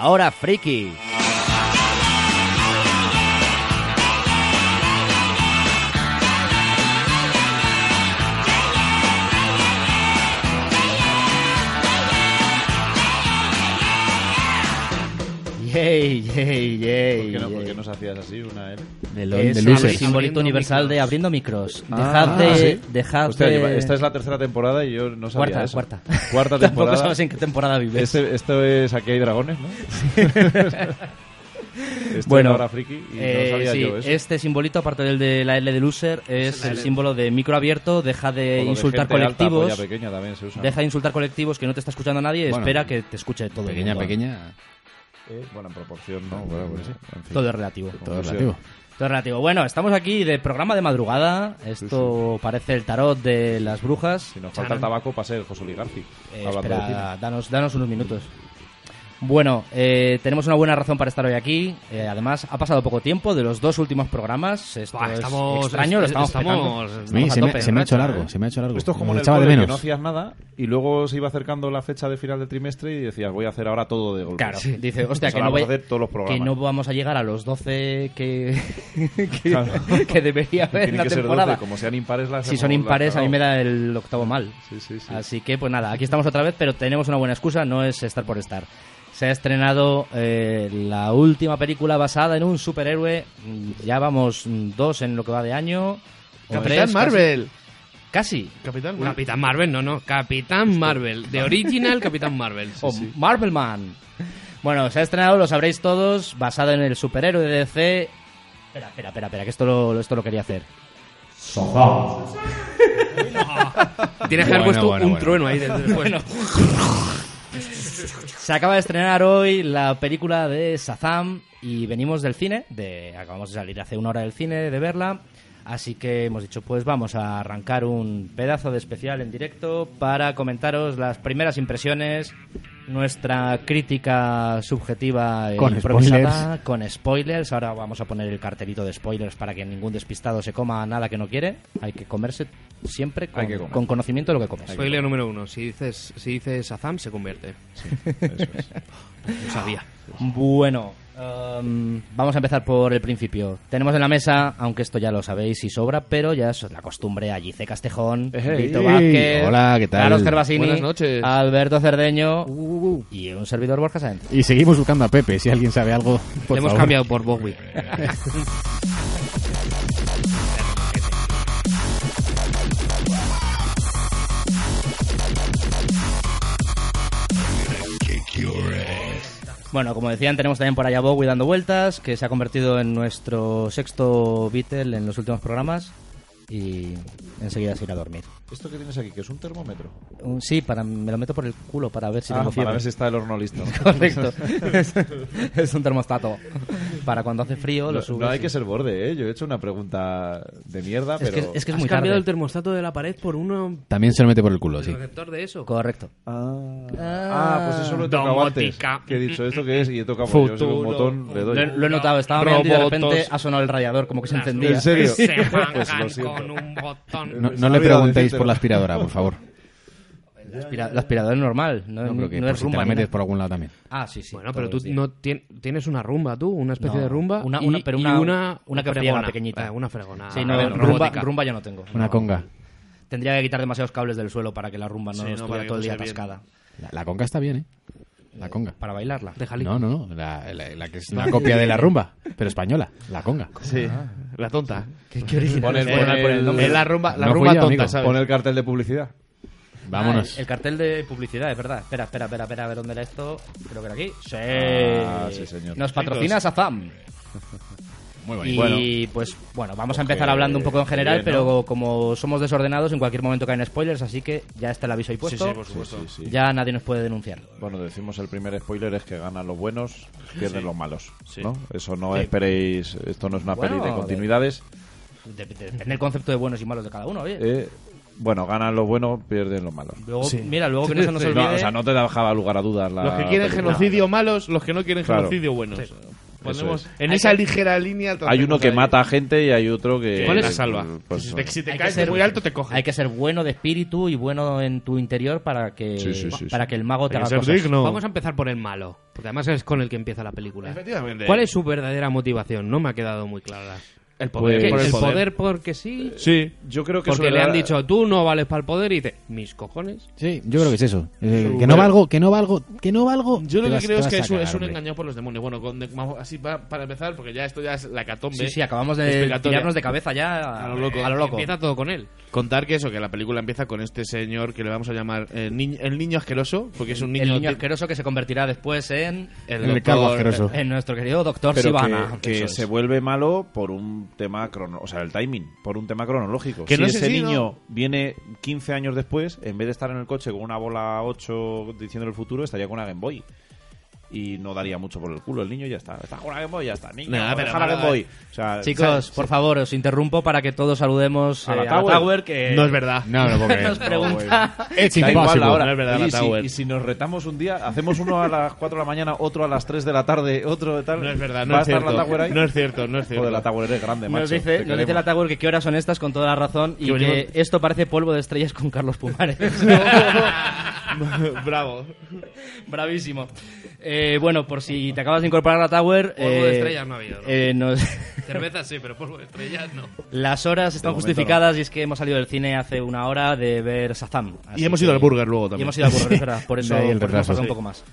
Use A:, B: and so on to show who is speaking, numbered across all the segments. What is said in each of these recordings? A: Hora Friki. Yay, yay, yay,
B: ¿Por qué, no,
A: yay.
B: por qué nos hacías así una L?
C: De lo-
A: Es
C: de
A: el
C: losers.
A: simbolito
D: Abriendo
A: universal
D: micros.
A: de abriendo micros.
B: Ah,
A: dejad de.
B: ¿sí?
A: Dejad
B: Hostia,
A: de-
B: lleva- esta es la tercera temporada y yo no sabía
A: Cuarta,
B: eso.
A: cuarta.
B: Cuarta
A: Tampoco
B: temporada.
A: sabes en qué temporada vives.
B: Este- esto es Aquí hay dragones, ¿no? Esto
A: Bueno,
B: es Hora Friki y
A: Eh,
B: no sabía
A: sí,
B: yo eso.
A: este simbolito, aparte del de la L de loser, es el símbolo de micro abierto, deja
B: O
A: de
B: lo de
A: eh, insultar
B: gente alta,
A: colectivos,
B: polla pequeña también se usa.
A: deja de insultar colectivos que no te está escuchando a nadie,
C: Bueno,
A: espera que te escuche todo el
C: Pequeña,
A: mundo.
C: pequeña.
B: Eh, bueno, en proporción, ¿no? Bueno, pues sí. En fin.
A: Todo es relativo.
C: Todo
B: Conclusión.
C: relativo.
A: Todo es relativo. Bueno, estamos aquí de programa de madrugada. Esto parece el tarot de las brujas.
B: Si nos falta el tabaco para ser José Ligarci.
A: Eh,
B: hablando de cine.
A: espera, danos, danos unos minutos. Bueno, eh, tenemos una buena razón para estar hoy aquí. Eh, además, ha pasado poco tiempo de los dos últimos programas. Esto
D: Buah,
A: es
D: estamos-
A: extraño, lo
D: es-
A: estamos,
D: estamos-
A: petando.
D: estamos
C: Sí,
A: a
C: se, me,
A: tope,
C: se me ha
A: macho,
C: hecho largo,
A: ¿eh?
C: se me ha hecho largo.
B: Esto es como
C: Me
B: en el
C: echaba de
B: cole, que
C: menos.
B: no hacías nada y luego se iba acercando la fecha de final de trimestre y decías, voy a hacer ahora todo de golpe.
A: Claro, dice, hostia,
B: Pues
A: que
B: ahora
A: no,
B: vamos
A: voy,
B: a hacer todos los programas.
A: que no vamos a llegar a los 12 que, que,
B: Claro.
A: que debería haber en
B: Tienen
A: la
B: que ser
A: temporada.
B: 12, como sean impares las
A: si son impares, a mí me da el octavo mal.
B: Sí, sí, sí.
A: Así que, pues nada, aquí estamos otra vez, pero tenemos una buena excusa, no es estar por estar. Se ha estrenado eh, la última película basada en un superhéroe. Mm, Ya vamos mm, dos en lo que va de año. o tres,
E: Capitán
A: casi.
E: Marvel.
A: Casi.
E: Capitán Marvel.
D: Capitán Marvel, no, no. Capitán Marvel. De original Capitán Marvel.
A: o Marvel Man. Bueno, se ha estrenado, lo sabréis todos, basado en el superhéroe de DC. Espera, espera, espera, espera, que esto lo, esto lo quería hacer.
D: Tienes que haber
C: Bueno,
D: puesto
C: bueno,
D: un
C: bueno.
D: trueno ahí de- después.
A: Se acaba de estrenar hoy la película de Shazam y venimos del cine, de acabamos de salir hace una hora del cine de verla, así que hemos dicho pues vamos a arrancar un pedazo de especial en directo para comentaros las primeras impresiones, nuestra crítica subjetiva e
C: Con
A: improvisada,
C: spoilers.
A: con spoilers. Ahora vamos a poner el cartelito de spoilers para que ningún despistado se coma nada que no quiere. Hay que comerse siempre con,
B: Hay que comer.
A: con conocimiento de lo que comes. Pues
D: Spoiler número uno. Si dices, si dices Azam, se convierte. Lo sabía.
A: Bueno, em, vamos a empezar por el principio. Tenemos en la mesa, aunque esto ya lo sabéis y sobra, pero ya es la costumbre, allí C. Castejón,
B: Ey,
A: Vito
B: ey,
A: Vázquez,
C: hola, ¿qué tal?
A: Carlos Gervasini,
D: Buenas noches.
A: Alberto Cerdeño
B: Uh,
A: y un servidor Borja Sáenz.
C: Y seguimos buscando a Pepe, si alguien sabe algo. por
D: Le hemos
C: favor.
D: cambiado por Bowie.
A: Bueno, como decían, tenemos también por allá a Bowie dando vueltas, que se ha convertido en nuestro sexto Beatle en los últimos programas y enseguida se irá a dormir.
B: ¿Esto que tienes aquí? que es un termómetro?
A: Un- Sí, para, me lo meto por el culo para ver si
B: ah,
A: tengo
B: para
A: fiebre.
B: ver si está el horno listo.
A: Correcto. es, es un termostato. Para cuando hace frío lo
B: No,
A: subes.
B: no hay
A: y-
B: que ser borde, ¿eh? Yo he hecho una pregunta de mierda,
A: es,
B: pero...
A: que, es que es
D: Has
A: muy
D: cambiado
A: tarde.
D: el termostato de la pared por uno
C: También se lo mete por el culo, sí.
D: receptor de eso.
A: Correcto.
B: Ah, Ah, pues eso lo he tocado
D: Domótica.
B: antes. Que he dicho, ¿esto qué es? Y he tocado pues, yo soy un botón, le
A: Lo,
B: doy.
A: he- lo he notado, estaba mirando y de
D: Robotos.
A: repente ha sonado el radiador como que se
D: Las
A: encendía.
B: ¿En serio?
D: luces Se
B: Pues lo
D: mangan
B: siento.
D: con un botón.
C: No,
B: Se
C: no
B: me ha
C: le
B: olvidado
C: preguntéis
B: decírtelo.
C: por la aspiradora, por favor.
A: El, aspira- el aspirador es normal, no,
C: No, pero que
A: no
C: por
A: es
C: si te
A: rumba.
C: la
A: ni
C: metes
A: nada.
C: por algún lado también.
A: Ah, sí, sí.
D: Bueno,
A: todos
D: pero
A: los
D: tú
A: días.
D: no tien- tienes una rumba, tú, una especie
A: No,
D: de rumba.
A: una-
D: y-
A: una- pero
D: y
A: una-
D: una,
A: una que friega pequeñita.
D: Eh, una fregona.
A: Sí, no,
D: eh,
A: rumba,
D: robótica.
A: rumba yo no tengo.
C: Una
A: No.
C: conga.
A: Tendría que quitar demasiados cables del suelo para que la rumba no
E: Sí, no,
A: estuviera
E: para que
A: todo el día
E: puse bien.
A: atascada.
C: La, la conga está bien, ¿eh? La conga.
A: Para bailarla.
D: Déjale.
C: No, no, no. La, la- la que es una copia de la rumba, pero española. La conga.
E: Sí, la tonta.
B: Pon el,
A: Bueno,
B: pon el-
A: por Eh, el nombre.
E: Es la rumba, la
C: No fui
E: rumba
C: yo,
E: tonta,
C: amigo.
E: ¿sabes?
B: pon el cartel de publicidad.
C: Vámonos.
A: Ah, el, el cartel de publicidad, es verdad. Espera, espera, espera, espera, a ver dónde era esto. Creo que era aquí. Sí.
B: Ah, sí, señor.
A: Nos patrocina Sazam.
C: Muy
A: Y pues bueno, vamos a empezar
B: Oje,
A: hablando un poco en general,
B: bien, ¿no?
A: pero como somos desordenados, en cualquier momento caen spoilers, así que ya está el aviso ahí puesto.
B: supuesto. Sí, sí, sí.
A: Ya nadie nos puede denunciar.
B: Bueno, decimos el primer spoiler es que ganan los buenos, pierden los malos. ¿no? Eso no esperéis, esto no es una
A: Bueno,
B: peli de
A: de-
B: continuidades.
A: De- de- Depende del concepto de buenos y malos de cada uno, oye.
B: Eh, bueno, ganan los buenos, pierden los malos.
A: Luego, mira, luego que no se nos olvide.
B: Ah, No, o sea, no te dejaba lugar a dudas la
E: Los que quieren
B: película.
E: genocidio malos, los que no quieren
B: Claro.
E: genocidio buenos. ponemos
B: Eso
E: en esa ligera línea.
B: Hay uno que
E: ahí.
B: mata a gente y hay otro que...
E: ¿Cuál
B: la
E: es? salva.
B: Pues,
E: si te, si te
A: Hay que
E: caes
A: ser-
E: de muy alto, te coge.
A: Hay que ser bueno de espíritu y bueno en tu interior para que,
B: Sí, sí, sí, sí.
A: para que el mago te
E: Hay que
A: haga
E: ser
A: cosas.
E: digno.
D: Vamos a empezar por el malo, porque además es con el que empieza la película.
E: Efectivamente.
D: ¿Cuál es su verdadera motivación? No me ha quedado muy clara.
E: El
B: poder.
D: ¿Qué?
B: Eh, Por el
D: ¿El poder porque sí?
E: Sí.
B: Yo creo que
D: Porque
B: eso
D: le
B: era-
D: han dicho, tú no vales para el poder y dice, mis cojones.
C: Sí, yo creo que es eso. Eh,
E: Su-
C: que no valgo, que no valgo, que no valgo.
E: Yo
C: Te
E: lo que
C: vas-
E: creo
C: te
E: es
C: vas
E: que
C: a
E: es un,
C: cagar,
E: es un
C: hombre.
E: engaño por los demonios. Bueno, con- de- vamos así pa- para empezar, porque ya esto ya es la catombe.
A: Sí, sí, acabamos de
E: Especatoria.
A: tirarnos de cabeza ya a,
E: A lo loco.
A: a lo loco.
D: Empieza todo con él.
E: Contar que eso, que la película empieza con este señor que le vamos a llamar eh, ni- el niño asqueroso, porque es un niño...
A: el niño
E: que-
A: asqueroso que se convertirá después en,
E: el
C: El
E: doctor-
C: cargo asqueroso.
A: en nuestro querido doctor
B: Pero
A: Sivana.
B: que, que
A: Eso es.
B: se vuelve malo por un tema crono, o sea, el timing, por un tema cronológico.
E: Que
B: si
E: no sé
B: ese
E: si,
B: niño
E: ¿no?
B: viene 15 años después, en vez de estar en el coche con una bola 8 diciendo el futuro, estaría con una Game Boy. Y no daría mucho por el culo el niño y ya está. Está con una Game Boy y ya está. Niño, pues
E: Nada, pero
B: deja la
E: nada, eh.
B: Game Boy. O sea,
A: Chicos,
B: ¿sabes?
A: por favor, os interrumpo para que todos saludemos eh,
B: A
A: a
B: la
A: la,
B: Tower.
A: Tower, que
E: No es verdad.
C: No, no puedo
A: nos
C: creer.
A: pregunta
C: It's
B: Da igual
C: impossible.
B: la hora.
E: No es verdad,
B: Oye,
E: la
B: y, si,
E: Tower.
B: y si nos retamos un día, hacemos uno a las 4 de la mañana, otro a las 3 de la tarde, otro de tal.
E: No es verdad,
B: ¿Va
E: no es
B: a estar la
E: cierto.
B: Tower ahí?
E: No es cierto, no es cierto.
B: Joder, la Tower es grande, macho.
A: Nos
B: te
A: dice, nos dice
B: queremos.
A: la Tower que qué horas son estas con toda la razón y
E: Que
A: que
E: venimos-
A: esto parece polvo de estrellas con Carlos Pumares.
E: Bravo.
A: Bravísimo. Eh, bueno, por si te acabas de incorporar a la Tower...
D: Polvo de
A: eh,
D: estrellas no ha habido, ¿no?
A: eh, nos-
D: Cerveza sí, pero polvo de estrellas no.
A: las horas están
B: momento
A: justificadas y es que hemos salido del cine hace una hora de ver Shazam. Así
E: Y hemos
A: que-
E: ido al burger luego
A: Y
E: también.
A: hemos ido al burger, es verdad, Por eso,
C: De ahí el
A: por eso
C: retraso,
A: nos falta un
C: sí.
A: poco más.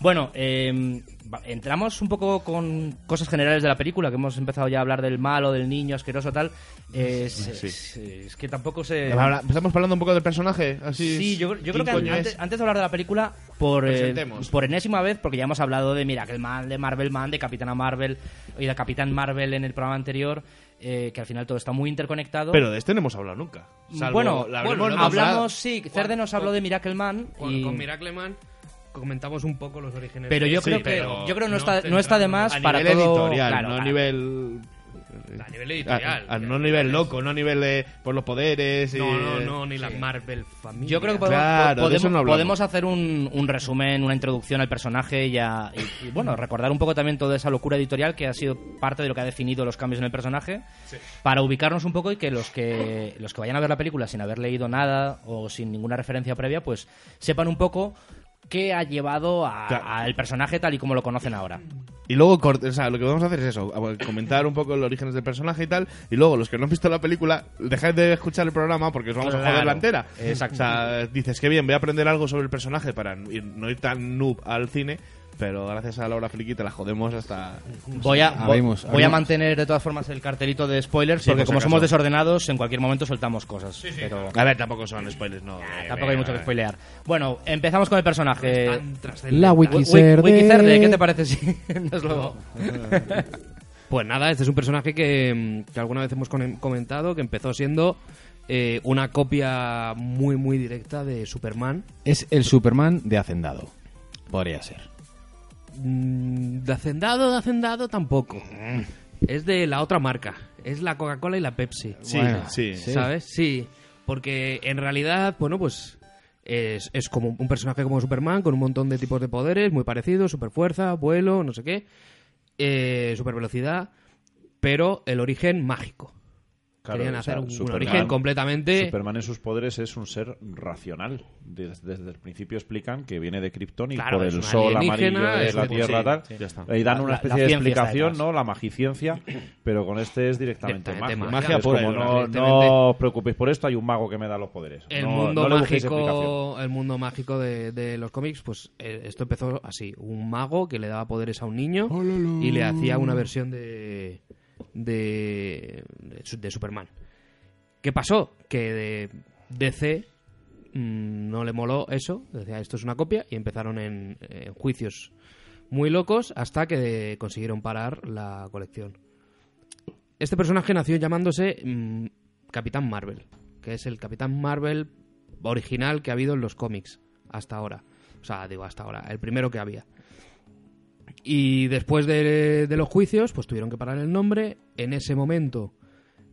A: Bueno, eh, va- entramos un poco con cosas generales de la película, que hemos empezado ya a hablar del malo, del niño asqueroso, tal. Eh, es, es- es que tampoco se...
E: Habla- Estamos hablando un poco del personaje. Así
A: Sí,
E: es-
A: yo, yo
E: ¿quién
A: creo que
E: coño
A: antes,
E: es?
A: antes de hablar de la película, por, eh,
E: Presentemos.
A: por enésima vez, porque ya hemos hablado de Miracle Man, de Marvel Man, de Capitana Marvel y de Capitán Marvel en el programa anterior, eh, que al final todo está muy interconectado.
E: Pero de este no hemos hablado nunca. Salvo-
A: bueno,
E: la
A: bueno,
E: habremos nombrado.
A: hablamos, sí, Cerde nos habló
D: con-
A: de Miracle Man.
D: Con,
A: y-
D: con Miracleman comentamos un poco los orígenes.
A: Pero yo
D: Sí,
A: creo que
D: pero
A: yo creo que no está no está de más
E: A
A: para
E: nivel
A: todo
E: editorial,
A: claro,
E: no a
A: para-
E: nivel...
D: A nivel editorial.
E: A- a- no a nivel loco, no a nivel de por los poderes. y-
D: No, no, no, ni la Marvel familia.
A: Yo creo que podemos,
E: Claro, de eso
A: podemos,
E: no hablamos.
A: podemos hacer un, un resumen, una introducción al personaje y, a- y- y, bueno, recordar un poco también toda esa locura editorial que ha sido parte de lo que ha definido los cambios en el personaje para ubicarnos un poco y que los que los que vayan a ver la película sin haber leído nada o sin ninguna referencia previa, pues sepan un poco qué ha llevado a- al
E: Claro.
A: personaje tal y como lo conocen ahora.
E: Y luego, cort- o sea, lo que vamos a hacer es eso, a- comentar un poco los orígenes del personaje y tal. Y luego, los que no han visto la película, dejad de escuchar el programa porque os vamos a
A: Claro,
E: joder la entera.
A: exacto.
E: O sea, dices que bien, voy a aprender algo sobre el personaje para ir- no ir tan noob al cine. Pero gracias a Laura Friki te la jodemos hasta.
A: Voy a, voy,
C: Habemos,
A: voy a
C: habemos.
A: mantener de todas formas el cartelito de spoilers
E: Sí,
A: porque
E: por si
A: como somos
E: acaso.
A: desordenados en cualquier momento soltamos cosas. pero
E: A ver, tampoco son spoilers, no. eh,
A: tampoco hay
E: eh,
A: mucho que
E: eh.
A: spoilear. Bueno, empezamos con el personaje.
D: Tan trascendente.
C: La
A: Wi-
C: Wikicerde.
A: Wi- Wikicerde, ¿qué te parece si nos lo...
D: Pues nada, este es un personaje que, mm, que alguna vez hemos con- comentado que empezó siendo eh, una copia muy, muy directa de Superman.
C: Es el Superman de Hacendado. Podría ser.
D: Mm, De Hacendado, de Hacendado tampoco. Es de la otra marca. Es la Coca-Cola y la Pepsi.
E: Sí,
C: Bueno,
E: sí.
C: sí.
D: ¿Sabes? Sí. Porque en realidad, bueno, pues es, es como un personaje como Superman, con un montón de tipos de poderes, muy parecidos, super fuerza, vuelo, no sé qué, super velocidad, pero el origen mágico.
B: Claro,
D: Querían
B: o sea,
D: hacer un- un,
B: Superman-
D: origen completamente...
B: Superman en sus poderes es un ser racional. Des- Desde, el principio explican que viene de Krypton y
D: Claro,
B: por
D: es
B: el
D: un
B: sol
D: alienígena,
B: amarillo de
D: es
B: la
D: un-
B: Tierra
E: sí,
B: tal.
E: sí, ya está.
B: Y dan una
A: La-
B: especie
A: la
B: de
A: ciencia está
B: explicación,
A: detrás.
B: ¿no? La magiciencia, pero con este es directamente
D: Directamente
B: magia.
D: magia. Magia
B: Es
E: pura,
B: como, no,
D: directamente.
B: no os preocupéis por esto, hay un mago que me da los poderes.
D: el
B: No-
D: mundo
B: no le busquéis explicación.
D: mágico el mundo mágico de, de los cómics pues eh, esto empezó así un mago que le daba poderes a un niño y le hacía una versión de de de, su- de Superman qué pasó que de DC mm, no le moló eso decía esto es una copia y empezaron en, en juicios muy locos hasta que consiguieron parar la colección este personaje nació llamándose mm, Capitán Marvel, que es el Capitán Marvel original que ha habido en los cómics hasta ahora. O sea, digo hasta ahora, el primero que había. Y después de, de los juicios, pues tuvieron que parar el nombre. En ese momento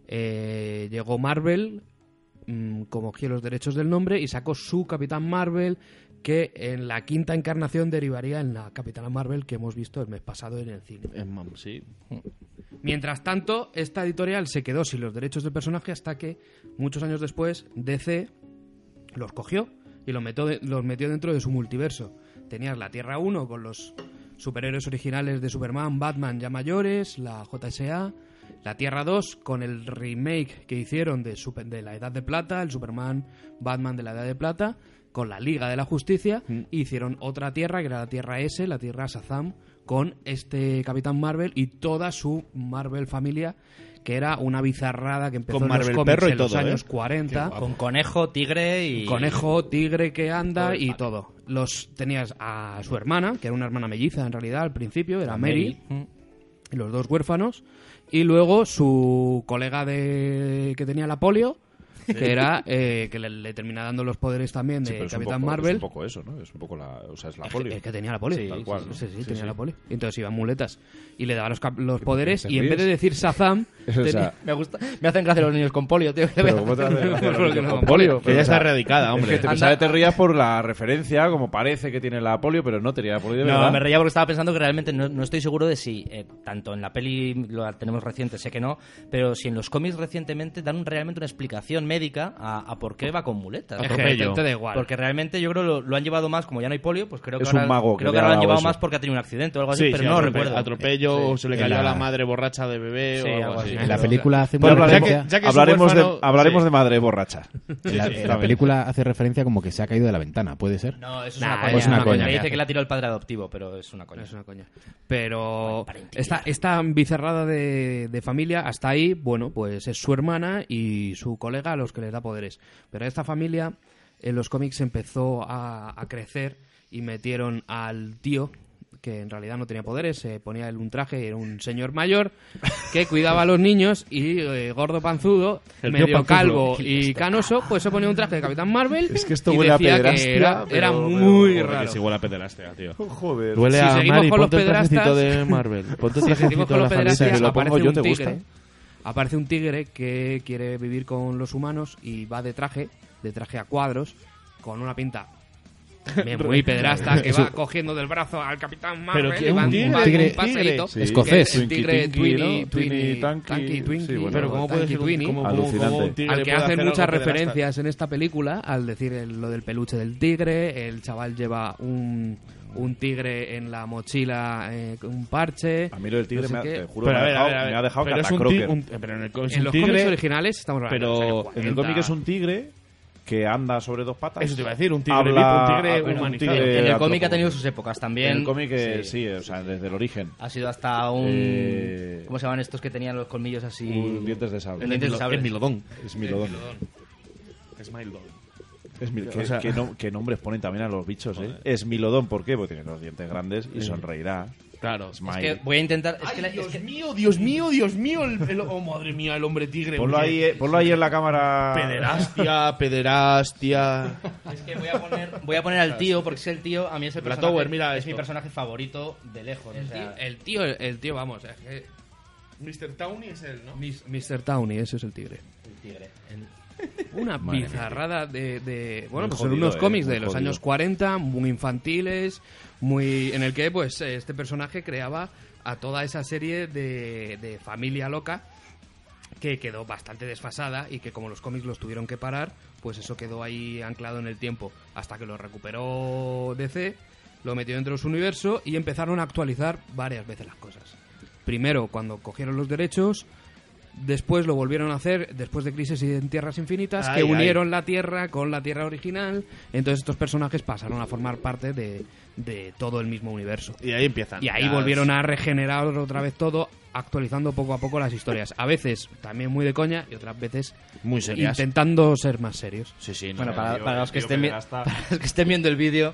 D: eh, llegó Marvel, mm, como cogió los derechos del nombre y sacó su Capitán Marvel, que en la quinta encarnación derivaría en la Capitana Marvel que hemos visto el mes pasado en el cine.
E: Eh, mam, sí.
D: Mientras tanto, esta editorial se quedó sin los derechos del personaje hasta que, muchos años después, DC los cogió y los metió, de- los metió dentro de su multiverso. Tenías la Tierra 1 con los superhéroes originales de Superman, Batman ya mayores, la JSA. La Tierra 2 con el remake que hicieron de, Super- de la Edad de Plata, el Superman, Batman de la Edad de Plata, con la Liga de la Justicia.
E: Mm.
D: e hicieron otra Tierra, que era la Tierra S, la Tierra Shazam, con este Capitán Marvel y toda su Marvel familia, que era una bizarrada que empezó
E: Con
D: en los
E: Marvel
D: cómics
E: perro y
D: en los
E: todo, ¿eh?
D: años 40
A: Con conejo, tigre y.
D: conejo, tigre que anda y todo. Los tenías a su hermana, que era una hermana melliza en realidad al principio, era Mary, y los dos huérfanos, y luego su colega de que tenía la polio, que era eh, que le, le termina dando los poderes también de
B: Sí, pero es un
D: Capitán
B: poco-
D: Marvel.
B: Es un poco eso, ¿no? Es un poco la. O sea, es la
D: Es
B: polio.
D: que- es que tenía la polio.
B: Sí,
D: Sí,
B: tal cual,
D: sí,
B: ¿no?
D: sí, sí,
B: Sí,
D: tenía
B: sí.
D: la polio. Y entonces iba en muletas y le daba los, cap- los poderes
B: te
D: y en vez de
B: ríes?
D: decir Shazam,
B: O sea,
A: Me gusta, me hacen gracia los niños con polio, tío.
B: Ah. Pero ¿cómo te hace gracia los
D: Porque
B: niños
D: no
B: con
D: dan
B: polio?
E: Que ya está
B: erradicado.
E: erradicada, hombre.
B: Es que te pensaba que te rías por la referencia, como parece que tiene la polio, pero no tenía la polio de
A: No,
B: verdad.
A: me reía porque estaba pensando que realmente no, no estoy seguro de si, eh, tanto en la peli lo tenemos reciente, sé que no, pero si en los cómics recientemente dan un- realmente una explicación médica a, a por qué va con muletas.
D: es que
E: Atropello.
D: te da igual.
A: Porque realmente yo creo lo, lo han llevado más, como ya no hay polio, pues creo que
B: Es
A: ahora,
B: un mago que
A: creo
B: le
A: que ahora
B: ha
A: lo han
B: dado
A: llevado
B: eso.
A: más porque ha tenido un accidente o algo así,
E: Sí,
A: pero
E: sí,
A: no
E: atrope-
A: recuerdo.
E: Atropello, o se le
C: en
E: cayó a la
C: la-
E: madre borracha de bebé
A: Sí,
E: o
A: algo
E: algo así.
A: así.
C: En la película hace
E: Pero
C: una
E: ya que-
C: referencia...
E: ya que es un
B: hablaremos de,
E: huérfano-
B: hablaremos
E: sí.
B: de madre borracha.
C: en la- en la película hace referencia como que se ha caído de la ventana, ¿puede ser?
A: No, eso es
D: Nah,
A: una coña.
C: es una coña.
A: Le dice que la ha tirado el padre adoptivo, pero es una coña.
D: Es una coña. Pero
A: Aparentemente.
D: esta, esta bizarrada de, de familia, hasta ahí, bueno, pues es su hermana y su colega a los que les da poderes. Pero esta familia en los cómics empezó a, a crecer y metieron al tío que en realidad no tenía poderes, se ponía él un traje, era un señor mayor que cuidaba a los niños y eh, gordo panzudo,
E: El tío
D: medio
E: panzudo.
D: calvo y canoso, pues se ponía un traje de Capitán Marvel
B: Es que esto
D: y
B: huele a
D: decía que
B: pederastia,
D: era,
B: pero-
D: era
B: pero-
D: muy
B: joder,
E: Joder, que
D: raro.
E: es igual a pederastia, tío.
B: Joder.
E: Duele
D: Si
E: a
D: seguimos
E: Mari,
D: con los
E: ponte el
D: pederastas-
E: trajecito de Marvel. Ponte el
D: Si seguimos
E: trajecito
D: con
E: de la
D: los
E: familia.
D: pederastas,
B: Si lo pongo
D: aparece
B: yo,
D: un
B: ¿te
D: tigre.
B: gusta?
D: Aparece un tigre que quiere vivir con los humanos y va de traje, de traje a cuadros, con una pinta bien muy pederasta que va cogiendo del brazo al Capitán Marvel
E: que
D: y
E: un
D: va
E: tigre,
D: va
C: tigre,
D: un paseíto.
B: sí.
C: Escocés.
D: Que El tigre
B: Twinkie,
D: Twinny,
B: ¿no?
D: Twinny,
B: Twinkie, Tanky,
D: Tanky,
B: sí,
D: Twinkie,
B: bueno.
E: Pero cómo puede
D: Tanky
E: ser un,
D: Twinny,
E: cómo- cómo-
B: Alucinante.
E: cómo un tigre
D: al que
E: puede
D: hacen
E: hacer
D: muchas
E: algo pederasta?
D: referencias en esta película, al decir el- lo del peluche del tigre, el chaval lleva un, un tigre en la mochila, eh, un parche.
B: A mí lo del tigre
D: no sé
B: me, ha,
D: qué.
B: te juro, me ha dejado, me ha dejado
E: pero es un
B: catacroker.
E: tig- un- eh, pero en el cómic es
D: En
E: un
D: los cómics
E: tigre.
D: originales estamos hablando de los
E: Pero
D: años
B: En
D: 40.
B: el cómic es un tigre que anda sobre dos patas.
E: Eso te iba a decir, un tigre
B: Habla-
E: vivo, un tigre
B: habla- un
E: humanizado.
B: tigre
A: en el
B: antropomorfo.
A: cómic ha tenido sus épocas también.
B: En el cómic, eh,
A: Sí.
B: sí, o sea, desde el origen.
A: Ha sido hasta un...
B: Eh,
A: ¿Cómo se llaman estos que tenían los colmillos así?
B: Un dientes de sable.
A: El dientes de sable.
E: Es Milodón.
B: Es Milodón.
E: Es Milodón.
B: Es Mil-
E: O sea-
B: ¿Qué, qué nom- qué nombres ponen también a los bichos, ¿eh? Es Milodón, ¿por qué? Porque tiene los dientes grandes y sonreirá.
E: Claro.
A: Es
B: Smile.
A: que voy a intentar... Es que la-
E: Ay,
A: es
E: Dios
A: que-
E: mío, Dios mío, Dios mío. el- el- oh, madre mía, el hombre tigre.
B: Ponlo ahí, eh, ponlo ahí en la cámara.
E: Pederastia, pederastia.
A: Es que voy a poner, voy a poner al tío, porque es el tío, a mí es el
E: La
A: personaje,
E: Tower, mira
A: es
E: esto.
A: mi personaje favorito de lejos. o sea,
D: El tío, el tío, vamos. es que-
E: Mr. Townie es él, ¿no?
D: Mis- Mr. Townie, ese es el tigre.
A: el tigre. El-
D: Una bizarrada de, de- Bueno,
B: Muy
D: pues
B: jodido,
D: son unos
B: eh,
D: cómics
B: muy
D: de los
B: jodido.
D: años 40, muy infantiles, muy en el que pues este personaje creaba a toda esa serie de, de familia loca que quedó bastante desfasada y que como los cómics los tuvieron que parar, pues eso quedó ahí anclado en el tiempo hasta que lo recuperó DC, lo metió dentro de su universo y empezaron a actualizar varias veces las cosas. Primero cuando cogieron los derechos, después lo volvieron a hacer después de Crisis y en Tierras Infinitas,
E: Ay,
D: que
E: ay.
D: unieron la Tierra con la Tierra original, entonces estos personajes pasaron a formar parte de, de todo el mismo universo.
E: Y ahí empiezan.
D: Y ahí volvieron a regenerar otra vez todo, actualizando poco a poco las historias. A veces también muy de coña y otras veces
E: Muy serias.
D: intentando ser más serios.
E: Sí, sí. no,
A: Bueno,
E: no,
A: para,
E: tío,
A: para los que
E: tío
A: estén vi-
E: pederasta.
A: para los que estén viendo el vídeo,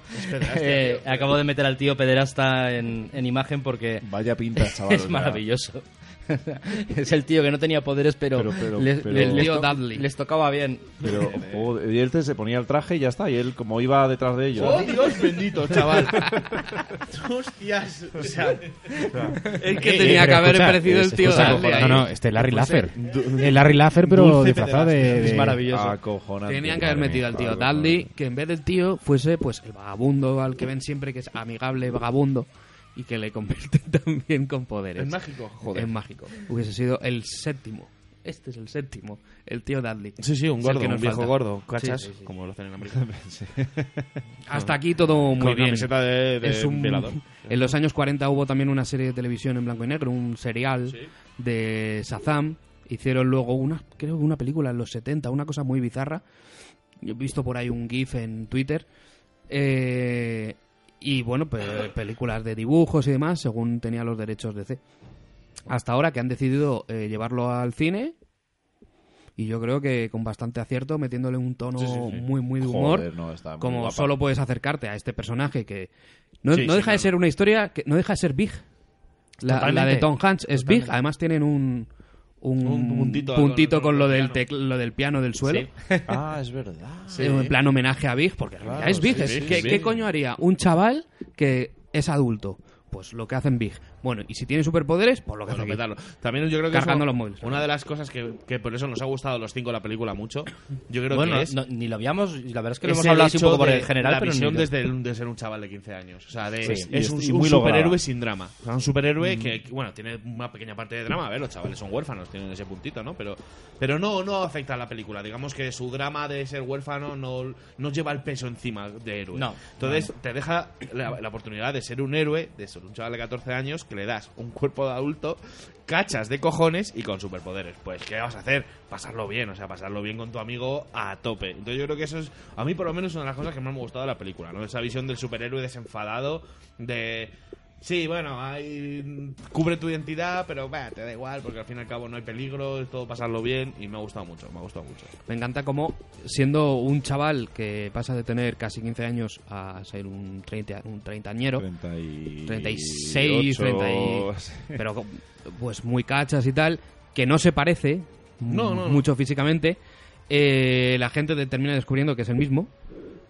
A: eh, acabo de meter al tío pederasta en, en imagen porque
B: Vaya pinta, chaval.
A: es maravilloso. es el tío que no tenía poderes, pero,
B: Pero- pero-
A: les,
B: pero-
A: les- les
D: Tío
A: to-
D: Dudley.
A: les tocaba bien.
B: Pero, joder, y él te- se ponía el traje y ya está. Y él, como iba detrás de ellos.
E: Oh, Dios bendito, chaval! ¡Hostias! O sea,
D: Es que tenía que haber parecido el tío Dudley.
C: No,
D: ahí.
C: no, este Larry Laffer. El Larry Laffer, pero disfrazado de. de-
B: Acojonante.
D: Tenían que haber
B: Madre
D: metido
B: mía,
D: al tío
B: claro,
D: Dudley, que en vez del tío fuese pues el vagabundo al que ven siempre que es amigable vagabundo y que le convierten también con poderes.
E: es mágico, Em- joder.
D: Es mágico. Hubiese sido el séptimo. Este es el séptimo, el tío Dudley.
E: Sí, sí, un
D: Es el
E: gordo,
D: que
E: un
D: nos
E: viejo
D: falta.
E: gordo, ¿cachas?
D: Sí, sí, sí.
E: Como lo hacen en América.
D: Hasta aquí todo muy
E: Con
D: bien.
E: camiseta de, de
D: Es un-
E: velador.
D: En los años 40 hubo también una serie de televisión en blanco y negro, un serial de Shazam. Hicieron luego una, creo que una película en los 70, una cosa muy bizarra. Yo he visto por ahí un GIF en Twitter. Eh, y bueno, pe- películas de dibujos y demás, según tenía los derechos de C. Hasta ahora que han decidido eh, llevarlo al cine. Y yo creo que con bastante acierto, metiéndole un tono muy, muy de humor
B: Joder, no, está muy
D: como
B: guapa.
D: solo puedes acercarte a este personaje que no,
E: Sí,
D: no
E: sí,
D: deja de
E: claro.
D: ser una historia que no deja de ser Big la, la de
E: Totalmente.
D: Tom Hanks es Big además tienen un un,
E: Un puntito con-
D: con,
E: con
D: lo
E: el
D: del
E: piano.
D: tecl- lo del piano del suelo
B: Ah, es verdad.
D: Sí. en plan homenaje a Big porque en realidad
B: Claro,
D: es Big
B: sí,
D: es-
E: sí,
D: ¿qué,
E: sí.
D: qué coño haría un chaval que es adulto pues lo que hacen Big bueno y si tiene superpoderes pues lo que hace Big.
E: Bueno, petarlo. También yo creo que
D: Cargando
E: eso-
D: los móviles.
E: una de las cosas que, que por eso nos ha gustado a los cinco la película mucho, yo creo
A: Bueno, ¿eh?
E: que es...
A: no- ni lo habíamos, y la verdad es que lo
E: es
A: hemos
E: el
A: hablado así un
E: hecho
A: poco por
E: de
A: el general,
E: la
A: pero
E: visión
A: ni-
E: desde el- de ser un chaval de 15 años. O sea, de-
A: Sí,
E: es
B: y
E: un,
B: es- y
E: un
B: muy lograda.
E: superhéroe sin drama. O sea, un superhéroe
A: Mm.
E: que, que, bueno, tiene una pequeña parte de drama. A ver, los chavales son huérfanos, tienen ese puntito, ¿no? Pero, pero no, no afecta a la película. Digamos que su drama de ser huérfano no, no lleva el peso encima de héroe.
A: No.
E: Entonces te deja la, la oportunidad de ser un héroe, de ser un chaval de 14 años, que le das un cuerpo de adulto, cachas de cojones y con superpoderes. Pues, ¿qué vas a hacer? Pasarlo bien, o sea, pasarlo bien con tu amigo a tope. Entonces yo creo que eso es, a mí por lo menos, una de las cosas que más me ha gustado de la película, ¿no? Esa visión del superhéroe desenfadado, de... Sí, bueno, hay... cubre tu identidad, pero bah, te da igual, porque al fin y al cabo no hay peligro, es todo pasarlo bien, y me ha gustado mucho, me ha gustado mucho.
D: Me encanta cómo, siendo un chaval que pasa de tener casi 15 años a ser un, 30, un treintañero, 36, 30 y- pero co- pues muy cachas y tal, que no se parece
E: No, no, no.
D: mucho físicamente, eh, la gente te termina descubriendo que es el mismo.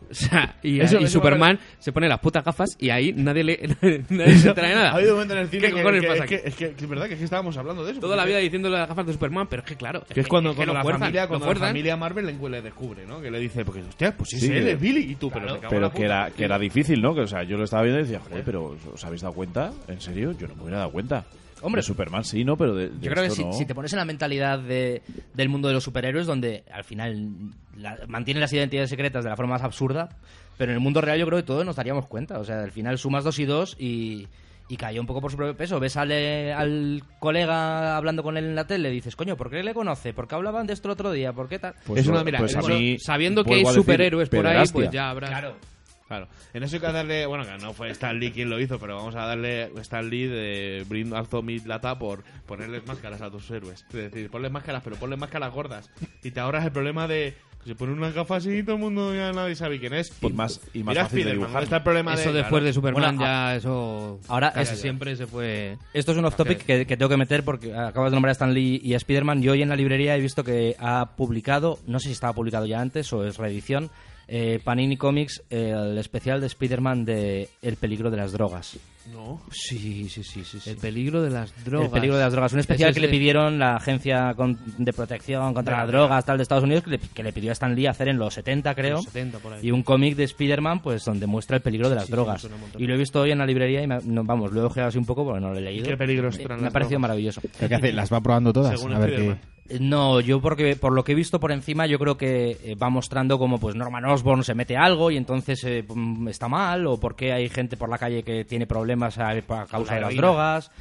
D: O sea, y,
E: Eso-
D: y
E: eso
D: Superman se pone las putas gafas y ahí nadie, le, nadie se trae
E: Ha
D: nada.
E: habido un momento en el cine
D: ¿Qué
E: que,
D: cojones
E: que-
D: pasa
E: es, que, es, que, que es verdad que, es que estábamos hablando de eso.
D: Toda la
E: porque-
D: vida diciéndole las gafas de Superman, pero es que claro,
E: que es cuando, cuando
D: lo
E: la,
D: fuerzan,
E: familia,
D: lo
E: cuando la
D: fuerzan.
E: familia Marvel le, le descubre, ¿no? Que le dice, porque, hostia, pues sí,
B: Sí,
E: es él,
B: que-
E: es Billy. Y tú, pero, me cago en
B: Pero
E: la
B: que
E: puta.
B: era, que era difícil, ¿no? Que, o sea, yo lo estaba viendo y decía, joder, pero ¿os habéis dado cuenta? ¿En serio? Yo no me hubiera dado cuenta. Hombre, Superman sí, ¿no? Pero de, de
A: Yo creo que
B: esto
A: si,
B: no.
A: si te pones en la mentalidad de- del mundo de los superhéroes, donde al final la- mantienen las identidades secretas de la forma más absurda, pero en el mundo real yo creo que todos nos daríamos cuenta. O sea, al final sumas dos y dos y, y cayó un poco por su propio peso. Ves al, eh, al colega hablando con él en la tele y dices, coño, ¿por qué le conoce? ¿Por qué hablaban de esto el otro día? ¿Por qué tal?
B: Pues
E: Es
B: lo-
E: una- mira,
B: pues a
E: eso-
B: mí,
D: Sabiendo que hay
B: vuelvo a decir,
D: superhéroes por ahí,
B: pederastia.
D: pues ya habrá.
E: Claro. En eso hay que darle. Bueno, que no fue Stan Lee quien lo hizo, pero vamos a darle Stan Lee de Brind Alzo Mid Lata por ponerles máscaras a tus héroes. Es decir, ponles máscaras, pero ponles máscaras gordas. Y te ahorras el problema de. que Se pone una gafa así y todo el mundo ya nadie sabe quién es.
B: Y más- y más
E: Mira
B: fácil de
E: Spiderman,
B: dibujar.
E: ¿dónde está el problema
D: Eso
E: de,
D: después
E: claro.
D: de Superman
A: Bueno,
D: ya eso
A: ahora
D: casi
A: es-
D: siempre se fue
A: Esto es un off topic que, que tengo que meter porque acabas de nombrar a Stan Lee y a Spider-Man. Yo hoy en la librería he visto que ha publicado, no sé si estaba publicado ya antes o es reedición, eh, Panini Comics, eh, el especial de Spider-Man de El peligro de las drogas.
D: sí, sí, sí, sí, El peligro de las drogas.
A: El peligro de las drogas. Un especial que
D: Ese es
A: le
D: de-
A: pidieron la agencia con- de protección contra las drogas tal de Estados Unidos que le, que le pidió a Stan Lee hacer en los 70 creo.
D: Los 70 por ahí.
A: Y un cómic de Spider-Man pues donde muestra el peligro de las
D: sí,
A: drogas.
D: me suena un montón.
A: y lo he visto hoy en la librería y me ha- no, vamos, lo he ojeado así un poco porque no lo he leído.
E: qué peligros
A: Me,
E: eran
A: me ha
E: las
A: parecido
E: drogas?
A: maravilloso.
C: ¿Qué hace? Las va probando todas.
E: Según
C: a ver qué.
E: Spiderman.
A: Eh, No, yo porque por lo que he visto por encima, yo creo que eh, va mostrando como pues Norman Osborn se mete algo y entonces eh, mm, está mal, o por qué hay gente por la calle que tiene problemas a, a causa de las
D: heroína.
A: drogas.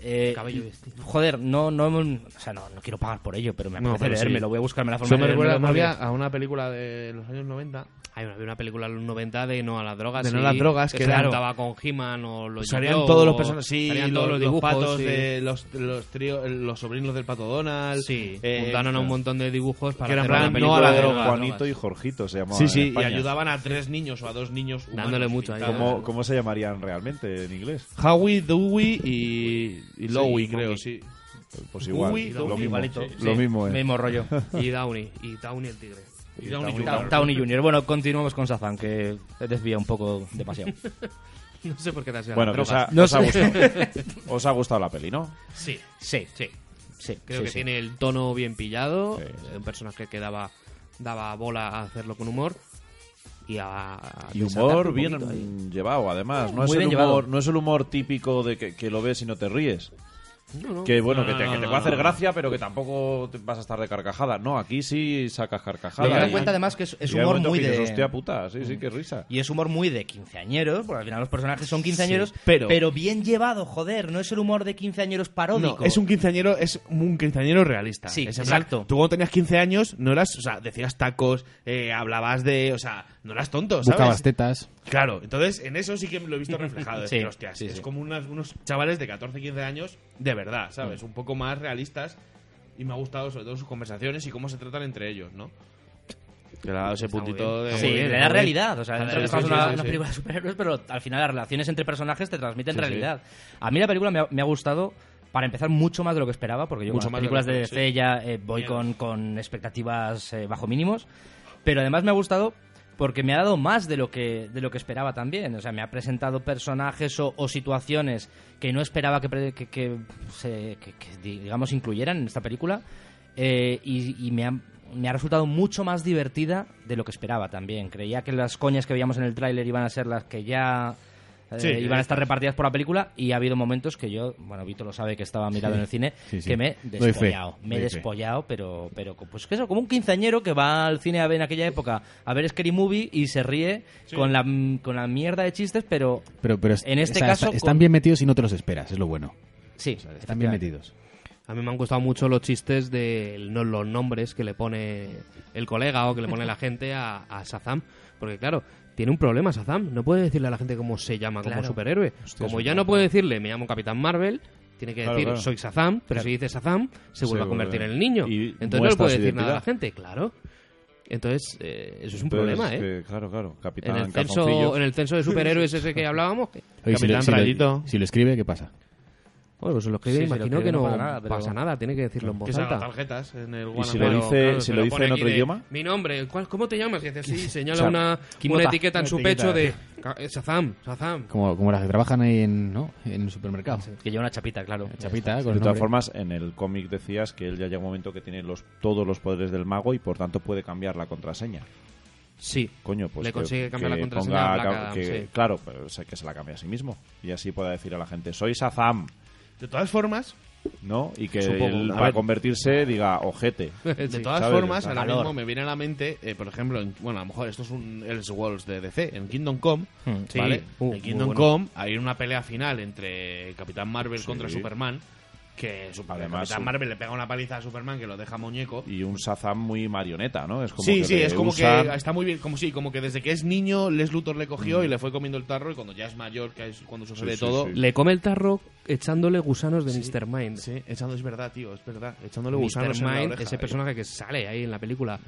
A: Eh,
D: Cabello y vestido.
A: joder, no, no, o sea, no, no quiero pagar por ello, pero me
E: No,
A: apetece
E: pero sí.
A: leérmelo, voy a buscarme la forma
E: Eso
A: de
E: me
A: leérmelo
E: recuerda
A: más
E: había
A: bien.
E: a una película de los años 90
D: Hay una, había una película en los 90 de No a las drogas.
E: De No a
D: y-
E: las drogas, que
D: se
E: era-
D: juntaba con He-Man o los
E: Salían
D: Yo-Yo,
E: todos los personajes, sí,
D: salían
E: los,
D: todos los
E: los
D: dibujos.
E: patos
D: sí.
E: de los, los, trío- los sobrinos del pato Donald.
D: Sí,
E: eh,
D: juntaron a un montón de dibujos para
E: que era
D: hacer
E: en
D: una
E: plan, no a
D: película
E: la
D: de
E: droga.
D: las
B: Juanito
D: drogas.
B: y Jorgito se llamaban.
E: Sí,
B: en
E: sí, y
B: España.
E: ayudaban a tres niños o a dos niños humanos
D: Dándole mucho ahí.
E: pintados.
B: ¿Cómo, ¿Cómo se llamarían realmente en inglés?
E: Howie, Dewey y, y Lowy, creo, sí.
B: Pues igual,
E: Uy,
B: lo, mismo,
A: igualito.
B: lo
A: Sí,
B: mismo eh. es.
A: Mismo rollo.
D: Y Downey, y Downey el tigre.
E: Y da un
A: Ta-
E: insulto.
A: Downey Jr. Bueno, continuamos con Sazan, que desvía un poco demasiado.
D: No sé por qué te has ido a
B: Bueno,
D: las
B: que os ha,
D: drogas.
B: os ha gustado. Os ha gustado la peli, ¿no?
D: Sí,
A: Sí,
D: sí.
A: sí.
D: Creo
A: sí,
D: que
A: sí.
D: tiene el tono bien pillado.
B: Sí, sí.
D: eh, Un personaje que daba, daba bola a hacerlo con humor. Y a. a
B: Y
D: desatarte
B: humor
D: un
B: bien
D: poquito ahí.
B: llevado, además. No
A: Muy
B: es,
A: bien
B: el
A: llevado.
B: humor, no es el humor típico de que, que lo ves y no te ríes.
D: No, no.
B: Que bueno, que te,
E: no,
B: que te
E: no,
B: puede hacer
E: no.
B: gracia, pero que tampoco te vas a estar de carcajada. No, aquí sí sacas
A: Lo que me
B: carcajada.
A: da cuenta además que es, es
B: y hay
A: humor
B: momentos
A: muy
B: que dices,
A: de... Mm.
B: Hostia puta, sí, sí, qué risa.
A: Y es humor muy de quinceañeros, porque al final los personajes son quinceañeros, pero...
E: pero-
A: bien llevado, joder, no es el humor de quinceañeros
E: No,
A: paródico.
E: es un quinceañero, es un quinceañero realista.
A: Sí,
E: Es en plan,
A: exacto.
E: Tú cuando tenías 15 años no eras, o sea, decías tacos, eh, hablabas de, o sea, no eras tonto, ¿sabes?
C: Buscabas tetas.
E: Claro, entonces en eso sí que lo he visto reflejado. Es
A: Sí,
E: decir, hostias,
A: sí,
E: es
A: sí.
E: como unas- unos chavales de 14, 15 años de verdad, ¿sabes?
A: Mm.
E: Un poco más realistas. Y me ha gustado sobre todo sus conversaciones y cómo se tratan entre ellos, ¿no? Que le ha dado ese
D: Está muy
E: puntito
D: bien.
E: de...
A: Sí,
D: muy bien,
A: le
D: muy
A: da
D: bien.
A: realidad. O sea, dentro de que
E: Sí, sí,
A: estamos en
E: sí,
A: una,
E: sí,
A: una
E: sí.
A: película de superhéroes, pero al final las relaciones entre personajes te transmiten realidad. A mí la película me ha, me ha gustado, para empezar, mucho más de lo que esperaba, porque yo
E: Mucho
A: con las
E: más de
A: películas
E: lo
A: de
E: que
A: DC
E: esperaba,
A: ya eh, voy
E: Bien.
A: con, con expectativas eh, bajo mínimos, pero además me ha gustado porque me ha dado más de lo que de lo que esperaba también o sea me ha presentado personajes o, o situaciones que no esperaba que, pre- que, que se- que- que, digamos incluyeran en esta película eh, y, y me ha, me ha resultado mucho más divertida de lo que esperaba también. Creía que las coñas que veíamos en el tráiler iban a ser las que ya eh,
E: Sí,
A: iban a estar repartidas por la película y ha habido momentos que yo, bueno, Vito lo sabe que estaba mirado en el cine,
C: sí, sí.
A: que me he
C: Doy fe,
A: despollado. Me he
C: doy fe.
A: despollado, pero, pero pues que eso, como un quinceañero que va al cine a ver en aquella época a ver Scary Movie y se ríe con, la, con la mierda de chistes, pero
C: Pero, pero es-
A: En este
C: está-
A: caso,
C: está- están
A: con-
C: bien metidos y no te los esperas, es lo bueno.
A: sí,
C: Están bien metidos.
D: A mí me han gustado mucho los chistes de no- los nombres que le pone el colega o que le pone la gente a, a Shazam. Porque, claro, tiene un problema Shazam. No puede decirle a la gente cómo se llama
A: Claro.
D: como superhéroe. como ya no puede decirle, me llamo Capitán Marvel, tiene que
B: Claro,
D: decir,
B: claro.
D: soy Shazam. Pero si dice Shazam, se
B: Se
D: vuelve a convertir en
B: vuelve.
D: el niño.
B: Y
D: Entonces no le
B: muestra
D: puede
B: su
D: decir nada a la
B: identidad.
D: gente, claro. Entonces, eh, eso es un
B: Entonces, es
D: problema, ¿eh?
B: que, claro, claro.
D: En
B: Capitán
D: el, censo,
B: Calzoncillos.
D: en el censo de superhéroes ese que hablábamos. que-
C: Oye, si, lo,
E: Capitán
C: si lo-
E: Rayito.
C: si lo escribe, ¿qué pasa?
D: Bueno, pues lo escribe,
A: Sí, sí, lo
D: imagino
A: escribe,
D: que
A: no
D: no,
A: pasa nada, pero-
D: pasa nada, tiene que decirlo en
E: Que
D: voz
E: salgan
D: alta.
E: tarjetas en el
B: Y si lo
E: Wanna-
D: Pero,
B: dice,
D: claro,
B: si
D: pero
B: lo
D: pone
B: dice en
D: aquí
B: otro
D: de,
B: idioma.
D: Mi nombre, ¿cuál- ¿cómo te llamas? Y dice, sí, señala
B: O sea,
D: una,
A: Kimota.
D: una etiqueta en su
C: Una etiqueta.
D: pecho de ca- eh, Shazam, Shazam.
C: Como, como las que trabajan ahí en, ¿no? en el supermercado.
A: que lleva una chapita, claro.
C: Chapita, con
B: De
C: el
B: todas
C: nombre.
B: formas, en el cómic decías que él ya llega un momento que tiene los, todos los poderes del mago y por tanto puede cambiar la contraseña.
D: Sí,
B: Coño, pues
D: Le
B: que-
D: consigue cambiar
B: que
D: la contraseña
B: ponga
D: a Black
B: ca-
D: Adam,
B: que-
D: sí.
B: Claro, pero sé que se la cambia a sí mismo. Y así pueda decir a la gente, soy Sazam,
E: De todas formas,
B: ¿no? Y que
E: Supongo,
B: él,
E: a
B: para
E: ver.
B: convertirse diga ojete.
E: Eh, de
D: Sí.
E: todas
B: ¿sabes?
E: formas,
B: Está
E: ahora
A: calor.
E: mismo me viene a la mente, eh, por ejemplo, en- bueno, a lo mejor esto es un Elseworlds de DC, en Kingdom Come,
D: sí.
E: ¿vale?
D: Uh, muy
E: en Kingdom
D: bueno.
E: Come hay una pelea final entre Capitán Marvel contra Superman, que su-
B: Además,
E: Capitán
B: su-
E: Marvel le pega una paliza a Superman que lo deja muñeco.
B: Y un Sazam muy marioneta, ¿no? Es como
E: sí,
B: que
E: sí,
B: le
E: es como
B: usan-
E: que este está muy bien, como sí, como que desde que es niño Les Luthor le cogió y le fue comiendo el tarro y cuando ya es mayor, que es cuando sucede
B: sí,
E: todo,
B: sí.
D: le come el tarro echándole gusanos de Mr. Mind.
E: Sí, echando, es verdad, tío, es verdad. Echándole
D: Mr.
E: gusanos en la
D: Mind,
E: oreja,
D: ese
E: eh.
D: personaje que sale ahí en la película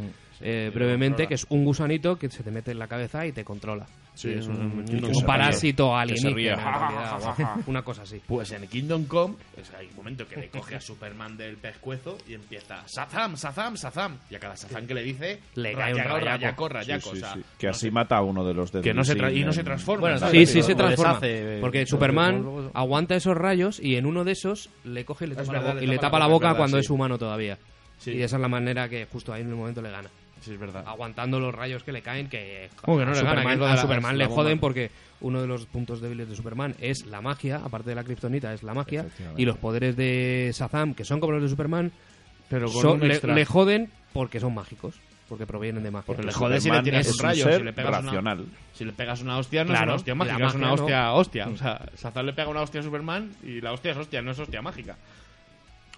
D: eh,
E: sí,
D: brevemente,
E: controla.
D: que es un gusanito que se te mete en la cabeza y te controla.
E: Sí,
D: Y
E: es un-
D: un,
E: un-
D: un
E: que se ríe.
D: parásito
E: Que se ríe.
D: alienígena. en realidad, o una cosa así.
E: Pues en Kingdom Come pues hay un momento que le coge a Superman del pescuezo y empieza Sazam, Sazam, Sazam. Y a cada Sazam que le dice,
D: Le cae un
E: rayaco,
D: rayaco.
E: rayaco,
B: Sí,
E: rayaco.
B: sí,
E: o sea,
B: sí. Que así mata a uno de los de
E: que no se
B: Sin
E: tra- y no
B: en-
E: se transforma.
A: Bueno,
E: ¿sabes?
D: Sí,
A: Pero
D: sí, se
A: lo
D: transforma.
A: deshace, eh,
D: porque
A: pero luego-
D: Superman
A: luego-
D: aguanta esos rayos y en uno de esos le coge y le
E: Es
D: tapa,
E: verdad,
D: la, bo-
E: le
D: y le
E: tapa
D: tapa
E: la
D: la
E: boca,
D: boca
E: es verdad,
D: cuando
E: sí.
D: es humano todavía.
E: Sí.
D: Y esa es la manera que justo ahí en el momento le gana.
E: Sí, es verdad.
D: Aguantando los rayos que le caen, que,
E: Como que no
D: a
E: le gana,
D: Superman,
E: que es lo de
D: a
E: la-
D: Superman
E: la
D: le
E: bomba.
D: joden porque uno de los puntos débiles de Superman es la magia, aparte de la kriptonita, es la magia. Y los poderes de Shazam, que son como los de Superman,
E: Pero con
D: son-
E: un
D: le,
E: extra.
D: le joden porque son mágicos, porque provienen de magia.
E: Porque le
B: Porque
E: jodes si le
B: Superman
E: tiras
B: es
E: un
B: un
E: rayo,
B: ser
E: si le pegas
B: racional.
E: una... Si le pegas una hostia, no es
D: Claro,
E: una hostia
D: la
E: mágica, es una
D: magia, ¿no?
E: hostia hostia. O sea, Sazam le pega una hostia a Superman y la hostia es hostia, no es hostia mágica.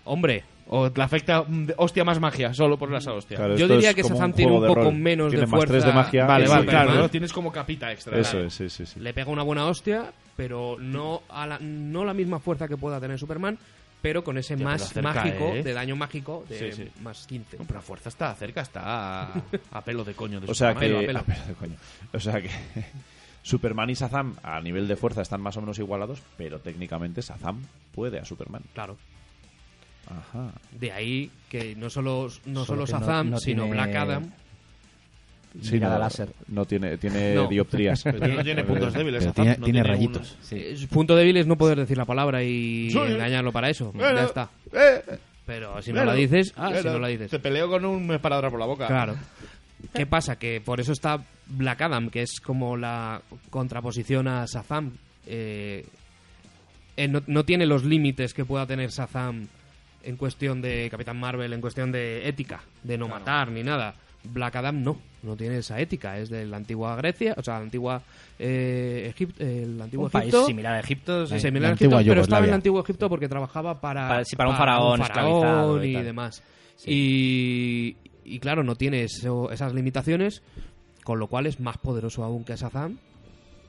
D: Hombre,
E: O le afecta mm, de- hostia más magia, solo por esa hostia.
B: Claro,
D: Yo
B: esto
D: diría
B: es
D: que
B: como
D: Shazam tiene
B: juego
D: un poco
B: rol.
D: menos de
B: Tiene más tres
D: fuerza.
B: de magia.
D: Vale,
B: y
D: vale,
B: Superman.
D: claro.
E: Lo tienes como capita extra.
B: Eso
E: Claro.
B: es, sí, sí, sí.
D: le pega una buena hostia, pero no, a la, no la misma fuerza que pueda tener Superman, pero con ese
E: Tío,
D: más
E: pero cerca,
D: mágico,
E: ¿eh?
D: de daño mágico, de
E: Sí, sí.
D: más 15.
E: No, pero a fuerza está cerca, está a, a pelo de coño. De
B: O sea que.
E: Superman.
D: a pelo.
B: a pelo de coño. O sea que. Superman y Shazam a nivel de fuerza están más o menos igualados, pero técnicamente Shazam puede a Superman.
D: Claro.
B: Ajá.
D: De ahí que no solo, no
A: Solo
D: solo,
A: que no-
D: Shazam,
A: no
D: sino
A: tiene-
D: Black Adam.
A: Mirada
B: no,
A: láser.
B: No tiene, tiene
D: No.
B: dioptrías.
E: Pero no tiene puntos débiles.
C: Pero
E: Azam,
C: tiene-
E: no
C: tiene
E: ninguno.
C: rayitos.
A: Sí.
D: Eh, su Punto débil es no poder decir la palabra y
E: Sí.
D: engañarlo para eso.
E: Bueno,
D: Pues ya está.
E: eh, eh,
D: Pero si no
E: claro,
D: la dices, ah, si
E: claro.
D: no la dices.
E: Te peleo con un mes para por la boca.
D: Claro. ¿Qué pasa? Que por eso está Black Adam, que es como la contraposición a Shazam. Eh, eh, no, no tiene los límites que pueda tener Shazam en cuestión de Capitán Marvel, en cuestión de ética, de no matar ni nada. Black Adam no, no tiene esa ética. Es de la antigua Grecia, o sea, la antigua eh, Egip- el antiguo
A: Un país
D: Egipto.
A: similar a Egipto.
D: Sí,
A: sí.
D: similar
C: la
D: a Egipto,
C: antigua
D: pero estaba en
C: Yugoslavia.
D: el antiguo Egipto porque trabajaba para,
A: Para- sí, para un faraón esclavizado y
D: y,
A: tal.
D: demás.
A: Sí.
D: Y, y claro, no tiene eso- esas limitaciones, con lo cual es más poderoso aún que Shazam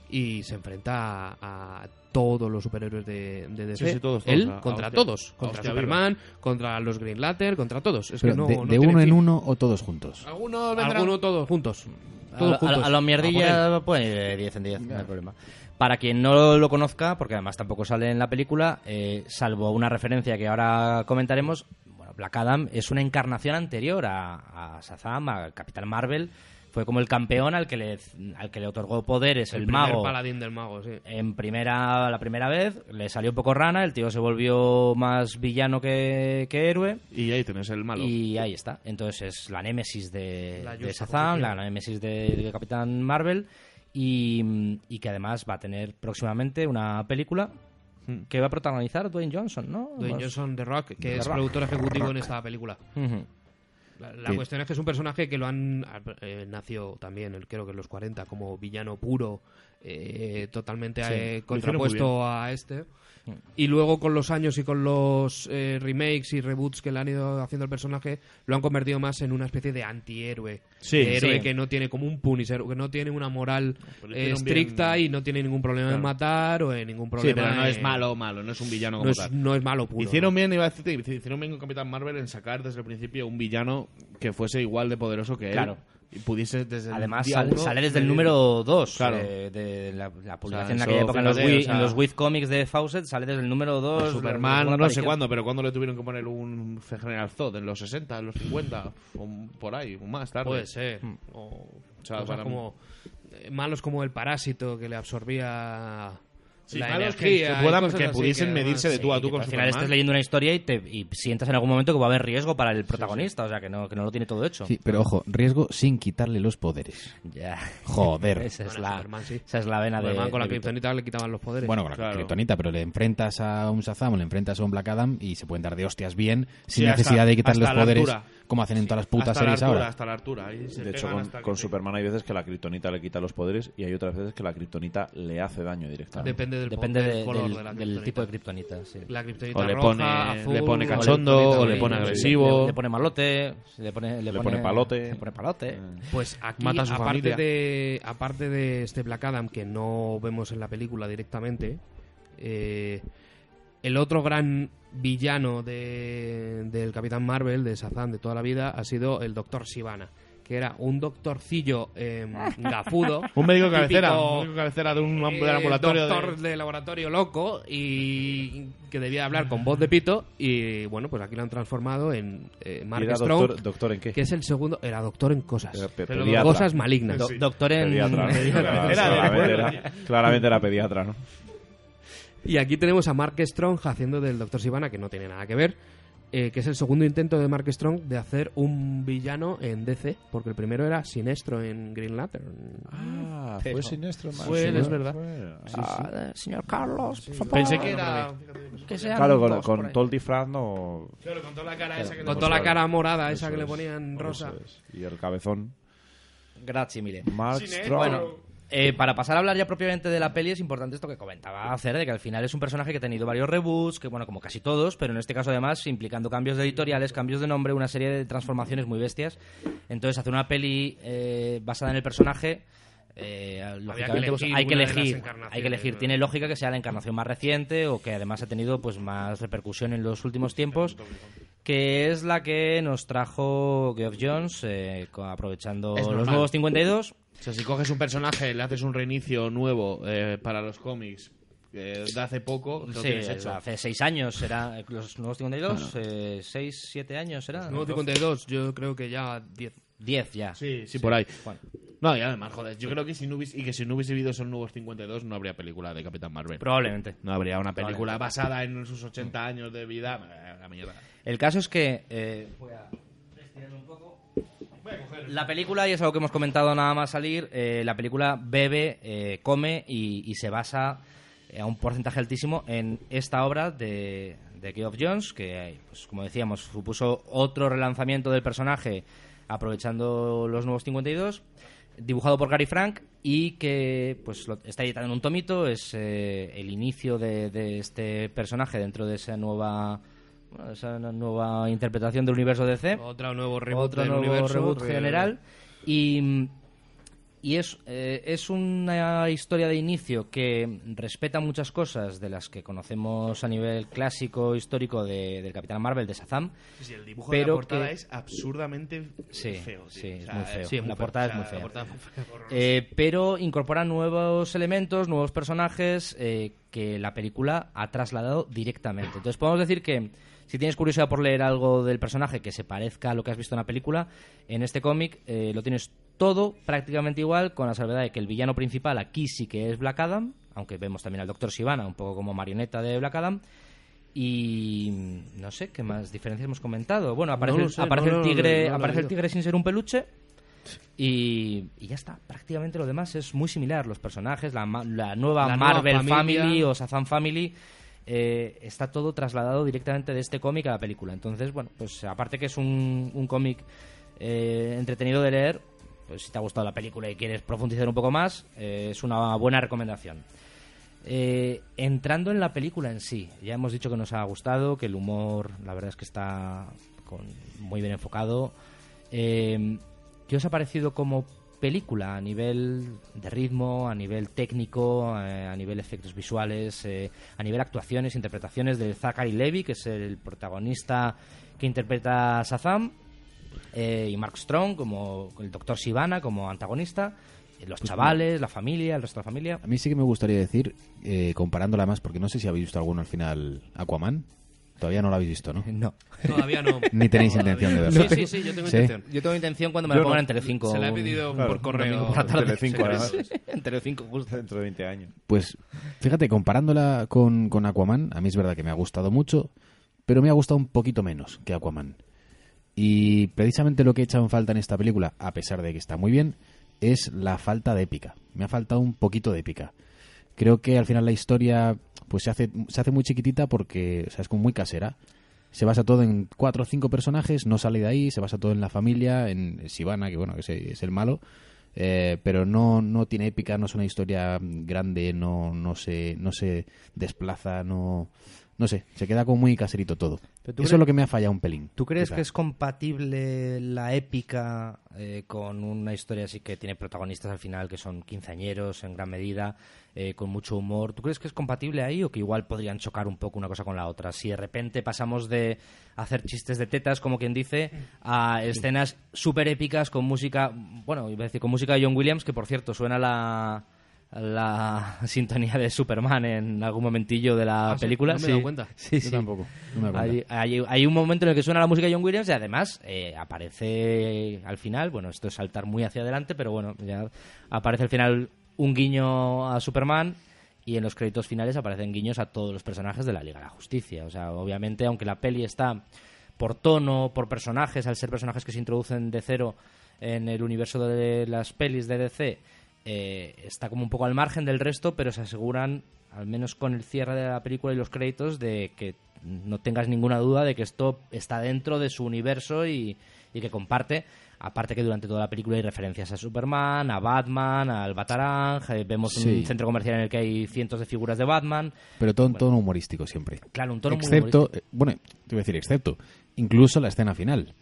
D: y se enfrenta a, a todos los superhéroes de, de DC.
E: Sí, sí, todos, todos,
D: Él
E: a- a
D: contra
E: hostia.
D: todos,
E: A
D: contra
E: hostia
D: Superman, contra los Green Lantern, contra todos. Es
C: Pero
D: que no,
C: de,
D: no
C: de
D: tiene
C: uno en
D: fin.
C: uno o todos
E: Ah,
C: juntos.
E: Algunos vendrán.
D: Alguno todos juntos.
A: A,
D: Todos
A: lo- a,
D: juntos. Ah,
A: a los
D: A por él.
A: mierdillas pueden ir de 10 en 10, no hay problema. Para quien no lo conozca, porque además tampoco sale en la película, eh, salvo una referencia que ahora comentaremos, bueno, Black Adam es una encarnación anterior a, a Shazam, a Capitán Marvel. Fue como el campeón al que le, al que le otorgó poderes el,
D: primer
A: mago. Eh,
D: paladín del mago, sí.
A: en primera la primera vez le salió un poco rana el tío se volvió más villano que, que héroe
E: Y ahí tenés el malo.
A: y ahí está entonces es la némesis de,
D: La
A: de
D: justa
A: Shazam la
D: posición.
A: némesis de, de Capitán Marvel y, y que además va a tener próximamente una película
E: Hmm.
A: que va a protagonizar Dwayne Johnson no
D: Dwayne
A: Pues-
D: Johnson The Rock, que
A: The
D: es
A: Rock.
D: productor ejecutivo en esta película.
A: Ujú.
D: La, la cuestión es que es un personaje que lo han. eh, nació también, el- creo que en los 40, como villano puro, eh, totalmente
E: Sí,
D: eh,
E: lo hicieron muy Mm.
D: contrapuesto a este. Y luego con los años y con los eh, remakes y reboots que le han ido haciendo al personaje, lo han convertido más en una especie de antihéroe.
E: Sí,
D: De héroe
A: sí.
D: que no tiene como un punisher, que no tiene una moral
E: Pero
D: eh,
E: tiene un
D: estricta
E: bien-
D: y no tiene ningún problema en
E: Claro.
D: matar o en ningún
E: Sí,
D: problema.
E: pero no es
D: en-
E: malo, malo, no es un villano
D: No
E: como
D: es,
E: tal.
D: no es malo puro.
E: Hicieron
D: ¿no?
E: bien, iba a decirte, hicieron bien con Capitán Marvel en sacar desde el principio un villano que fuese igual de poderoso que él.
A: Claro.
E: Y pudiese desde el
A: Además,
E: día
A: sal-
E: uno-
A: sale desde el número 2
E: Claro.
A: de la, la
E: O sea,
A: publicación en
E: eso,
A: aquella época en los,
E: fíjate,
A: Wi-
E: o sea-
A: en los With Comics de Fawcett, sale desde el número 2.
E: Superman, no sé cuándo, pero cuando le tuvieron que poner un General Zod, en los 60, en los 50, o un- por ahí, o más tarde. Hmm.
D: Puede ser. O,
E: sea,
D: cosas
E: para-
D: como eh, malos como el parásito que le absorbía
E: Sí,
D: la
E: malos que-
D: energía.
E: que
D: y
E: puedan-
D: cosas
E: que
D: así
E: pudiesen
D: además-
E: medirse de tú a
A: Y
E: tú
A: que
E: con
A: al final
E: Superman.
A: estás leyendo una historia y, te, y sientas en algún momento que va a haber riesgo para el protagonista, o sea, que no, que no lo tiene todo hecho.
C: Sí, pero ojo, riesgo sin quitarle los poderes.
A: Ya.
C: Joder.
A: Esa es,
D: Bueno,
A: la,
D: Superman, sí.
A: esa es la vena de.
D: Superman con la
A: de Victor.
D: criptonita le quitaban los poderes.
C: Bueno, con la
E: Claro.
C: kriptonita, pero le enfrentas a un Shazam o le enfrentas a un Black Adam y se pueden dar de hostias bien sin
E: Sí, hasta-
C: necesidad de quitarle los
E: hasta la
C: poderes
E: altura.
C: como hacen en todas las putas
E: hasta la
C: series
E: altura,
C: ahora.
E: Hasta la altura. ahí se
B: De hecho,
E: pegan
B: con,
E: hasta que
B: con
E: te-
B: Superman hay veces que la kriptonita le quita los poderes y hay otras veces que la kriptonita le hace daño directamente.
D: depende del,
A: Depende
D: del
A: de-
D: color
A: del,
D: de la
A: del tipo de
D: kriptonita.
A: kriptonita. sí.
D: La kriptonita
E: O le
D: roja,
E: pone-
D: azul,
E: le pone
D: o
E: cachondo,
D: kriptonita
E: o le
D: amarilla.
E: pone
A: Sí,
E: agresivo.
A: Le, le pone malote, le pone, le
B: Le pone palote.
A: Le pone palote. Ah.
D: Pues aquí,
E: Mata a su
D: aparte,
E: familia.
D: de, aparte de este Black Adam, que no vemos en la película directamente, eh, el otro gran villano de- del Capitán Marvel, de Shazam, de toda la vida, ha sido el Doctor Sivana, que era un doctorcillo eh, gafudo.
E: Un médico de
D: típico,
E: cabecera. Un médico de cabecera de un am-
D: eh,
E: del ambulatorio. de-
D: doctor de... laboratorio loco y que debía hablar con voz de pito y bueno pues aquí lo han transformado en eh,
B: ¿Y
D: Mark
B: era
D: Strong
B: doctor, doctor en qué?
D: que es el segundo era doctor en cosas
B: Era pe-
E: Pero
B: pediatra.
D: cosas malignas.
A: Do- doctor en.
B: Pediatra. Claramente era- Claramente era pediatra, ¿no?
D: Y aquí tenemos a Mark Strong haciendo del Doctor Sivana, que no tiene nada que ver, eh, que es el segundo intento de Mark Strong de hacer un villano en DC, porque el primero era Sinestro en Green Lantern.
B: Ah,
A: Pero- fue
B: siniestro.
D: Fue él, es verdad.
A: Ah, señor Carlos, por favor,
E: Pensé que era.
A: que sean
B: Claro, con,
A: dos
B: con
A: por ahí.
B: todo el disfraz no...
E: Claro, con toda la cara esa que
D: Con
E: te-
D: toda la cara morada
B: Eso
D: esa que le
B: es,
D: ponían
B: eso
D: rosa.
B: es. Y el cabezón.
A: Grazie mille.
B: Mark
E: Siniestro.
B: Strong.
E: Bueno,
A: Eh, para pasar a hablar ya propiamente de la peli es importante esto que comentaba hacer de que al final es un personaje que ha tenido varios reboots, que bueno, como casi todos, pero en este caso además implicando cambios de editoriales, cambios de nombre, una serie de transformaciones muy bestias. Entonces hacer una peli eh, basada en el personaje, eh, lógicamente, pues,
D: elegir
A: hay que
D: una de las
A: elegir,
D: encarnaciones,
A: hay que elegir.
D: ¿no?
A: Tiene lógica que sea la encarnación más reciente o que además ha tenido pues más repercusión en los últimos tiempos que es la que nos trajo Geoff Jones eh, co- aprovechando
E: Es
A: los
E: normal.
A: nuevos 52
E: O sea, si coges un personaje, le haces un reinicio nuevo eh, para los cómics, eh, de hace poco. Lo
A: Sí,
E: tienes hecho.
A: hace seis años será. eh, Los nuevos 52, eh, seis, siete años será.
D: Nuevo 52, yo creo que ya 10.
A: Diez ya.
E: Sí, sí, por ahí.
A: Bueno.
E: No, y además, joder, yo creo que si no hubiese, y que si no hubiese habido esos nuevos 52 no habría película de Capitán Marvel.
A: Probablemente.
E: No habría una película basada en sus 80 años de vida. Eh, La mierda.
A: El caso es que. eh, voy a estirar un poco. La película, y es algo que hemos comentado nada más salir, eh, la película bebe, eh, come y, y se basa eh, a un porcentaje altísimo en esta obra de, de Geoff Jones, que, eh, pues, como decíamos, supuso otro relanzamiento del personaje aprovechando los nuevos 52, dibujado por Gary Frank y que pues lo- está editado en un tomito, es eh, el inicio de, de este personaje dentro de esa nueva... bueno, de esa nueva interpretación del universo DC
D: Otro nuevo reboot
A: otro
D: del
A: nuevo
D: universo.
A: reboot
D: re-
A: general y, y es, eh, es una historia de inicio que respeta muchas cosas de las que conocemos a nivel clásico histórico de, del Capitán Marvel de Shazam
E: el dibujo
A: de la
E: de
A: Pero
E: la
A: portada
E: portada
A: que-
E: es absurdamente
A: Sí, feo,
E: feo.
A: tío. sí, es O sea, muy feo. sí, es muy
E: la
A: La feo. portada es O sea, muy la
E: fea.
A: fea. portada Eh, pero incorpora nuevos elementos, nuevos personajes eh, que la película ha trasladado directamente. Entonces podemos decir que si tienes curiosidad por leer algo del personaje que se parezca a lo que has visto en la película, en este cómic eh, lo tienes todo prácticamente igual, con la salvedad de que el villano principal aquí sí que es Black Adam, aunque vemos también al Doctor Sivana un poco como marioneta de Black Adam. Y no sé qué más diferencias hemos comentado. Bueno, aparece,
D: lo sé,
A: aparece
D: no,
A: el
D: no, no,
A: tigre,
D: no lo he
A: aparece el
D: leído.
A: tigre sin ser un peluche, y, y ya está, prácticamente lo demás es muy similar. Los personajes, la, ma- la nueva
D: La nueva
A: Marvel
D: familia.
A: Family o Shazam Family, eh, está todo trasladado directamente de este cómic a la película. Entonces, bueno, pues aparte que es un, un cómic eh, entretenido de leer, pues si te ha gustado la película y quieres profundizar un poco más, eh, es una buena recomendación. Eh, entrando en la película en sí, ya hemos dicho que nos ha gustado, que el humor, la verdad es que está con- muy bien enfocado. Eh, ¿Qué os ha parecido como película a nivel de ritmo, a nivel técnico, eh, a nivel efectos visuales, eh, a nivel actuaciones, interpretaciones de Zachary Levy, que es el protagonista que interpreta a Shazam, eh, y Mark Strong como el doctor Sivana como antagonista, eh, los chavales, la familia, el resto de la familia?
C: A mí sí que me gustaría decir, eh, comparándola más, porque no sé si habéis visto alguno al final Aquaman. Todavía no lo habéis visto, ¿no?
A: No.
D: Todavía no.
C: Ni tenéis
D: Todavía
C: intención de
D: no.
C: verlo.
D: Sí, sí, sí, yo tengo
C: Sí.
D: intención.
A: Yo tengo intención cuando me lo pongan en Telecinco.
D: Se la he
A: un-
D: pedido
B: Claro,
D: por
B: un
D: correo.
B: domingo por la tarde. Telecinco,
D: Sí,
B: además.
A: en Telecinco, justo.
B: Dentro de 20 años.
C: Pues fíjate, comparándola con, con Aquaman, a mí es verdad que me ha gustado mucho, pero me ha gustado un poquito menos que Aquaman. Y precisamente lo que he echado en falta en esta película, a pesar de que está muy bien, es la falta de épica. Me ha faltado un poquito de épica. Creo que al final la historia pues se hace, se hace muy chiquitita porque o sea, es como muy casera. Se basa todo en cuatro o cinco personajes, no sale de ahí, se basa todo en la familia, en Sivana, que bueno, que se- es el malo, eh, pero no, no tiene épica, no es una historia grande, no, no, se, no se desplaza, no, no sé, se queda como muy caserito todo.
A: Pero
C: Eso
A: tú
C: es
A: crees-
C: lo que me ha fallado un pelín.
A: ¿Tú crees
C: quizá.
A: que es compatible la épica eh, con una historia así que tiene protagonistas al final que son quinceañeros en gran medida, eh, con mucho humor? ¿Tú crees que es compatible ahí o que igual podrían chocar un poco una cosa con la otra? Si de repente pasamos de hacer chistes de tetas, como quien dice, a escenas súper épicas con música, bueno, iba a decir con música de John Williams, que por cierto suena la la sintonía de Superman en algún momentillo de la
D: Ah, sí,
A: película.
D: no me he
A: sí.
D: dado cuenta.
A: Sí,
C: Yo
A: sí.
C: tampoco. no me he dado
A: Hay,
C: cuenta.
A: hay- hay un momento en el que suena la música de John Williams y además eh, aparece al final, bueno, esto es saltar muy hacia adelante, pero bueno, ya aparece al final un guiño a Superman y en los créditos finales aparecen guiños a todos los personajes de la Liga de la Justicia. O sea, obviamente, aunque la peli está por tono, por personajes, al ser personajes que se introducen de cero en el universo de las pelis de DC, eh, está como un poco al margen del resto, pero se aseguran, al menos con el cierre de la película y los créditos, de que no tengas ninguna duda de que esto está dentro de su universo y, y que comparte. Aparte que durante toda la película hay referencias a Superman, a Batman, al Batarang, eh, vemos
C: Sí.
A: un centro comercial en el que hay cientos de figuras de Batman.
C: Pero todo en tono humorístico siempre.
A: Claro, un tono muy
C: excepto,
A: humorístico.
C: eh, bueno, te voy a decir excepto, incluso la escena final.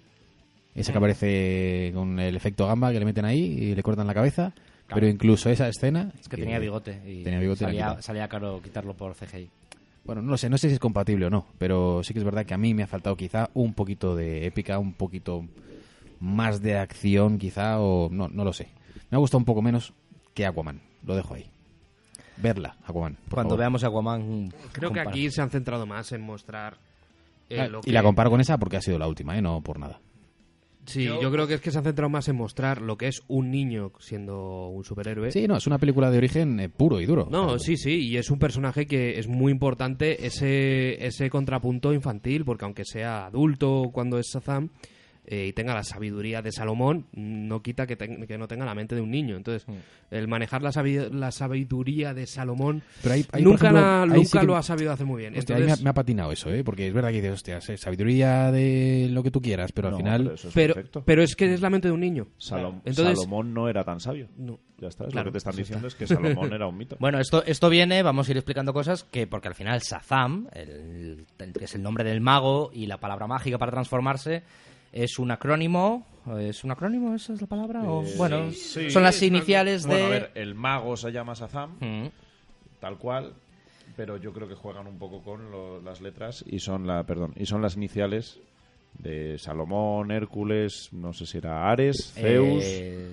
C: Esa que
A: Mm.
C: aparece con el efecto gamba que le meten ahí y le cortan la cabeza, pero incluso esa escena...
A: Es que tenía bigote y
C: tenía bigote y la
A: salía,
C: quitaron.
A: salía caro quitarlo por CGI.
C: Bueno, no lo sé, no sé si es compatible o no, pero sí que es verdad que a mí me ha faltado quizá un poquito de épica, un poquito más de acción quizá, o no, no lo sé. Me ha gustado un poco menos que Aquaman, lo dejo ahí. verla, Aquaman. por
A: Cuando
C: favor.
A: veamos Aquaman.
D: Creo que
A: compara-
D: aquí se han centrado más en mostrar eh,
C: Ah,
D: lo
C: Y
D: que-
C: la comparo con esa porque ha sido la última, ¿eh? No por nada.
D: Sí, yo... creo que es que se han centrado más en mostrar lo que es un niño siendo un superhéroe.
C: Sí, no, es una película de origen eh, puro y duro.
D: No,
C: Claro.
D: sí, sí, y es un personaje que es muy importante ese, ese contrapunto infantil, porque aunque sea adulto cuando es Sazam eh, y tenga la sabiduría de Salomón, no quita que, ten- que no tenga la mente de un niño. Entonces, el manejar la, sabi- la sabiduría de Salomón
C: Pero ahí- ahí, por
D: nunca,
C: ejemplo,
D: la-
C: ahí
D: nunca
C: sí que-
D: lo ha sabido hacer muy bien.
C: Hostia, ahí me ha-
D: Entonces,
C: me ha patinado eso, ¿eh? Porque es verdad que dices, hostia, sé sabiduría de lo que tú quieras, pero al
B: No,
C: final...
B: pero eso es
D: pero,
B: Pues perfecto.
D: pero es que es la mente de un niño.
B: Salom-
D: Entonces-
B: Salomón no era tan sabio.
D: No.
B: Ya está, es
D: Claro,
B: lo que te están
D: eso
B: diciendo es que Salomón era un mito.
A: Bueno, esto, esto viene, vamos a ir explicando cosas que, porque al final Sazam, el, el- que es el nombre del mago y la palabra mágica para transformarse, es un acrónimo. ¿Es un acrónimo? ¿Esa es la palabra? O- bueno,
B: Eh, sí,
A: son las
B: es una-
A: iniciales de.
B: Bueno, a ver, el mago se llama Sazam,
A: Mm.
B: tal cual, pero yo creo que juegan un poco con lo- las letras y son la, perdón, y son las iniciales de Salomón, Hércules, no sé si era Ares, Zeus,
A: Eh,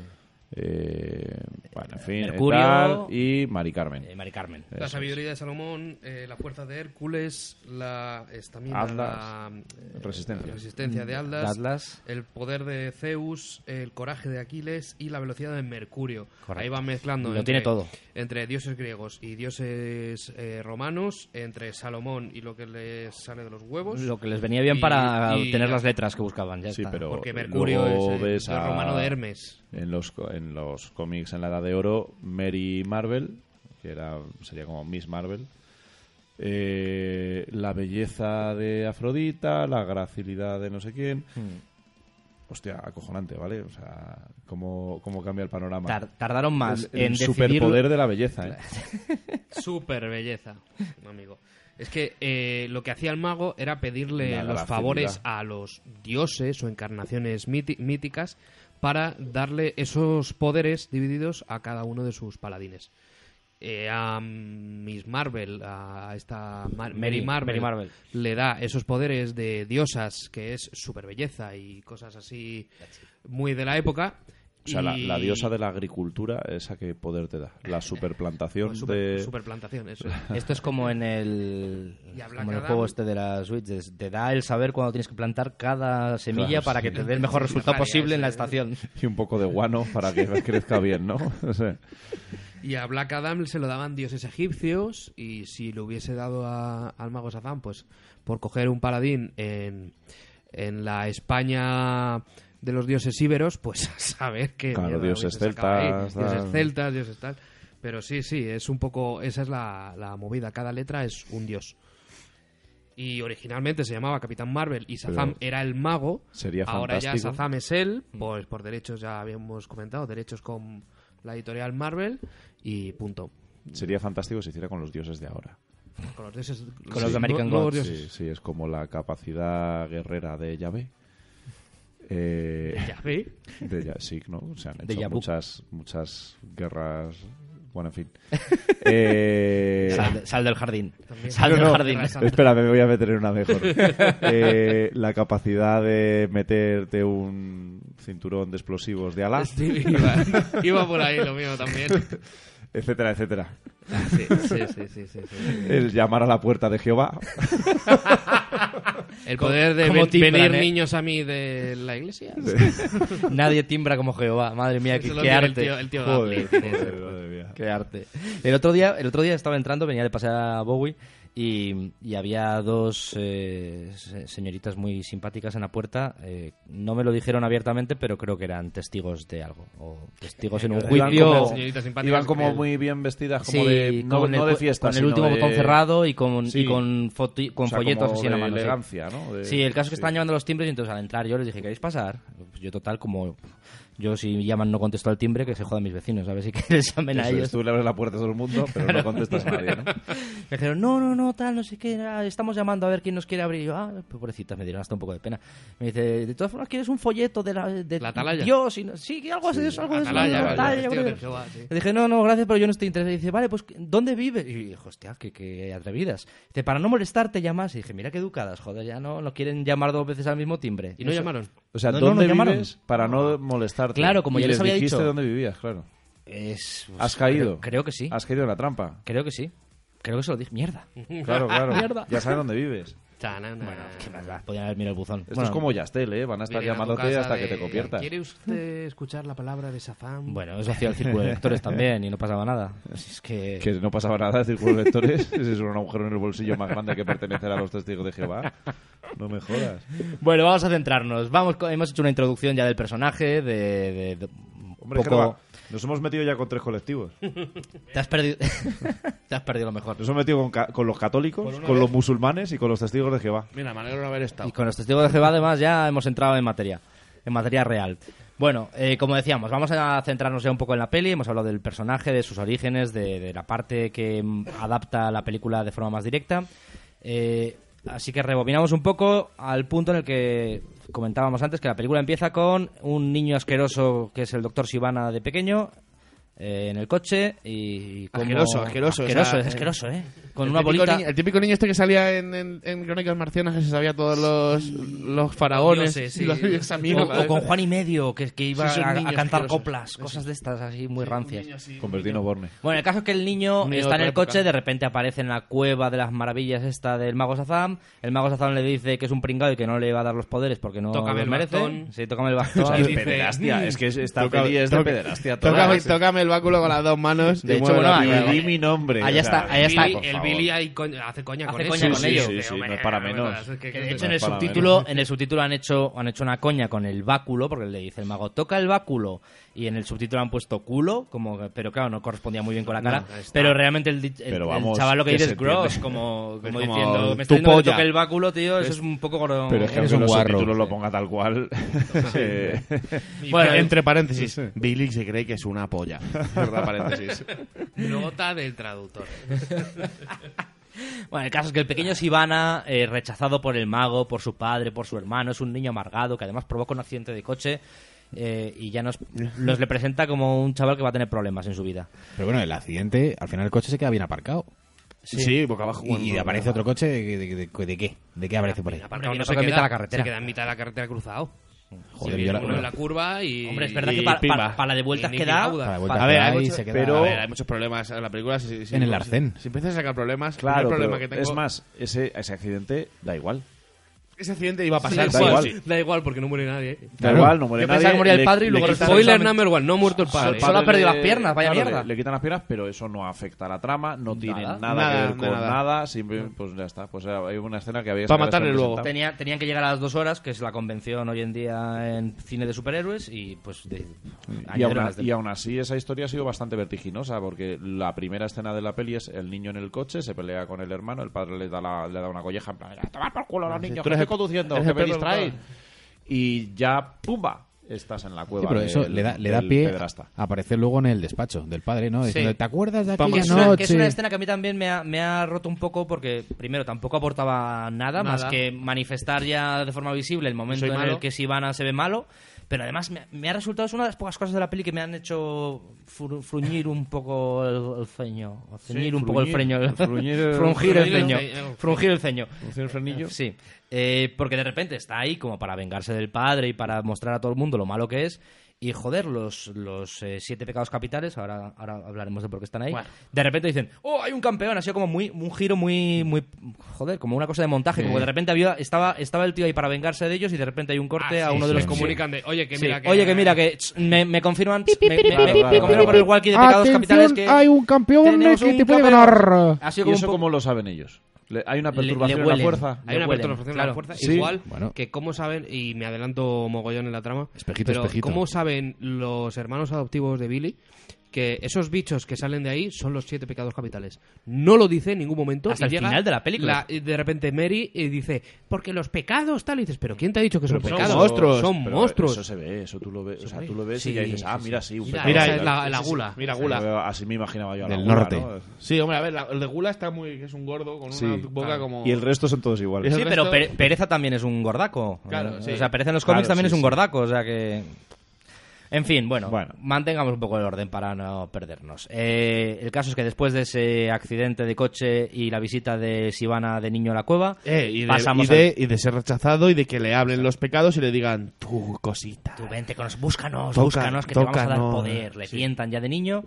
B: eh, bueno, en fin,
A: Mercurio.
B: tal, y Mari Carmen.
A: eh, Mari Carmen.
D: La sabiduría de Salomón, eh, la fuerza de Hércules, la estamina,
B: Atlas.
D: la eh,
B: Resistencia.
D: la resistencia de Atlas,
A: Atlas.
D: el poder de Zeus, el coraje de Aquiles y la velocidad de Mercurio.
A: Correcto.
D: Ahí van mezclando.
A: Lo tiene todo.
D: Entre dioses griegos y dioses eh, romanos, entre Salomón y lo que les sale de los huevos.
A: Lo que les venía bien
D: Y-
A: para
D: y-
A: tener las letras que buscaban. Ya
B: Sí,
A: está.
B: pero
D: porque Mercurio
B: luego
D: es eh, el
B: ves
D: dios
B: a-
D: romano de Hermes.
B: En los, co- en los cómics en la Edad de Oro, Mary Marvel, que era, sería como Miss Marvel, eh, la belleza de Afrodita, la gracilidad de no sé quién.
D: Hmm.
B: Hostia, acojonante, ¿vale? O sea, cómo, cómo cambia el panorama.
A: Tar- tardaron más
B: el, el
A: en decidir
B: superpoder de la belleza, ¿eh?
D: Super belleza, amigo. Es que eh, lo que hacía el mago era pedirle
B: La
D: los
B: gracilidad.
D: favores a los dioses o encarnaciones miti- míticas para darle esos poderes divididos a cada uno de sus paladines. Eh, a Miss Marvel, a esta Mar- Mary,
A: Mary-
D: Marvel,
A: Mary Marvel.
D: le da esos poderes de diosas, que es super belleza y cosas así muy de la época.
B: O sea, la, la
D: y-
B: diosa de la agricultura, esa que poder te da. La superplantación
D: pues, super-
B: de...
D: superplantación, eso.
A: Esto es como en el,
D: Y a Black
A: como en el
D: Adam.
A: juego este de las Switch. es- Te da el saber cuando tienes que plantar cada semilla
B: Claro,
A: para
B: sí.
A: que te dé el mejor resultado
D: María,
A: posible en la
D: sí.
A: estación.
B: Y un poco de guano para que crezca bien, ¿no? O sea,
D: Y a Black Adam se lo daban dioses egipcios y si lo hubiese dado a- al mago Sazán, pues por coger un paladín en, en la España de los dioses íberos, pues a saber que...
B: Claro,
D: mierda
B: dioses
D: hubiese sacado ahí.
B: celtas, tal.
D: Dioses celtas, dioses tal. Pero sí, sí, es un poco... Esa es la, la movida, cada letra es un dios. Y originalmente se llamaba Capitán Marvel y Sazam
B: Pero
D: era el mago.
B: sería
D: Ahora
B: fantástico.
D: ya Sazam es él, pues por derechos ya habíamos comentado, derechos con la editorial Marvel y punto.
B: sería fantástico si hiciera con los dioses de ahora.
D: Con los dioses.
A: Con los de American
D: nuevos
A: Gods,
D: dioses.
B: Sí, sí, es como la capacidad guerrera de Yahvé. Eh,
D: Ya ve.
B: de Ya- sí, ¿no? Se han
A: De
B: hecho
A: Yabú.
B: muchas, muchas guerras. Bueno, en fin. Eh,
A: Sal, de- sal del jardín.
D: También.
A: Sal del
B: Ah, no,
A: jardín.
B: espera, me voy a meter en una mejor. Eh, la capacidad de meterte un cinturón de explosivos de ala,
D: Sí, iba, iba por ahí lo mío también.
B: etcétera, etcétera.
D: Sí, sí, sí, sí, sí, sí.
B: El llamar a la puerta de Jehová.
D: El poder de
A: cómo
D: ven-
A: timbran,
D: venir
A: eh?
D: niños a mí de la iglesia.
A: Nadie timbra como Jehová. Madre mía, qué,
D: Se lo
A: qué
D: tiene
A: arte.
D: el tío- el tío
B: Joder,
D: Gapli.
B: joder, madre mía.
A: Qué arte. El otro día, el otro día estaba entrando, venía de pasar a Bowie y, y había dos eh, se- señoritas muy simpáticas en la puerta. Eh, no me lo dijeron abiertamente, pero creo que eran testigos de algo. O testigos en un
B: Iban
A: juicio.
B: como-
D: Señorita simpática,
B: Iban como
D: el-
B: muy bien vestidas,
A: Sí,
B: como de, no,
A: con el,
B: no de
A: cu-
B: fiesta,
A: con el
B: sino
A: último
B: de-
A: botón cerrado y con,
B: Sí.
A: y con, foti- con
B: o sea,
A: folletos
B: como
A: así en la
B: de
A: mano. sí.
B: elegancia, ¿no? De-
A: Sí, el caso es que
B: sí.
A: estaban llamando los timbres y entonces al entrar yo les dije, ¿queréis pasar? Pues Yo total, como yo si llaman no contesto al timbre, que se jodan mis vecinos, a ver si que les llamen a
B: Eso es,
A: ellos.
B: tú le abres la puerta a todo el mundo, pero no contestas a nadie, ¿no?
A: Me dijeron, no, no, no, tal, no sé qué, ah, estamos llamando a ver quién nos quiere abrir. Y yo, ah, pobrecitas, me dieron hasta un poco de pena. Me dice, de todas formas, ¿quieres un folleto de, la, de
D: La atalaya.
A: Dios? Y no- sí, que algo así de eso, algo de eso.
D: Atalaya,
A: la
D: atalaya,
A: atalaya,
D: tío,
A: boludo".
D: de Jehová, sí.
A: Le dije, no, no, gracias, pero yo no estoy interesado. Y dice, vale, pues, ¿dónde vives? Y dije, hostia, qué, qué atrevidas. Dice, para no molestarte, llamas. Y dije, mira qué educadas, joder, ya no, no quieren llamar dos veces al mismo timbre.
D: Y no
A: Eso-
D: llamaron.
B: O sea,
A: No, no,
B: ¿dónde
A: no llamaron.
B: vives para no molestarte?
A: Claro, como
B: Y
A: ya les había
B: dijiste
A: dicho.
B: dónde vivías, claro.
A: Es, pues,
B: ¿Has caído?
A: Creo, creo que sí.
B: Has caído en la trampa.
A: Creo que sí. Creo que se lo dije. Mierda.
B: Claro, claro.
A: Mierda.
B: ya sabes dónde vives.
D: Tanana.
A: Qué maldad. Podían haber mirado el buzón.
B: Esto
A: Bueno,
B: es como Yastel, ¿eh? Van a estar
D: Viene a tu
B: llamándote
D: casa
B: hasta que
D: de-
B: te conviertas.
D: ¿Quiere usted escuchar la palabra de Sazam?
A: Bueno, eso hacía el círculo de lectores también y no pasaba nada. Así Es que...
B: Que no pasaba nada, círculo de lectores. Ese es un agujero en el bolsillo más grande que pertenecerá a los testigos de Jehová. No me jodas.
A: Bueno, vamos a centrarnos. Vamos, co- hemos hecho una introducción ya del personaje, de... de- de- un
B: Hombre,
A: poco-
B: Jehová, nos hemos metido ya con tres colectivos.
A: Te has perdido... te has perdido lo mejor.
B: Nos hemos metido con, ca- con los católicos, con los musulmanes y con los testigos de Jehová.
E: Mira, me alegro de haber estado.
A: Y con los testigos de Jehová, además, ya hemos entrado en materia, en materia real. Bueno, eh, como decíamos, vamos a centrarnos ya un poco en la peli. Hemos hablado del personaje, de sus orígenes, de, de la parte que mm, adapta la película de forma más directa. Eh, así que rebobinamos un poco al punto en el que comentábamos antes que la película empieza con un niño asqueroso que es el doctor Sivana de pequeño. eh, en el coche y, y como-
E: Asqueroso, asqueroso, o
A: asqueroso
E: sea,
A: es asqueroso eh con
E: El
A: una
E: típico
A: bolita
E: niño- el típico niño este que salía en, en- en Crónicas Marcianas que se sabía todos los, los faraones.
D: Los dioses,
E: y los-
D: sí.
E: esa
A: o,
E: mierda,
A: o
E: ¿eh?
A: con Juan y medio que, que iba
E: Sí, son
A: a, a
E: niños
A: cantar
E: asquerosos.
A: coplas cosas de estas así muy rancias
B: Con Bertino
D: Eh,
B: Borne.
A: bueno, el caso es que el niño
E: Un niño
A: está en
E: de
A: el
E: otra
A: coche,
E: época.
A: de repente aparece en la cueva de las maravillas esta del mago Sazam. El mago Sazam le dice que es un pringado y que no le va a dar los poderes porque no
D: Tócame
A: los
D: el
A: merece.
D: bastón.
A: Sí, tócame el bastón.
D: sea,
B: Es
D: dice,
B: pederastia, es que es- esta
E: toca-
B: peli es de
E: toca-
B: pederastia. toda.
E: Tócame, tócame el báculo con las dos manos.
A: De
E: y
A: hecho,
E: mueve
A: bueno,
E: la
A: ahí-
E: pierna.
B: Y di mi nombre.
A: Ahí está, ahí
D: El
A: está.
D: Billy-
B: por
D: el
B: favor.
D: Billy ahí coño- hace coña con
A: Hace
D: eso.
A: coña con
B: Sí,
A: ello.
B: sí, sí,
D: Hombre,
B: no es para
D: hombre,
B: menos.
D: es que-
A: Que de hecho
B: No
A: en el
B: es para
A: subtítulo, en el subtítulo han hecho, han hecho una coña con el báculo, porque le dice el mago, toca el báculo, y en el subtítulo han puesto culo, como que- pero claro, no correspondía muy bien con la cara. pero realmente el, di- el-
B: Pero
A: el
B: vamos,
A: chaval lo que
B: que
A: dice
B: se
A: es gross,
B: entiende.
A: como, como
E: como
A: diciendo, me
E: tu
A: está diciendo que
E: polla".
A: toque el báculo, tío, eso es un poco gordo.
B: Pero es que
C: Eres
B: aunque
C: un
B: los
C: guarro.
B: subtítulos lo ponga tal cual. eh,
E: Y
A: Bueno,
E: pa- entre paréntesis, Billy se cree que es una polla. Cierra paréntesis.
D: Nota del traductor.
A: Bueno, el caso es que el pequeño Sivana, eh, rechazado por el mago, por su padre, por su hermano, es un niño amargado que además provoca un accidente de coche eh, y ya nos, nos le presenta como un chaval que va a tener problemas en su vida.
C: Pero bueno, el accidente, al final el coche se queda bien aparcado.
E: Sí, boca abajo.
C: Y,
E: bueno,
C: y
E: no,
C: aparece
E: no.
C: otro coche, ¿de, de, de- de qué? ¿De qué aparece por ahí?
A: Porque
D: Aparcado
A: viene
D: no
A: a
D: se
A: tocar en
D: queda,
A: mitad de la carretera.
D: Se queda en mitad de la carretera cruzado.
C: Joder,
D: Sí,
C: yo la-
D: uno en la curva y.
A: Hombre, es verdad
E: Y
A: que para,
E: pimba.
A: para- para la de vueltas
D: Y
A: que da...
D: Nicky Lauda.
C: Para la
A: para-
C: vuelta
E: A ver,
C: que da
E: hay
C: y
E: mucho-
C: se queda-
E: A
B: pero-
E: ver, hay muchos problemas en la película. Si, si-
C: En el
E: si-
C: arcén.
E: Si, empiezas a sacar problemas, el
B: Claro,
E: primer problema
B: pero
E: que tengo.
B: es más, ese, ese accidente da igual.
E: Ese accidente iba a pasar.
B: da
E: sí o
B: igual.
E: sí.
D: Da igual porque no muere nadie. ¿eh?
B: Da
C: Claro.
B: igual, no muere
A: Yo
B: nadie.
A: pensaba que moría el
B: le-
A: padre y
B: le
A: luego
B: quitan
A: resulta
D: Spoiler
B: solamente-
D: number one: no ha muerto el padre.
A: Solo- solo- ha
B: Padre
A: perdido
B: le-
A: las piernas, vaya
B: claro,
A: mierda.
B: Le, le quitan las piernas, pero eso no afecta a la trama, no tiene nada,
E: Nada,
B: que ver con
E: nada.
B: nada. simple- pues ya está. Pues era- hay una escena que había.
E: Para
B: que había
E: matarle
B: sido
E: luego.
B: presentada.
A: Tenía- tenían que llegar a las dos horas, que es la convención hoy en día en cine de superhéroes, y pues... de-
B: Y aún,
A: añadieron las de-
B: y aún así esa historia ha sido bastante vertiginosa porque la primera escena de la peli es el niño en el coche, se pelea con el hermano, el padre le da, la- le da una colleja en plan, "A tomar por culo a los niños,
E: tú
B: que
E: eres
B: estoy
E: el-
B: conduciendo,
E: eres
B: que
E: el
B: me
E: perro
B: distraéis".
E: culpable.
B: Y ya, ¡pumba! Estás en la cueva.
C: Sí, pero eso
B: del-
C: le da, le da
B: del
C: pie
B: pederasta.
C: a aparecer luego en el despacho del padre, ¿no? Diciendo, ¿te acuerdas de aquella
A: Que es,
C: noche?
A: una, que es una escena que a mí también me ha, me ha roto un poco porque, primero, tampoco aportaba nada, más
D: Nada.
A: que manifestar ya de forma visible el momento
D: Soy
A: en el
D: malo.
A: que Sivana se ve malo. Pero además me, me ha resultado, es una de las pocas cosas de la peli que me han hecho fru- fruñir un poco el, el ceño. o ceñir un poco el
B: fruñir,
A: freño.
B: fruñir el-
A: frungir el
D: fruñir el
A: ceño.
D: ceño.
A: Frungir el ceño.
B: ¿Funciona el frenillo?
A: Sí, Eh, porque de repente está ahí como para vengarse del padre y para mostrar a todo el mundo lo malo que es. Y joder, los, los eh, siete pecados capitales, ahora, ahora hablaremos de por qué están ahí.
D: Bueno.
A: De repente dicen, oh, hay un campeón, ha sido como muy, un giro muy, muy, joder, como una cosa de montaje, como que de repente había, estaba, estaba el tío ahí para vengarse de ellos y de repente hay un corte
D: Ah,
A: a
D: sí,
A: uno de
D: sí,
A: los
D: sí. comunican de. Oye, que
A: Sí,
D: mira que.
A: Oye, que mira, que ch, me, me confirman, ch, me, me-
B: pi,
A: me
B: pi, pi,
A: confirman
B: pi,
A: por el walkie de pecados capitales que
F: hay un campeón
A: tenemos
F: que
A: un
F: te puede
A: campeón.
F: ganar.
A: Ha sido
B: ¿Y
A: como un
B: eso
A: poco-
B: cómo lo saben ellos? Le- ¿Hay una
A: Le- le
B: perturbación en la
A: huelen.
B: fuerza?
A: Hay
D: Hay una
A: huelen,
D: perturbación de
A: claro.
D: la fuerza,
B: Sí.
D: igual
C: Bueno.
D: que cómo saben, y me adelanto mogollón en la trama,
C: Espejito,
D: pero
C: espejito.
D: cómo saben los hermanos adoptivos de Billy que esos bichos que salen de ahí son los siete pecados capitales. No lo dice en ningún momento.
A: Hasta
D: y
A: el
D: llega
A: final de la película.
D: y de repente Mary eh, dice, porque los pecados tal, y dices, pero ¿quién te ha dicho que son
B: Pero
D: pecados?
B: Son monstruos.
D: Son
B: Pero
D: monstruos.
B: Eso se ve, eso tú lo ves. O sea,
D: ve.
B: tú lo ves
A: Sí,
B: y ya dices, ah,
A: sí,
B: mira, sí, un
D: Mira,
B: pecado,
D: esa es
B: claro.
D: la, la gula.
E: Mira, gula.
B: Así me imaginaba yo a la
C: Del
B: gula,
C: norte.
B: ¿no?
E: Sí, hombre, a ver, la- el de Gula está muy. que es un gordo con
B: Sí.
E: una boca
B: Claro.
E: como.
B: Y el resto son todos iguales.
E: Es-
A: Sí,
E: El
A: pero
E: resto-
A: Pere- Pereza también es un gordaco.
E: Claro,
A: Eh,
E: sí.
A: O sea, Pereza en los cómics
B: Claro,
A: también
B: sí,
A: es un
B: sí.
A: gordaco, o sea que... En fin, bueno,
B: Bueno.
A: mantengamos un poco el orden para no perdernos. Eh, el caso es que después de ese accidente de coche y la visita de Sivana de niño a la cueva,
E: Eh, y, de,
A: pasamos
E: y de-
A: al-
E: y de ser rechazado y de que le hablen los pecados y le digan, tu cosita.
A: Tú vente con nos- búscanos,
E: Toca-
A: búscanos, que te vamos a dar
E: tócanos.
A: poder. Le tientan ya de niño.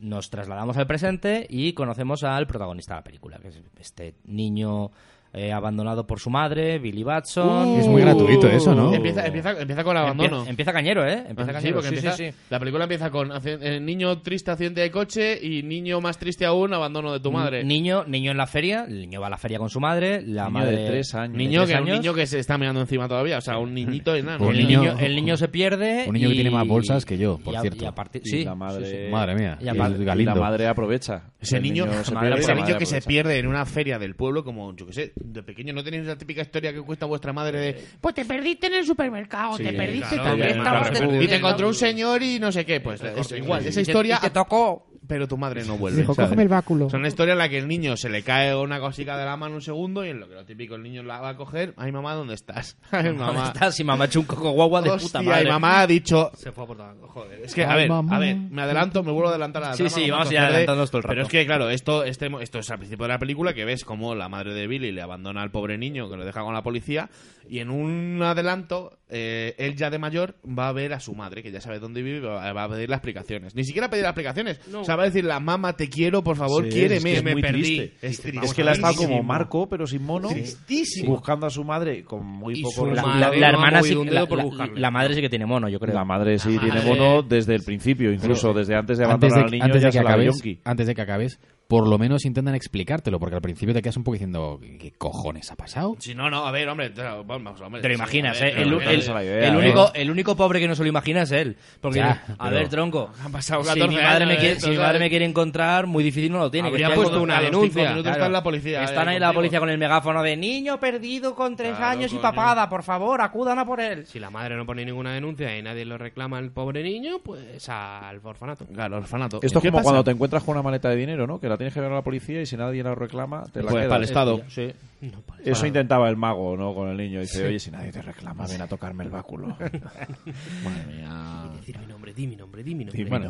A: Nos trasladamos al presente y conocemos al protagonista de la película, que es este niño eh, abandonado por su madre, Billy Batson.
C: Es muy gratuito eso, ¿no?
E: Empieza, empieza, empieza con
A: Empieza,
E: abandono.
A: empieza cañero, ¿eh? Empieza
E: Ah, sí,
A: cañero.
E: porque
A: sí,
E: empieza-
A: sí, sí.
E: la película empieza con acci- eh, niño triste accidente de coche y niño más triste aún abandono de tu madre.
A: Niño, niño en la feria, el niño va a la feria con su madre, la
B: Niño
A: madre
B: de tres años.
E: niño
A: de
E: que
A: tres
E: un
A: años.
E: niño que se está mirando encima todavía, o sea, un niñito y nada.
C: Un
A: el
E: niño.
A: niño,
C: niño-
A: el niño se pierde.
C: Un niño que
A: y-
C: tiene más bolsas que yo, por
A: y a-
C: cierto.
A: y a partir-
B: Y
A: sí,
B: la madre,
A: sí, sí.
C: Madre mía.
A: Y a
C: y
A: par-
C: el
A: y
B: y la
C: Galindo.
B: madre aprovecha.
E: Ese
B: El
E: niño,
B: se
A: madre
B: pierde y
E: ese
B: la
E: niño
B: madre
E: que se
B: aprovecha.
E: pierde en una feria del pueblo, como yo que sé, de pequeño no tenéis la típica historia que cuenta vuestra madre de pues te perdiste en el supermercado, te perdiste
D: claro,
E: también,
D: claro,
E: estabas
D: claro,
E: de-
D: te
E: y
D: perdiste,
E: te encontró un señor y no sé qué, pues es igual, esa
A: Y te-
E: historia
A: y te tocó.
E: pero tu madre no vuelve.
F: Dijo,
E: ¿sabes?
F: cógeme el báculo.
E: Es una historia en la que el niño se le cae una cosica de la mano un segundo y en lo que lo típico el niño la va a coger. Ay, mamá, ¿dónde estás? Ay,
A: ¿Dónde
E: mamá.
A: estás? Y mamá echó un coco guagua de puta
E: Hostia,
A: madre.
E: y mamá ha dicho...
D: Se fue a por tabaco.
E: Joder, es que, a
F: Ay,
E: ver,
F: mamá.
E: a ver, me adelanto, me vuelvo a adelantar a la
A: Sí,
E: trama,
A: sí,
E: lo
A: vamos
E: mato
A: a ir
E: tarde,
A: adelantándonos todo el
E: Pero
A: rato.
E: es que, claro, esto, este, esto es al principio de la película que ves como la madre de Billy le abandona al pobre niño que lo deja con la policía y en un adelanto, eh, él ya de mayor va a ver a su madre, que ya sabe dónde vive, y va va a pedir las explicaciones. Ni siquiera pedir las explicaciones. O sea, va a decir, la mamá, te quiero, por favor,
B: Sí,
E: quiéreme.
B: es que es
E: me
B: muy
E: perdí.
B: triste.
E: Es, triste.
B: Es que la ha estado como
E: Tristísimo.
B: Marco, pero sin mono.
E: Tristísimo.
B: Buscando a su madre con muy
D: Y
B: poco
D: su
A: La,
B: resultado.
A: la- la
D: Madre, no ha
A: hermana sí,
D: movido un
A: la,
D: dedo por
A: la-
D: buscarle.
A: la madre sí que tiene mono, yo creo.
B: La madre sí
E: La
B: tiene
E: madre-
B: mono desde el principio, incluso desde antes de
C: antes de,
B: abandonar al niño
C: antes de
B: ya
C: que
B: se la dio
C: acabes,
B: Yonki.
C: antes de que acabes, por lo menos intentan explicártelo, porque al principio te quedas un poco diciendo, ¿qué cojones ha pasado?
E: Si no, no, a ver, hombre, te- vamos, hombre.
A: Te lo imaginas,
E: A ver,
A: ¿eh? El,
E: a
B: no,
E: ver,
A: el-
B: esa es la idea,
A: el
B: ¿eh?
A: único, el único pobre que no se lo imagina es él. Porque,
C: Ya,
A: dice, a
C: pero-
A: ver, tronco,
E: Han pasado
A: si
E: 14
A: mi madre,
E: años ¿eh?
A: me
E: de
A: quiere,
E: esto,
A: si mi madre
E: ¿sabes?
A: me quiere encontrar, muy difícil no lo tiene. que
E: Habría
A: esté
E: puesto
A: con-
E: una
A: a los
E: denuncia.
A: cinco minutos
E: Claro.
A: Están ahí la policía eh, con el megáfono de niño perdido con tres
E: Claro,
A: años y
E: coño.
A: papada, por favor, acudan a por él.
D: Si la madre no pone ninguna denuncia y nadie lo reclama al pobre niño, pues al orfanato.
E: Claro, orfanato.
B: Esto es
E: ¿Qué
B: como
E: pasa?
B: cuando te encuentras con una maleta de dinero, ¿no? Que la tienes que ver a la policía y si nadie la reclama, te la
E: Pues
B: quedas.
E: para el Estado.
A: Sí.
D: No, pues,
B: Eso intentaba el mago, ¿no? Con el niño. Dice, oye, si nadie te reclama, ven a tocarme el báculo. Madre mía.
D: decir mi nombre, di mi nombre, di mi nombre.
B: Dime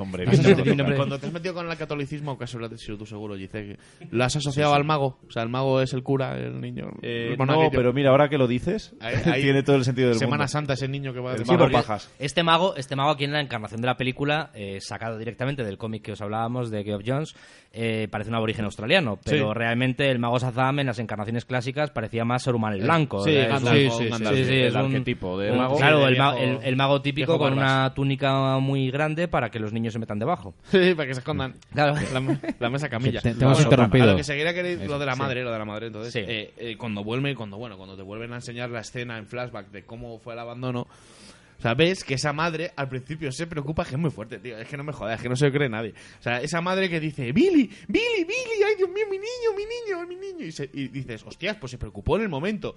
B: nombre.
E: Cuando te has metido con el catolicismo, que eso lo has sido tú seguro, dice que lo has asociado al mago. O sea, el mago es el cura, el niño.
B: Eh,
E: el monaguillo.
B: no, pero mira, ahora que lo dices,
E: Ahí- ahí-
B: tiene todo el sentido del
E: Semana
B: mundo.
E: Santa es el niño que va
B: El
E: de
B: mago
E: mago.
B: pajas.
A: Este mago, este mago aquí en la encarnación de la película, eh, sacado directamente del cómic que os hablábamos de Geoff Jones, eh, parece un aborigen australiano, pero
E: Sí.
A: realmente el mago Sazam en las encarnaciones clásicas parecía más Saruman el Blanco.
E: Sí,
A: eh, es
E: Gandalf,
A: un-
E: sí, sí,
A: sí, sí, es
B: el
A: un-
B: arquetipo de
A: un-
B: mago.
A: Claro,
E: de
A: el, ma-
E: viejo-
A: el- el mago típico
E: viejo
A: con
E: barbas.
A: una túnica muy grande para que los niños se metan debajo.
E: Sí, para que se escondan.
A: Claro.
E: La, la mesa camilla.
C: Te- te hemos interrumpido.
E: a lo que seguirá que lo de la madre, lo de la madre, entonces.
A: Sí.
E: eh, eh, cuando vuelve, cuando bueno, cuando te vuelven a enseñar la escena en flashback de cómo fue el abandono, o sea, ves que esa madre al principio se preocupa, que es muy fuerte, tío. Es que no me jodas, es que no se lo cree nadie. O sea, esa madre que dice, Billy, Billy, Billy, ay Dios mío, mi niño, mi niño, mi niño. Y, se- y dices, hostias, pues se preocupó en el momento.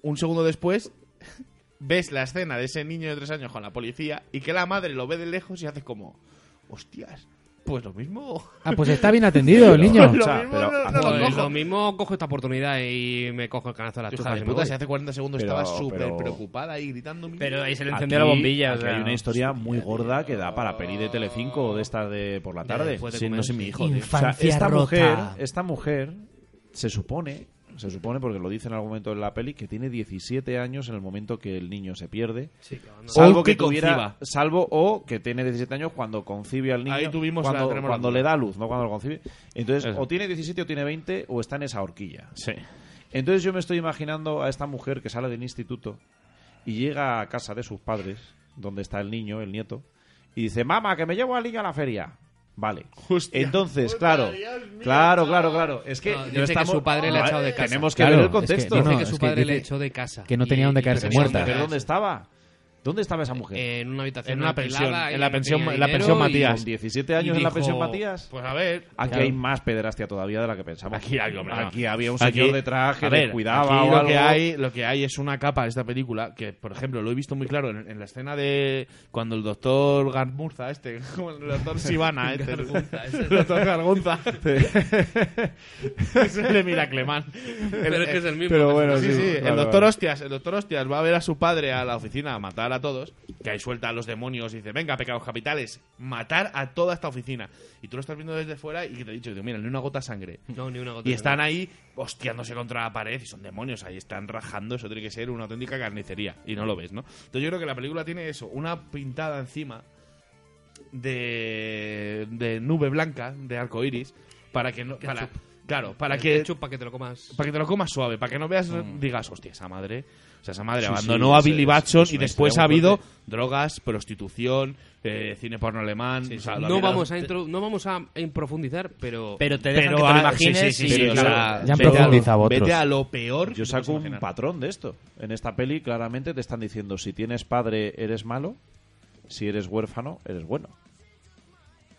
E: Un segundo después, ves la escena de ese niño de tres años con la policía y que la madre lo ve de lejos y haces como, hostias, pues lo mismo.
F: Ah, pues está bien atendido el niño.
E: Lo
B: sea,
E: mismo
B: pero-
E: no- no lo
D: Pues
E: cojo.
D: lo mismo cojo esta oportunidad y me cojo el canazo de las
E: Hija
D: chujas
E: de
D: y me
E: puta,
D: voy.
E: si hace 40 segundos
B: Pero-
E: estaba súper
B: pero-
E: preocupada y gritando. "Mi
A: Pero
E: niño".
A: ahí se le
B: Aquí-
A: encendió la bombilla.
B: aquí
A: o sea,
B: hay una historia muy gorda que da para peli de Telecinco o de estas de por la tarde.
E: después de
B: Sí, no
E: comer,
B: sé
E: sí.
B: mi hijo. tío.
F: Infancia
B: esta
F: rota.
B: mujer, esta mujer se supone, se supone porque lo dice en algún momento en la peli que tiene 17 años en el momento que el niño se pierde.
D: Sí, que abandona.
B: Salvo
E: O
B: que,
E: que
B: tuviera,
E: conciba.
B: salvo o que tiene 17 años cuando concibe al niño.
E: Ahí tuvimos la
B: cuando,
E: tremenda
B: cuando
E: luna.
B: le da luz, no cuando lo concibe. Entonces,
E: Eso.
B: o tiene 17 o tiene 20 o está en esa horquilla.
E: Sí.
B: Entonces yo me estoy imaginando a esta mujer que sale del instituto y llega a casa de sus padres, donde está el niño, el nieto, y dice, mamá, que me llevo al niño a la feria. Vale.
E: Hostia.
B: Entonces,
E: Puta,
B: claro,
E: Dios mío,
B: claro,
E: chaval.
B: claro, claro. Es que
D: No,
B: no
D: dice que
B: estamos-
D: su padre le ha echado de casa.
B: Tenemos que
C: Claro,
B: ver el
C: es que
B: contexto.
C: no,
D: Dice
C: no,
D: que
C: es
D: su
C: que
D: padre le
C: dice
D: echó de casa.
C: que no tenía
D: Y-
C: dónde
D: y
C: caerse
D: se
B: Pero,
C: muerta.
B: pero ¿dónde estaba? ¿Dónde estaba esa mujer?
D: En una habitación
E: En una
D: alquilada,
E: pensión,
D: ella
E: en la
D: no
E: pensión-
D: tenía
E: en la pensión
D: dinero y-
E: Matías.
B: Con 17 años
D: y
B: en la
D: dijo,
B: pensión Matías.
E: Pues a ver.
B: Aquí
E: Claro.
B: hay más pederastia todavía de la que pensamos.
E: Aquí hay, hombre, no.
B: Aquí había un
E: Aquí-
B: señor de traje,
E: a
B: le
E: ver,
B: cuidaba
E: aquí
B: o
E: lo
B: algo.
E: que hay lo que hay es una capa de esta película que por ejemplo lo he visto muy claro en, en la escena de cuando el doctor Garmurza este como el doctor Sivana este el, doctor Gargunza es el de Miracleman
D: Pero es que es el mismo.
B: Pero bueno,
E: sí,
B: sí,
E: sí,
B: claro,
E: el
B: vale.
E: doctor Hostias el doctor Hostias va a ver a su padre a la oficina a matar a todos, que ahí suelta a los demonios y dice, venga, pecados capitales, matar a toda esta oficina. Y tú lo estás viendo desde fuera y te he dicho, digo, mira, ni una gota de sangre.
D: No, ni una gota
E: Y
D: de
E: están
D: sangre.
E: ahí hostiándose contra la pared y son demonios, ahí están rajando, eso tiene que ser una auténtica carnicería y no lo ves, ¿no? Entonces yo creo que la película tiene eso, una pintada encima de, de nube blanca, de arco iris, para que no... Para, claro, para
D: El
E: que...
D: ketchup para que te lo comas.
E: Para que te lo comas suave, para que no veas, digas, hostia, esa madre. O sea, esa madre
B: Sí,
E: abandonó
B: sí,
E: a
B: es-
E: Billy
B: es-
E: Batson
B: es
E: y
B: una
E: después
B: historia
E: ha
B: muy
E: habido
B: fuerte.
E: drogas, prostitución, eh, cine porno alemán. o sea, lo
D: no,
E: había-
D: vamos a intro- no vamos a en profundizar, pero.
A: Pero te dejan
E: Pero
A: que te lo
E: a-
A: imagines
E: sí, sí,
A: y-
E: sí, sí, o
A: claro.
E: sea,
C: Ya han
E: vete a lo-
C: profundizado otros.
E: Vete a lo peor.
B: Yo
E: que
B: saco
E: puedes
B: un
E: imaginar.
B: patrón de esto. En esta peli claramente te están diciendo si tienes padre eres malo, si eres huérfano eres bueno.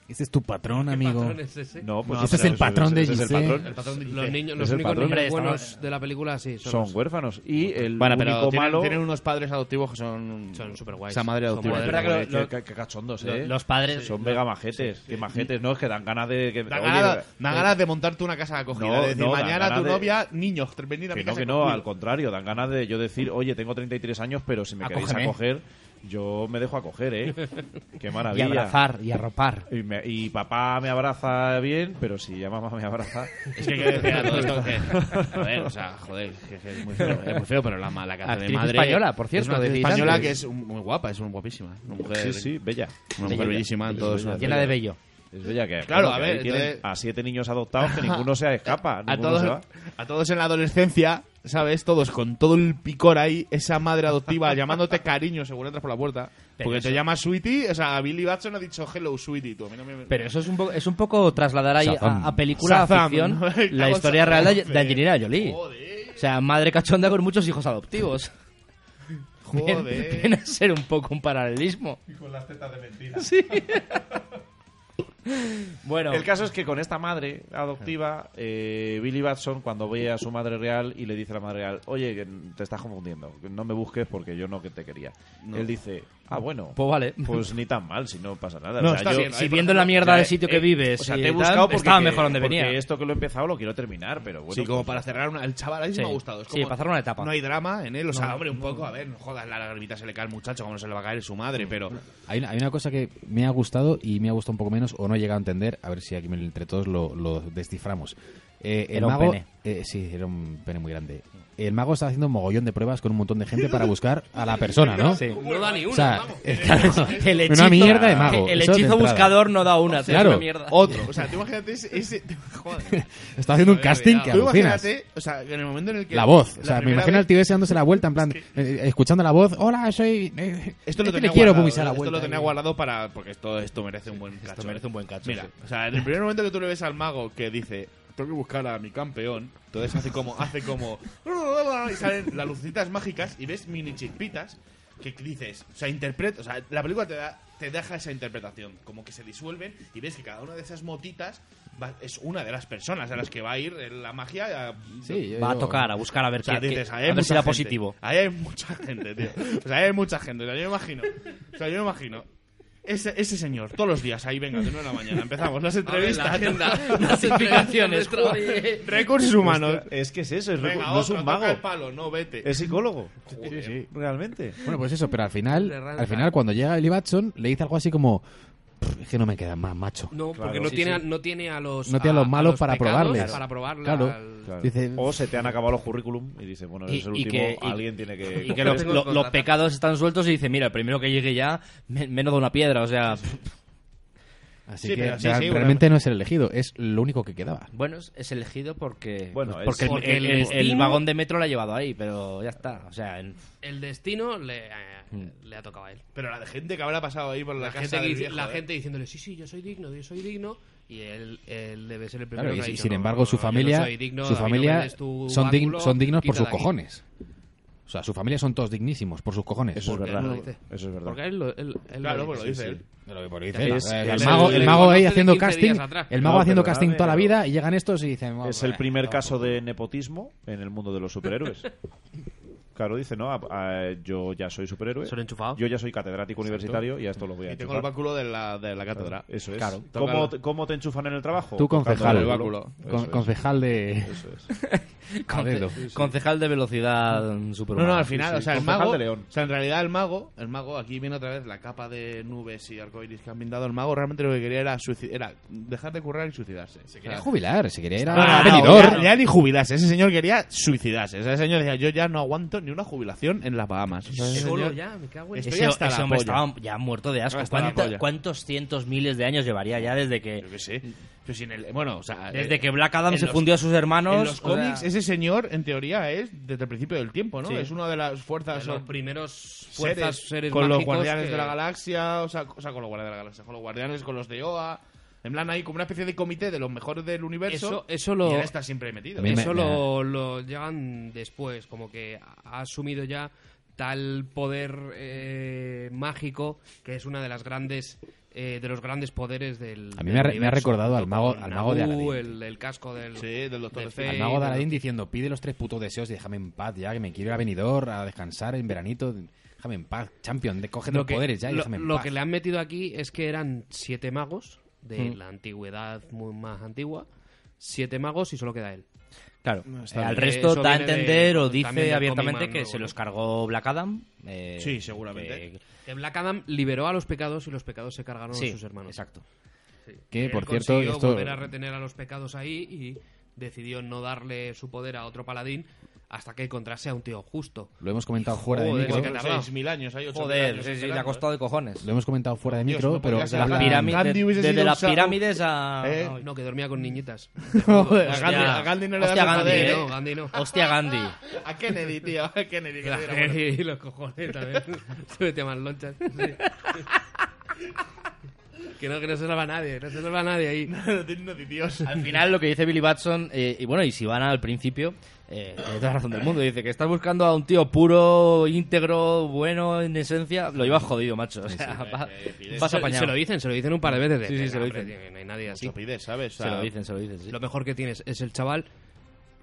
C: Ese es tu patrón, amigo.
D: patrón es ese?
B: No, pues
C: No, ese es
B: pero
C: el patrón de
B: ese es el
C: Giselle.
B: patrón.
D: El patrón de- los niños, los
B: el
D: únicos
B: patrón.
D: niños
A: Hombre,
D: buenos
A: estamos-
D: de la película, sí, son,
B: Son
D: los-
B: huérfanos y el
E: Bueno, pero
B: único
E: tienen,
B: malo
E: tienen unos padres adoptivos que son.
D: son super guays.
E: Esa madre
D: Son
E: adoptiva.
A: Es
D: madres
A: verdad que
D: guays.
A: lo- lo-
B: Qué- qué- qué cachondos,
A: lo-
B: ¿eh?
A: los padres-
B: son mega majetes, que majetes, no, es que dan ganas de que
E: Da
B: oye, eh,
E: ganas, da ganas de montarte una casa de acogida.
B: No,
E: de decir,
B: no, da
E: mañana
B: ganas
E: tu
B: de-
E: novia, niños, venid a mi
B: que no,
E: casa
B: que
E: y
B: no,
E: conmigo".
B: al contrario, dan ganas de yo decir, oye, tengo 33 años, pero si me
C: Acógeme.
B: queréis acoger, yo me dejo acoger, ¿eh? Qué
A: Y
B: maravilla.
A: abrazar y arropar.
B: Y, me- y papá me abraza bien, pero si ya mamá me abraza.
E: Es que hay que decir a todo esto que. Joder, o sea, joder, que- que es muy feo, es muy feo, pero la, ma- la canción de
A: Actriz
E: madre.
A: española, por
E: Es
A: cierto,
E: una actriz
A: decís
E: española
A: antes.
E: que es un- muy guapa, es una guapísima. Una mujer,
B: Sí, sí, bella.
E: Una mujer bellísima en todo eso.
A: Llena de bello.
B: Es bella que.
E: Claro,
B: bueno, que
E: a ver,
B: ahí tienen
E: entonces-
B: a siete niños adoptados que ninguno se escapa.
E: A
B: ninguno se va.
E: todos, a todos en la adolescencia, ¿sabes? Todos con todo el picor ahí, esa madre adoptiva llamándote cariño según entras por la puerta. Porque te llama Sweetie, o sea, Billy Batson ha dicho hello Sweetie. Tú, a mí no me-
A: Pero eso es un, poco- es un poco trasladar ahí
C: Shazam.
A: a, a película, a
E: Shazam,
A: ficción,
E: ¿no?
A: la
E: Estamos
A: historia
E: a-
A: real de, de
E: Joder.
A: Angelina Jolie.
E: Joder,
A: O sea, madre cachonda con muchos hijos adoptivos. Viene-
E: joder.
A: Viene a ser un poco un paralelismo.
B: Con las tetas de mentira.
A: Bueno,
B: El caso es que con esta madre adoptiva, eh, Billy Batson, cuando ve a su madre real y le dice a la madre real, oye, que te estás confundiendo, que no me busques porque yo no que te quería. Él dice, ah, bueno,
A: pues vale.
B: pues ni tan mal, si no pasa nada.
E: No,
B: O sea,
E: está
B: yo-
E: bien, ahí,
A: si
E: por
A: viendo la
E: ejemplo,
A: mierda
B: o sea,
A: del sitio que
B: eh,
A: vives,
B: o sea,
A: y
B: te he
A: tal,
B: buscado porque,
A: estaba mejor donde
B: porque
A: venía.
B: esto que lo he empezado lo quiero terminar, pero bueno.
E: sí, como
B: pues,
E: para cerrar una, el chaval ahí sí
A: Sí.
E: me ha gustado. Es
A: Sí,
E: como-
A: para cerrar una etapa.
E: No hay drama en él, o sea, hombre, un poco, a ver, no jodas, la lagrimita se le cae al muchacho, como no se le va a caer su madre, pero
C: Hay una, hay una cosa que me ha gustado y me ha gustado un poco menos, o no he llegado a entender, a ver si aquí entre todos lo, lo desciframos. Eh, el
A: Era un
C: mago,
A: pene.
C: eh, sí, era un pene muy grande. El mago está haciendo mogollón de pruebas con un montón de gente para buscar a la persona, ¿no?
A: Sí.
D: No da ni una,
C: O sea,
D: vamos.
C: eh, claro,
A: El hechizo,
C: una mierda de mago.
A: El
C: eso de
A: hechizo
C: entrada.
A: buscador no da una, es
C: Claro.
A: una mierda.
E: otro. O sea, tú imagínate ese. ese- joder.
C: Está haciendo un
E: Había
C: casting
E: olvidado.
C: que
E: Tú
C: alucinas.
E: imagínate, o sea, en el momento en el que.
C: La voz.
E: la
C: O sea, me
E: primera
C: imagino
E: vez-
C: al tío ese dándose la vuelta, en plan, eh, escuchando la voz. Hola, soy. eh,
E: Esto lo
C: este
E: tenía
C: le quiero
E: guardado,
C: pubisar la
E: esto
C: vuelta.
E: lo tenía guardado para porque esto esto merece un buen cacho. Esto
A: merece un buen cacho,
E: Mira,
A: sí.
E: o sea, en el primer momento que tú le ves al mago que dice, "Tengo que buscar a mi campeón", entonces hace como hace como y salen las lucecitas mágicas y ves mini chispitas que dices, o sea, interpreta, o sea, la película te da te deja esa interpretación, como que se disuelven y ves que cada una de esas motitas va- es una de las personas a las que va a ir la magia. a-
C: Sí, yo
A: Va a
C: digo,
A: tocar, a buscar a ver,
E: o sea,
A: qué-
E: dices,
A: qué-
E: ahí hay
A: a ver si
E: mucha
A: da
E: gente.
A: positivo.
E: Ahí hay mucha gente, tío. O sea, ahí hay mucha gente. O sea, yo me imagino. O sea, yo me imagino. Ese, ese señor, todos los días, ahí venga, de 9 de la mañana. Empezamos las entrevistas.
A: Las explicaciones, joder.
E: Recursos humanos.
B: Es que es eso, es
E: Venga,
B: recu- no
E: otro,
B: es un
E: toca el
B: mago,
E: palo, no vete.
B: es psicólogo. Sí, sí, realmente.
C: Bueno, pues eso, pero al
D: Le
C: final,
D: arranca.
C: al final cuando llega Billy Batson, le dice algo así como: "Pff, Es que no me queda más, macho.
D: No, porque
B: Claro.
D: no,
B: Sí,
D: tiene, no tiene a los.
C: No tiene a los malos para
D: pecados
C: probarles.
D: Para probarle
C: Claro.
D: al-
B: Claro.
C: Dice-
B: o se te han acabado los currículum y dices, bueno,
A: Y-
B: es el
A: y
B: último,
A: que- y-
B: alguien tiene que...
A: Y que
B: coger
A: los,
B: esto.
A: lo- los pecados están sueltos y dice, mira, el primero que llegue ya, me- menos de una piedra. O sea,
C: Así
E: Sí,
C: que
E: pero sí,
C: o sea,
E: sí,
C: realmente no es el elegido, es lo único que quedaba.
A: bueno, es- es elegido porque,
B: Bueno,
A: pues
B: es-
A: porque, el-
D: Porque
A: el,
D: el
A: el-
D: destino-
A: el vagón de metro la ha llevado ahí, pero ya está. O sea, en-
D: El destino le, eh,
C: Mm.
D: le ha tocado a él.
E: Pero la de gente que habrá pasado ahí por
D: La,
E: la, casa
D: gente,
E: del
D: que dice-
E: viejo,
D: la
E: ¿eh?
D: gente diciéndole, sí, sí, yo soy digno, yo soy digno. Y él, él debe ser el primero
C: Claro,
D: que
C: y,
D: ha
C: y
D: dicho,
C: sin
D: "No,
C: embargo
D: no,
C: su
D: no, yo no
C: familia,
D: soy digno, a
C: su
D: mí no me
C: familia
D: des tu
C: son, dig-
D: báculo,
C: son dignos por
D: quita
C: sus
D: de aquí".
C: cojones. O sea, su familia son todos dignísimos por sus cojones.
B: Eso es
D: Porque
B: verdad.
D: no lo dice.
B: Eso es verdad.
D: Porque él, lo- él, él
E: Claro,
D: lo
E: pues lo
D: dice.
E: dice
D: Sí,
E: él.
B: Es-
C: Eh, El,
B: es
C: mago,
B: el-
C: el mago ahí
D: de
C: haciendo
D: 15
C: casting,
D: días atrás.
C: el mago
B: No,
C: haciendo
B: perdóname,
C: casting toda la
B: pero-
C: vida y llegan estos y dicen, eh,
B: Es el primer caso de nepotismo en el mundo de los superhéroes. Claro, dice, no, a- a- yo ya soy superhéroe.
D: Son enchufados.
B: Yo ya soy catedrático universitario y a esto lo voy a
E: Y tengo el
B: enchufar.
E: báculo de la, de la cátedra.
B: Eso es.
E: Claro.
B: ¿Cómo,
E: Tócalo.
B: te- cómo te enchufan en el trabajo?
C: Tú,
B: Tocando
C: concejal.
B: el
E: báculo.
C: Con-
B: Eso es.
C: concejal de...
B: Eso es.
C: Cadedo.
A: Concejal de velocidad mm,
E: No,
A: superhumana.
E: no, al final, o sea, el
B: Concejal
E: mago.
B: de León.
E: O sea, en realidad el mago, el mago, aquí viene otra vez la capa de nubes y arcoiris que han pintado. El mago realmente lo que quería era, suici- era dejar de currar y suicidarse. Se
C: Quería jubilar, se quería ir a
E: No,
A: Ah,
E: no, no,
C: Benidorm.
E: ya, ya ni jubilarse. Ese señor quería suicidarse. O sea, ese señor decía, yo ya no aguanto ni una jubilación en las Bahamas. O sea, ese
D: Solo
E: señor-
D: ya, me cago en...
E: Estoy
A: Ese,
E: hasta
A: ese
E: la
A: hombre
E: polla.
A: estaba ya muerto de asco.
E: Hasta la
A: ¿Cuánta-
E: polla.
A: ¿Cuántos cientos miles de años llevaría ya desde que
E: Yo qué sé. Pero si en el- bueno, o sea,
A: desde
E: eh,
A: que Black Adam
E: en
A: se
E: los-
A: fundió a sus hermanos?
E: En los
A: o sea,
E: cómics, ese señor, en teoría, es desde el principio del tiempo, ¿no? Es una de las fuerzas.
D: Los
E: o-
D: primeros
E: seres,
D: fuerzas, seres
E: con los
D: mágicos
E: guardianes
D: que-
E: de la galaxia, o sea, o sea, con los guardianes de la galaxia, con los guardianes, con los de OA. En plan, hay como una especie de comité de los mejores del universo.
D: Eso, eso lo...
E: Y él está siempre metido.
C: A mí me-
D: Eso lo, lo llegan después, como que ha asumido ya tal poder eh, mágico que es una de las grandes eh, de los grandes poderes del
C: A mí me ha re-
D: del
C: me ha
D: universo,
C: recordado al
D: junto
C: mago-
D: con
C: al mago de
D: Naboo,
C: Aladdin.
D: el, el casco del
E: Sí, del Doctor
D: del
E: Strange.
C: Al
D: Fate,
C: mago de
D: del-
C: Aladdin diciendo, pide los tres putos deseos y déjame en paz ya, que me quiero ir a Benidorm a descansar en veranito. Déjame en paz, champion, de- cógete los poderes ya y
D: lo-
C: déjame en
D: lo
C: paz.
D: que le han metido aquí es que eran siete magos
C: Mm.
D: de la antigüedad muy más antigua siete magos y solo queda él
A: Claro.
D: está
A: Eh, al
D: bien.
A: resto
D: Eso
A: da a
D: viene de-
A: entender o
D: también del
A: dice
D: cómic
A: abiertamente
D: más
A: que
D: nuevo,
A: se
D: ¿no?
A: los cargó Black Adam. eh,
E: Sí, seguramente.
A: que-
D: Que Black Adam liberó a los pecados y los pecados se cargaron
A: sí,
D: a sus hermanos
A: Exacto.
C: Que,
D: Él
C: por cierto,
D: consiguió
C: esto...
D: volver a retener a los pecados ahí y decidió no darle su poder a otro paladín hasta que encontrase a un tío justo.
C: Lo hemos comentado fuera de
D: Joder,
C: micro.
D: es que
E: Con
D: tardaba.
E: 6.000 años, hay 8.000
A: Joder,
E: años
A: sí, sí, le
E: esperando,
A: ha costado de cojones.
C: Lo hemos comentado fuera de
E: Dios,
C: micro,
E: no
C: pero...
E: podría ser
A: La
E: Gandhi-
A: pirámide-
E: Gandhi hubiese
A: desde
E: sido
A: las
E: un sa-
A: pirámides a...
E: Eh,
D: No, que dormía con niñitas.
E: ¿eh? A
A: Hostia.
E: Gandhi, a Gandhi no le
A: Hostia,
E: da
A: Gandhi,
E: poder,
A: ¿eh?
D: no, Gandhi no.
A: Hostia, Gandhi.
E: A Kennedy, tío. A Kennedy. que le diera poder.
D: Y los cojones también. Se mete más lonchas. Sí. que no, que no se salva nadie, no se salva nadie ahí.
E: No tiene ni Dios.
A: Al final, lo que dice Billy Batson, eh, y bueno, y si van al principio, eh, tiene toda la razón del mundo. Dice que estás buscando a un tío puro, íntegro, bueno, en esencia. Lo llevas jodido, macho. O sea, va- vas
D: Se,
A: apañado.
D: se lo dicen, se lo dicen un par de veces. de,
A: Sí, sí,
D: "Venga,
A: se lo
D: hombre,
A: dicen.
D: tío, No hay nadie así.
E: Eso pide, ¿sabes? O sea,
A: Se lo dicen, se lo dicen, sí.
D: Lo mejor que tienes es el chaval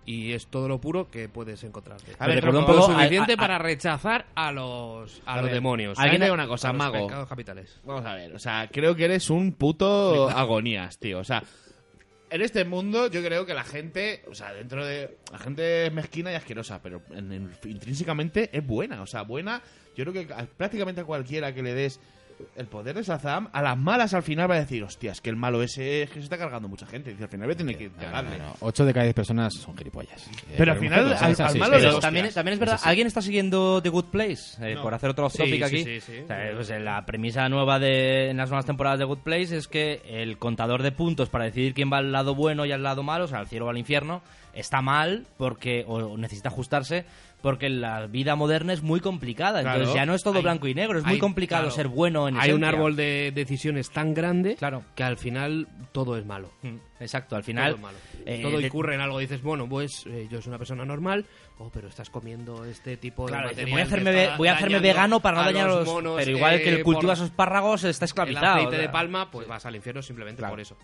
D: y es todo lo puro que puedes encontrarte.
E: A ver,
A: Recordó un
E: Rocco,
A: poco
E: su-
A: a-
D: suficiente para rechazar a los a, los
E: ver,
D: demonios.
E: alguien
D: A
E: diga una cosa,
D: los
E: mago.
D: pecados capitales.
E: Vamos a ver, o sea, creo que eres un puto agonías, tío. O sea, en este mundo yo creo que la gente, o sea, dentro de... La gente es mezquina y asquerosa, pero en- en- intrínsecamente es buena. O sea, buena, yo creo que a- prácticamente a cualquiera que le des el poder de Shazam, a las malas al final va a decir, hostia, es que el malo ese es que se está cargando mucha gente. Dice, al final voy a tener que
C: No, no,
E: cargarle.
C: no, no. Ocho de cada diez personas son gilipollas. Eh,
E: Pero al final,
C: es
E: al-
C: así,
E: al
C: sí,
E: malo
C: sí,
E: le-
A: Pero
C: sí.
A: también,
E: hostias.
A: también es verdad, ¿alguien está siguiendo The Good Place? Eh, Por hacer otro off
D: Sí,
A: topic
D: sí,
A: aquí.
D: sí, sí.
A: O sea, pues, eh, la premisa nueva de en las nuevas temporadas de Good Place es que el contador de puntos para decidir quién va al lado bueno y al lado malo, o sea, al cielo o al infierno, está mal porque o necesita ajustarse porque la vida moderna es muy complicada.
E: Claro.
A: Entonces ya no es todo
D: Hay-
A: blanco y negro, es muy
D: hay-
A: complicado
D: claro,
A: ser bueno en
D: Hay un
A: esencia.
D: árbol de decisiones tan grande
A: Claro.
D: que al final todo es malo.
A: Mm, Exacto, al
D: Todo
A: final
D: es malo.
A: eh,
D: todo
A: de-
D: incurre en algo. Dices, bueno, pues eh, yo soy una persona normal, oh, pero estás comiendo este tipo
A: Claro,
D: de
A: dice,
D: material.
A: voy a
D: que
A: hacerme, ve-
D: está
A: voy a hacerme
D: dañando
A: vegano para no dañar a los.
D: monos,
A: pero igual que
D: eh,
A: el cultiva
D: por
A: esos párragos está
D: El
A: esclavizado.
D: aceite
A: o
D: de
A: sea.
D: palma, pues vas al infierno simplemente por eso.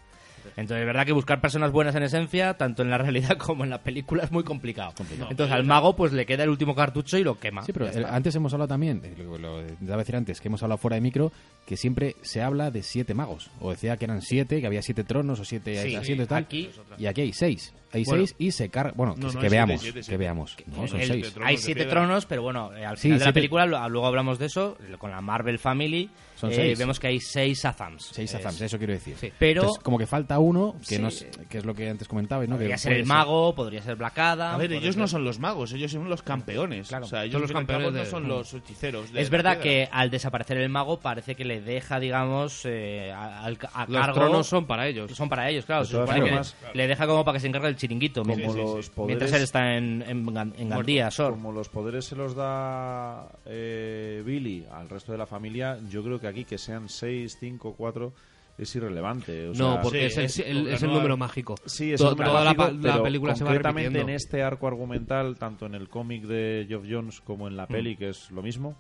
A: Entonces, es verdad que buscar personas buenas en esencia, tanto en la realidad como en la película, es muy complicado. Entonces, al mago, pues le queda el último cartucho y lo quema.
C: Sí, pero el- antes hemos hablado también, eh, lo, lo iba a decir antes, que hemos hablado fuera de micro, que siempre se habla de siete magos. O decía que eran siete, que había siete tronos o siete
A: Sí,
C: asientos y tal.
A: aquí-
C: y aquí hay seis. Hay
D: Bueno.
C: seis y se carga. Bueno, que,
E: No, no,
C: que
E: hay siete,
C: veamos,
E: siete, siete.
C: que veamos. No, son
A: el-
C: seis.
E: tronos
A: Hay
E: de
A: siete
E: piedra.
A: tronos, pero bueno, eh, al final
C: Sí,
A: de la
C: siete.
A: película lo- luego hablamos de eso, con la Marvel Family.
C: Son
A: eh,
C: seis.
A: vemos que hay seis Shazams.
C: Seis
A: Eh,
C: Shazams, eso quiero decir.
A: Sí. Pero-
C: Entonces, como que falta uno, que,
A: Sí.
C: no es, que es lo que antes comentabais, ¿no?
A: Podría
C: que
A: ser el
C: puede
A: mago, podría ser Blacada.
E: A ver, ellos no son los magos, ellos son los campeones.
A: Claro,
E: o sea, ellos
D: son los
E: al fin y al cabo
D: campeones
E: no
D: de-
E: son los hechiceros. de
A: Es
E: la
A: verdad que
E: piedra.
A: al desaparecer el mago parece que le deja, digamos, eh, a, al- a
D: Los
A: cargo...
D: tronos son para ellos.
A: son para ellos, claro.
B: De
A: se
B: todas
A: supone que
B: formas,
A: le deja como para que se encargue el chiringuito.
B: Como
A: mientras,
B: los
A: mientras
B: poderes-
A: él está en, en, Gan- en Gandía, Sor.
B: Como los poderes se los da eh, Billy al resto de la familia, yo creo que aquí que sean 6, 5, 4 es irrelevante. O
D: no,
B: sea,
D: porque
E: sí,
D: es, el,
E: es-
D: el- es el
E: ganó-
D: número mágico.
B: Sí, es
D: To-
B: un
D: toda la, pa-
B: tráfico,
D: la
B: pero
D: película se va
B: concretamente
D: repitiendo.
B: en este arco argumental, tanto en el cómic de Geoff Jones como en la
A: Mm.
B: peli, que es lo mismo,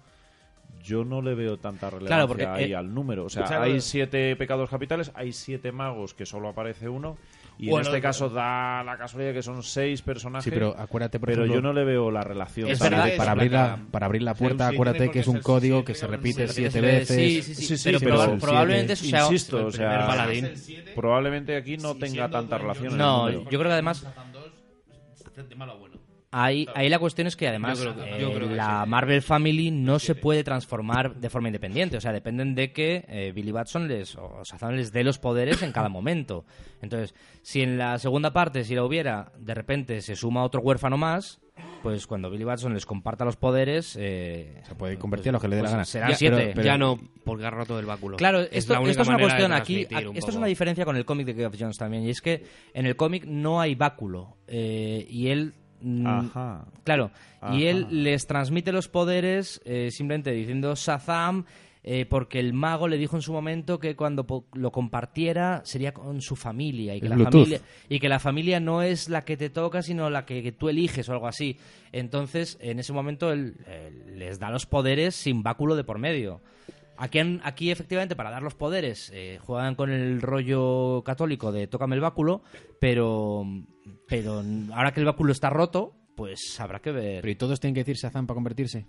B: yo no le veo tanta relevancia
A: Claro, porque,
B: ahí
A: eh,
B: al número. O sea,
E: claro.
B: hay siete pecados capitales, hay siete magos que solo aparece uno Y en
E: Bueno,
A: eh,
B: este caso da la casualidad que son seis personajes.
C: Sí, pero acuérdate, por
B: pero
C: ejemplo,
B: yo no le veo la relación.
E: Es
B: ¿sabes?
C: para, para
E: verdad, es una
C: abrir la,
E: cara.
C: para abrir la
E: Pero
C: puerta,
E: sí,
C: acuérdate
E: tiene
C: que es
E: por qué
C: un
E: ser
C: código
E: siete,
C: que se
E: con
C: repite
E: siete,
C: siete
A: con siete,
C: veces.
A: sí, sí, sí.
B: Sí, sí,
A: pero
B: pero
A: proba-
B: siete-
A: probablemente eso sea
B: insisto, o sea,
A: primer paladín.
E: El siete,
B: Probablemente aquí no tenga
E: siendo
B: tanta
E: dueño
B: relación.
E: de-
A: No,
B: el número.
A: yo creo que además
E: Satan dos, de malo a bueno.
A: ahí, ahí la cuestión es que además
D: Yo creo que-
A: eh,
D: yo creo que
A: la Marvel Family no se puede transformar de forma independiente. O sea, dependen de que eh, Billy Batson les, o Shazam les dé los poderes en cada momento. Entonces, si en la segunda parte, si la hubiera, de repente se suma otro huérfano más, pues cuando Billy Batson les comparta los poderes... eh,
C: Se puede convertir a los que le dé la
A: pues
C: gana.
A: Serán
D: ya,
A: siete.
D: pero- ya no, porque agarra todo el báculo.
A: Claro,
D: Es
A: esto
D: la
A: esto
D: única
A: es, una
D: manera de
A: cuestión aquí.
D: transmitir un
A: Esto es
D: poco.
A: una diferencia con el cómic de Game of Jones también. Y es que en el cómic no hay báculo. eh, y él. mm,
B: Ajá.
A: Claro. Y
B: Ajá.
A: él les transmite los poderes eh, simplemente diciendo Shazam. eh, porque el mago le dijo en su momento que cuando po- lo compartiera sería con su familia y que,
C: Es
A: la
C: Bluetooth.
A: familia, y que la familia no es la que te toca sino la que, que tú eliges o algo así. Entonces en ese momento él eh, les da los poderes sin báculo de por medio. Aquí, han- aquí efectivamente para dar los poderes eh, juegan con el rollo católico de tócame el báculo, pero, pero ahora que el báculo está roto, pues habrá que ver.
C: Pero ¿y todos tienen que decir Shazam para convertirse?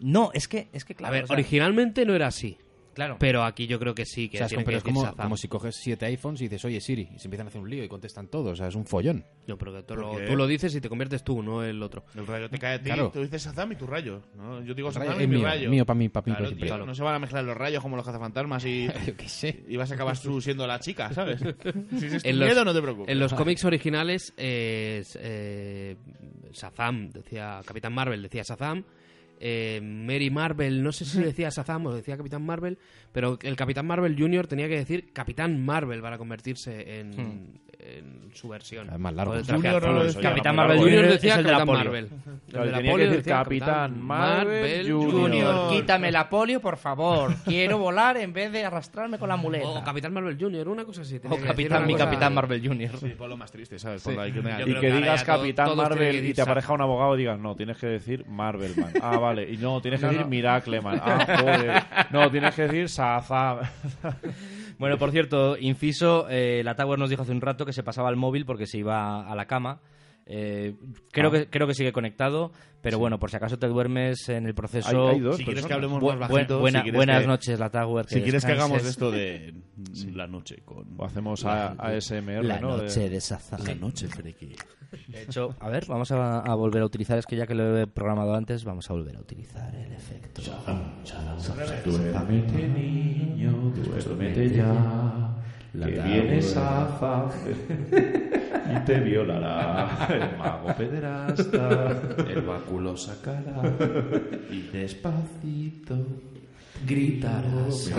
A: No, es que, es que
D: A
A: claro.
D: ver,
A: o sea,
D: originalmente no era así,
A: claro.
D: pero aquí yo creo que sí. Que
C: O sea, es
D: tienen
C: como, pero es
D: que decir
C: como,
D: Shazam.
C: como si coges siete iPhones y dices, oye Siri, y se empiezan a hacer un lío y contestan todos. O sea, es un follón.
D: No, pero que tú, lo,
E: Porque-
D: tú lo dices y te conviertes tú, no el otro.
E: El rayo te cae a ti,
C: Claro.
E: tú dices Sazam y tu rayo. ¿no? Yo digo
C: El
E: Sazam
C: rayo
E: y
C: es
E: mi
C: mío,
E: rayo.
C: mío pa' mí, pa' mí,
E: Claro,
C: por
E: tío,
C: ejemplo.
E: No se van a mezclar los rayos como los cazafantasmas y,
C: Yo qué sé.
E: y vas a acabar tú siendo la chica, ¿sabes? Si es tu
D: En los-
E: miedo, no te preocupes.
D: En los cómics originales, eh, es, eh, Shazam, decía Capitán Marvel, decía Shazam. eh, Mary Marvel, no sé si decía Shazam o decía Capitán Marvel, pero el Capitán Marvel Jr. tenía que decir Capitán Marvel para convertirse en, en su versión.
C: Es más largo.
D: O el traje
E: Junior no
D: azul.
E: lo decía.
A: Capitán
B: Claro,
A: Marvel
B: Junior
A: Jr.
D: decía
A: es el de la
D: Capitán
A: polio.
D: Marvel.
B: Claro,
D: El de la
B: tenía que
D: polio
B: decir
D: decía
B: Capitán Marvel Junior.
A: Junior, quítame la polio, por favor. Quiero volar en vez de arrastrarme con la muleta.
D: O Capitán Marvel Jr., una cosa así.
A: O
D: tenía que decir
A: Capitán-
D: una
A: mi
D: cosa-
A: Capitán Marvel Jr.
E: Sí, ponlo más triste, ¿sabes? Ponlo ahí, que tenga-
D: Yo
B: Y que
D: creo que ahora
B: digas
D: ya todo-
B: Capitán
D: todos tienen que
B: Marvel y
D: decir
B: te aparezca
D: Shazam.
B: un abogado y digas, no, tienes que decir Marvel Man. Ah, vale. Y no, tienes que decir Miracle Man. Ah, joder. No, tienes que decir Shazam.
A: Bueno, por cierto, inciso, eh, la Tower nos dijo hace un rato que se pasaba al móvil porque se iba a la cama. Eh, creo, que, creo que sigue conectado, pero bueno, por si acaso te duermes en el proceso.
B: Hay- hay dos
E: Si quieres
B: personas.
E: que hablemos
A: Bu-
E: más bajito,
A: bu- buena-
E: si quieres
A: buenas
E: que-
A: noches, la Tower.
E: Si quieres que
A: descanses.
E: hagamos esto de la noche con
B: O hacemos a, ASMR,
A: La
B: ¿no? De-
A: noche de Shazam.
E: eh, noche friki.
A: De hecho, a ver, vamos a, a volver a utilizar. Es que ya que lo he programado antes, vamos a volver a utilizar el efecto.
B: Duérmete, niño, duérmete ya. La que viene Safa y te violará. El mago pederasta, el báculo sacará y despacito gritarás.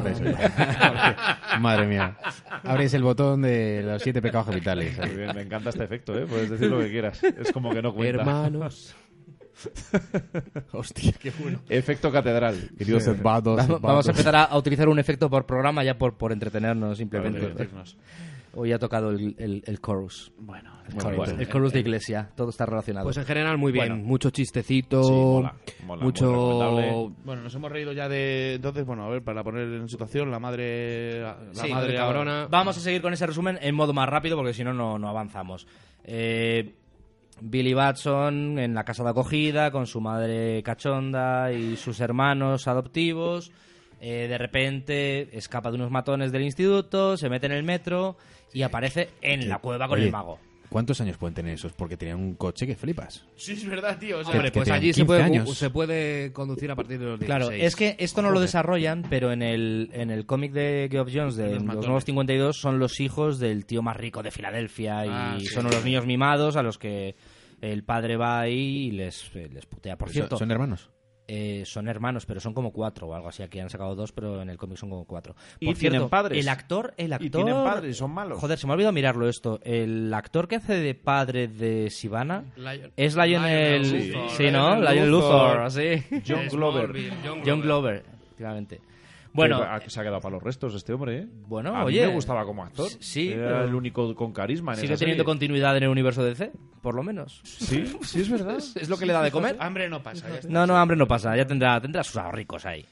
C: Madre mía. Abres el botón de los siete pecados capitales.
B: Muy bien, me encanta este efecto, ¿eh? Puedes decir lo que quieras. Es como que no cuenta.
D: Hermanos.
C: Hostia, qué bueno.
B: Efecto catedral.
C: Queridos hermanos,
A: Vamos, vamos a
C: hermanos.
A: empezar a, a utilizar un efecto por programa ya por, por entretenernos simplemente. Hoy ha tocado el, el, el chorus.
B: Bueno,
A: Chorus.
B: bueno.
A: el chorus de iglesia. Todo está relacionado.
D: Pues en general muy bien,
B: Bueno.
D: mucho chistecito,
B: Sí, mola, mola, muy
D: mucho
B: recomendable.
E: Bueno, nos hemos reído ya de. Entonces, bueno, a ver, para poner en situación, la madre. La, la
D: Sí,
E: madre
D: cabrona.
A: Vamos a seguir con ese resumen en modo más rápido porque si no, no, no avanzamos. Eh, Billy Batson en la casa de acogida con su madre cachonda y sus hermanos adoptivos. Eh, de repente escapa de unos matones del instituto, se mete en el metro y aparece en la cueva con el
C: Oye,
A: mago.
C: ¿Cuántos años pueden tener esos? Porque tenían un coche que flipas.
E: Sí, es verdad, tío. o sea,
D: Hombre,
C: que
D: pues
C: tienen
D: allí se
C: 15
D: puede,
C: años.
D: se puede conducir a partir de los
B: Este,
D: 16.
A: Claro, es que esto no lo desarrollan, pero en el, en el cómic de Geoff Jones de Los,
E: matones.
A: Nuevos 52 son los hijos del tío más rico de Filadelfia y
E: Ah, sí.
A: son unos niños mimados a los que el padre va ahí y les, eh, les putea. Por
C: Son-
A: cierto,
C: Son hermanos.
A: eh, son hermanos, pero son como cuatro o algo así. Aquí han sacado dos, pero en el cómic son como cuatro.
B: Y
A: Por
B: tienen
A: cierto,
B: padres.
A: El actor, el actor...
B: Y tienen padres, son malos.
A: Joder, se me ha olvidado mirarlo esto. El actor que hace de padre de Sivana...
D: Lion-
A: Es Lionel...
D: Lionel Luthor.
A: sí, ¿no?
B: Lionel
A: Lionel
B: Luthor.
A: Luthor, así.
B: John Glover.
D: Smallville, John
A: John
D: Glover.
A: Glover, efectivamente. Bueno,
B: Que
G: eh,
B: ha- se ha quedado para los restos este hombre, ¿eh?
A: Bueno,
B: a
A: oye.
B: mí me gustaba como actor.
A: Sí,
B: Era
A: pero-
B: el único con carisma en
A: sigue
B: esa
A: teniendo
B: serie.
A: continuidad en el universo DC, por lo menos.
B: Sí, sí, es verdad.
A: Es lo que le da de comer.
D: ¿eh?
E: Hambre no pasa. ya está.
A: No, no, hambre no pasa, ya tendrá, tendrá sus ahorricos ahí.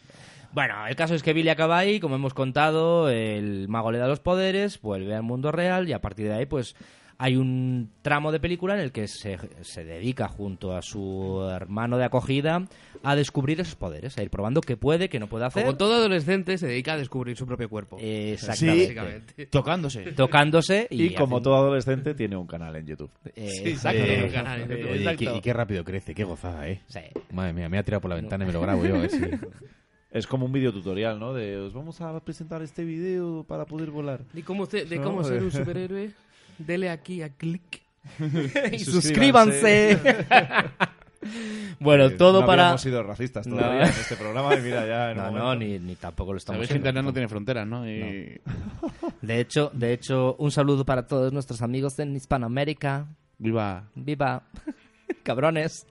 G: Bueno, el caso es que Billy acaba ahí, como hemos contado, el mago le da los poderes, vuelve al mundo real y a partir de ahí, pues hay un tramo de película en el que se, se dedica junto a su hermano de acogida a descubrir esos poderes, a ir probando qué puede, qué no puede hacer. Eh,
D: Como todo adolescente se dedica a descubrir su propio cuerpo.
G: Exactamente.
E: eh,
D: Básicamente.
E: Tocándose.
G: Tocándose y,
B: Y, como
G: hacen-
B: todo adolescente tiene un canal en YouTube.
G: eh,
D: Sí, exacto,
G: eh,
D: un canal en
G: eh,
D: YouTube.
C: Oye, y
D: Exacto.
C: qué- y qué rápido crece, qué gozada, ¿eh?
G: sí.
C: Madre mía, me ha tirado por la ventana y me lo grabo yo. ¿eh? Sí.
B: Es como un video tutorial, ¿no? De os vamos a presentar este video para poder volar.
D: ¿Y cómo usted- de cómo ser un superhéroe? Dele aquí a clic.
G: y suscríbanse. bueno,
B: Eh,
G: todo
B: no
G: para.
B: Hemos sido racistas
G: No.
B: todavía en este programa y mira ya. en un
G: No,
B: momento.
G: no, ni, ni tampoco lo estamos
E: Sabéis que Internet no
G: haciendo.
E: tiene fronteras, ¿no? Y...
G: De hecho, de hecho, un saludo para todos nuestros amigos en Hispanoamérica.
E: Viva.
G: Viva. Cabrones.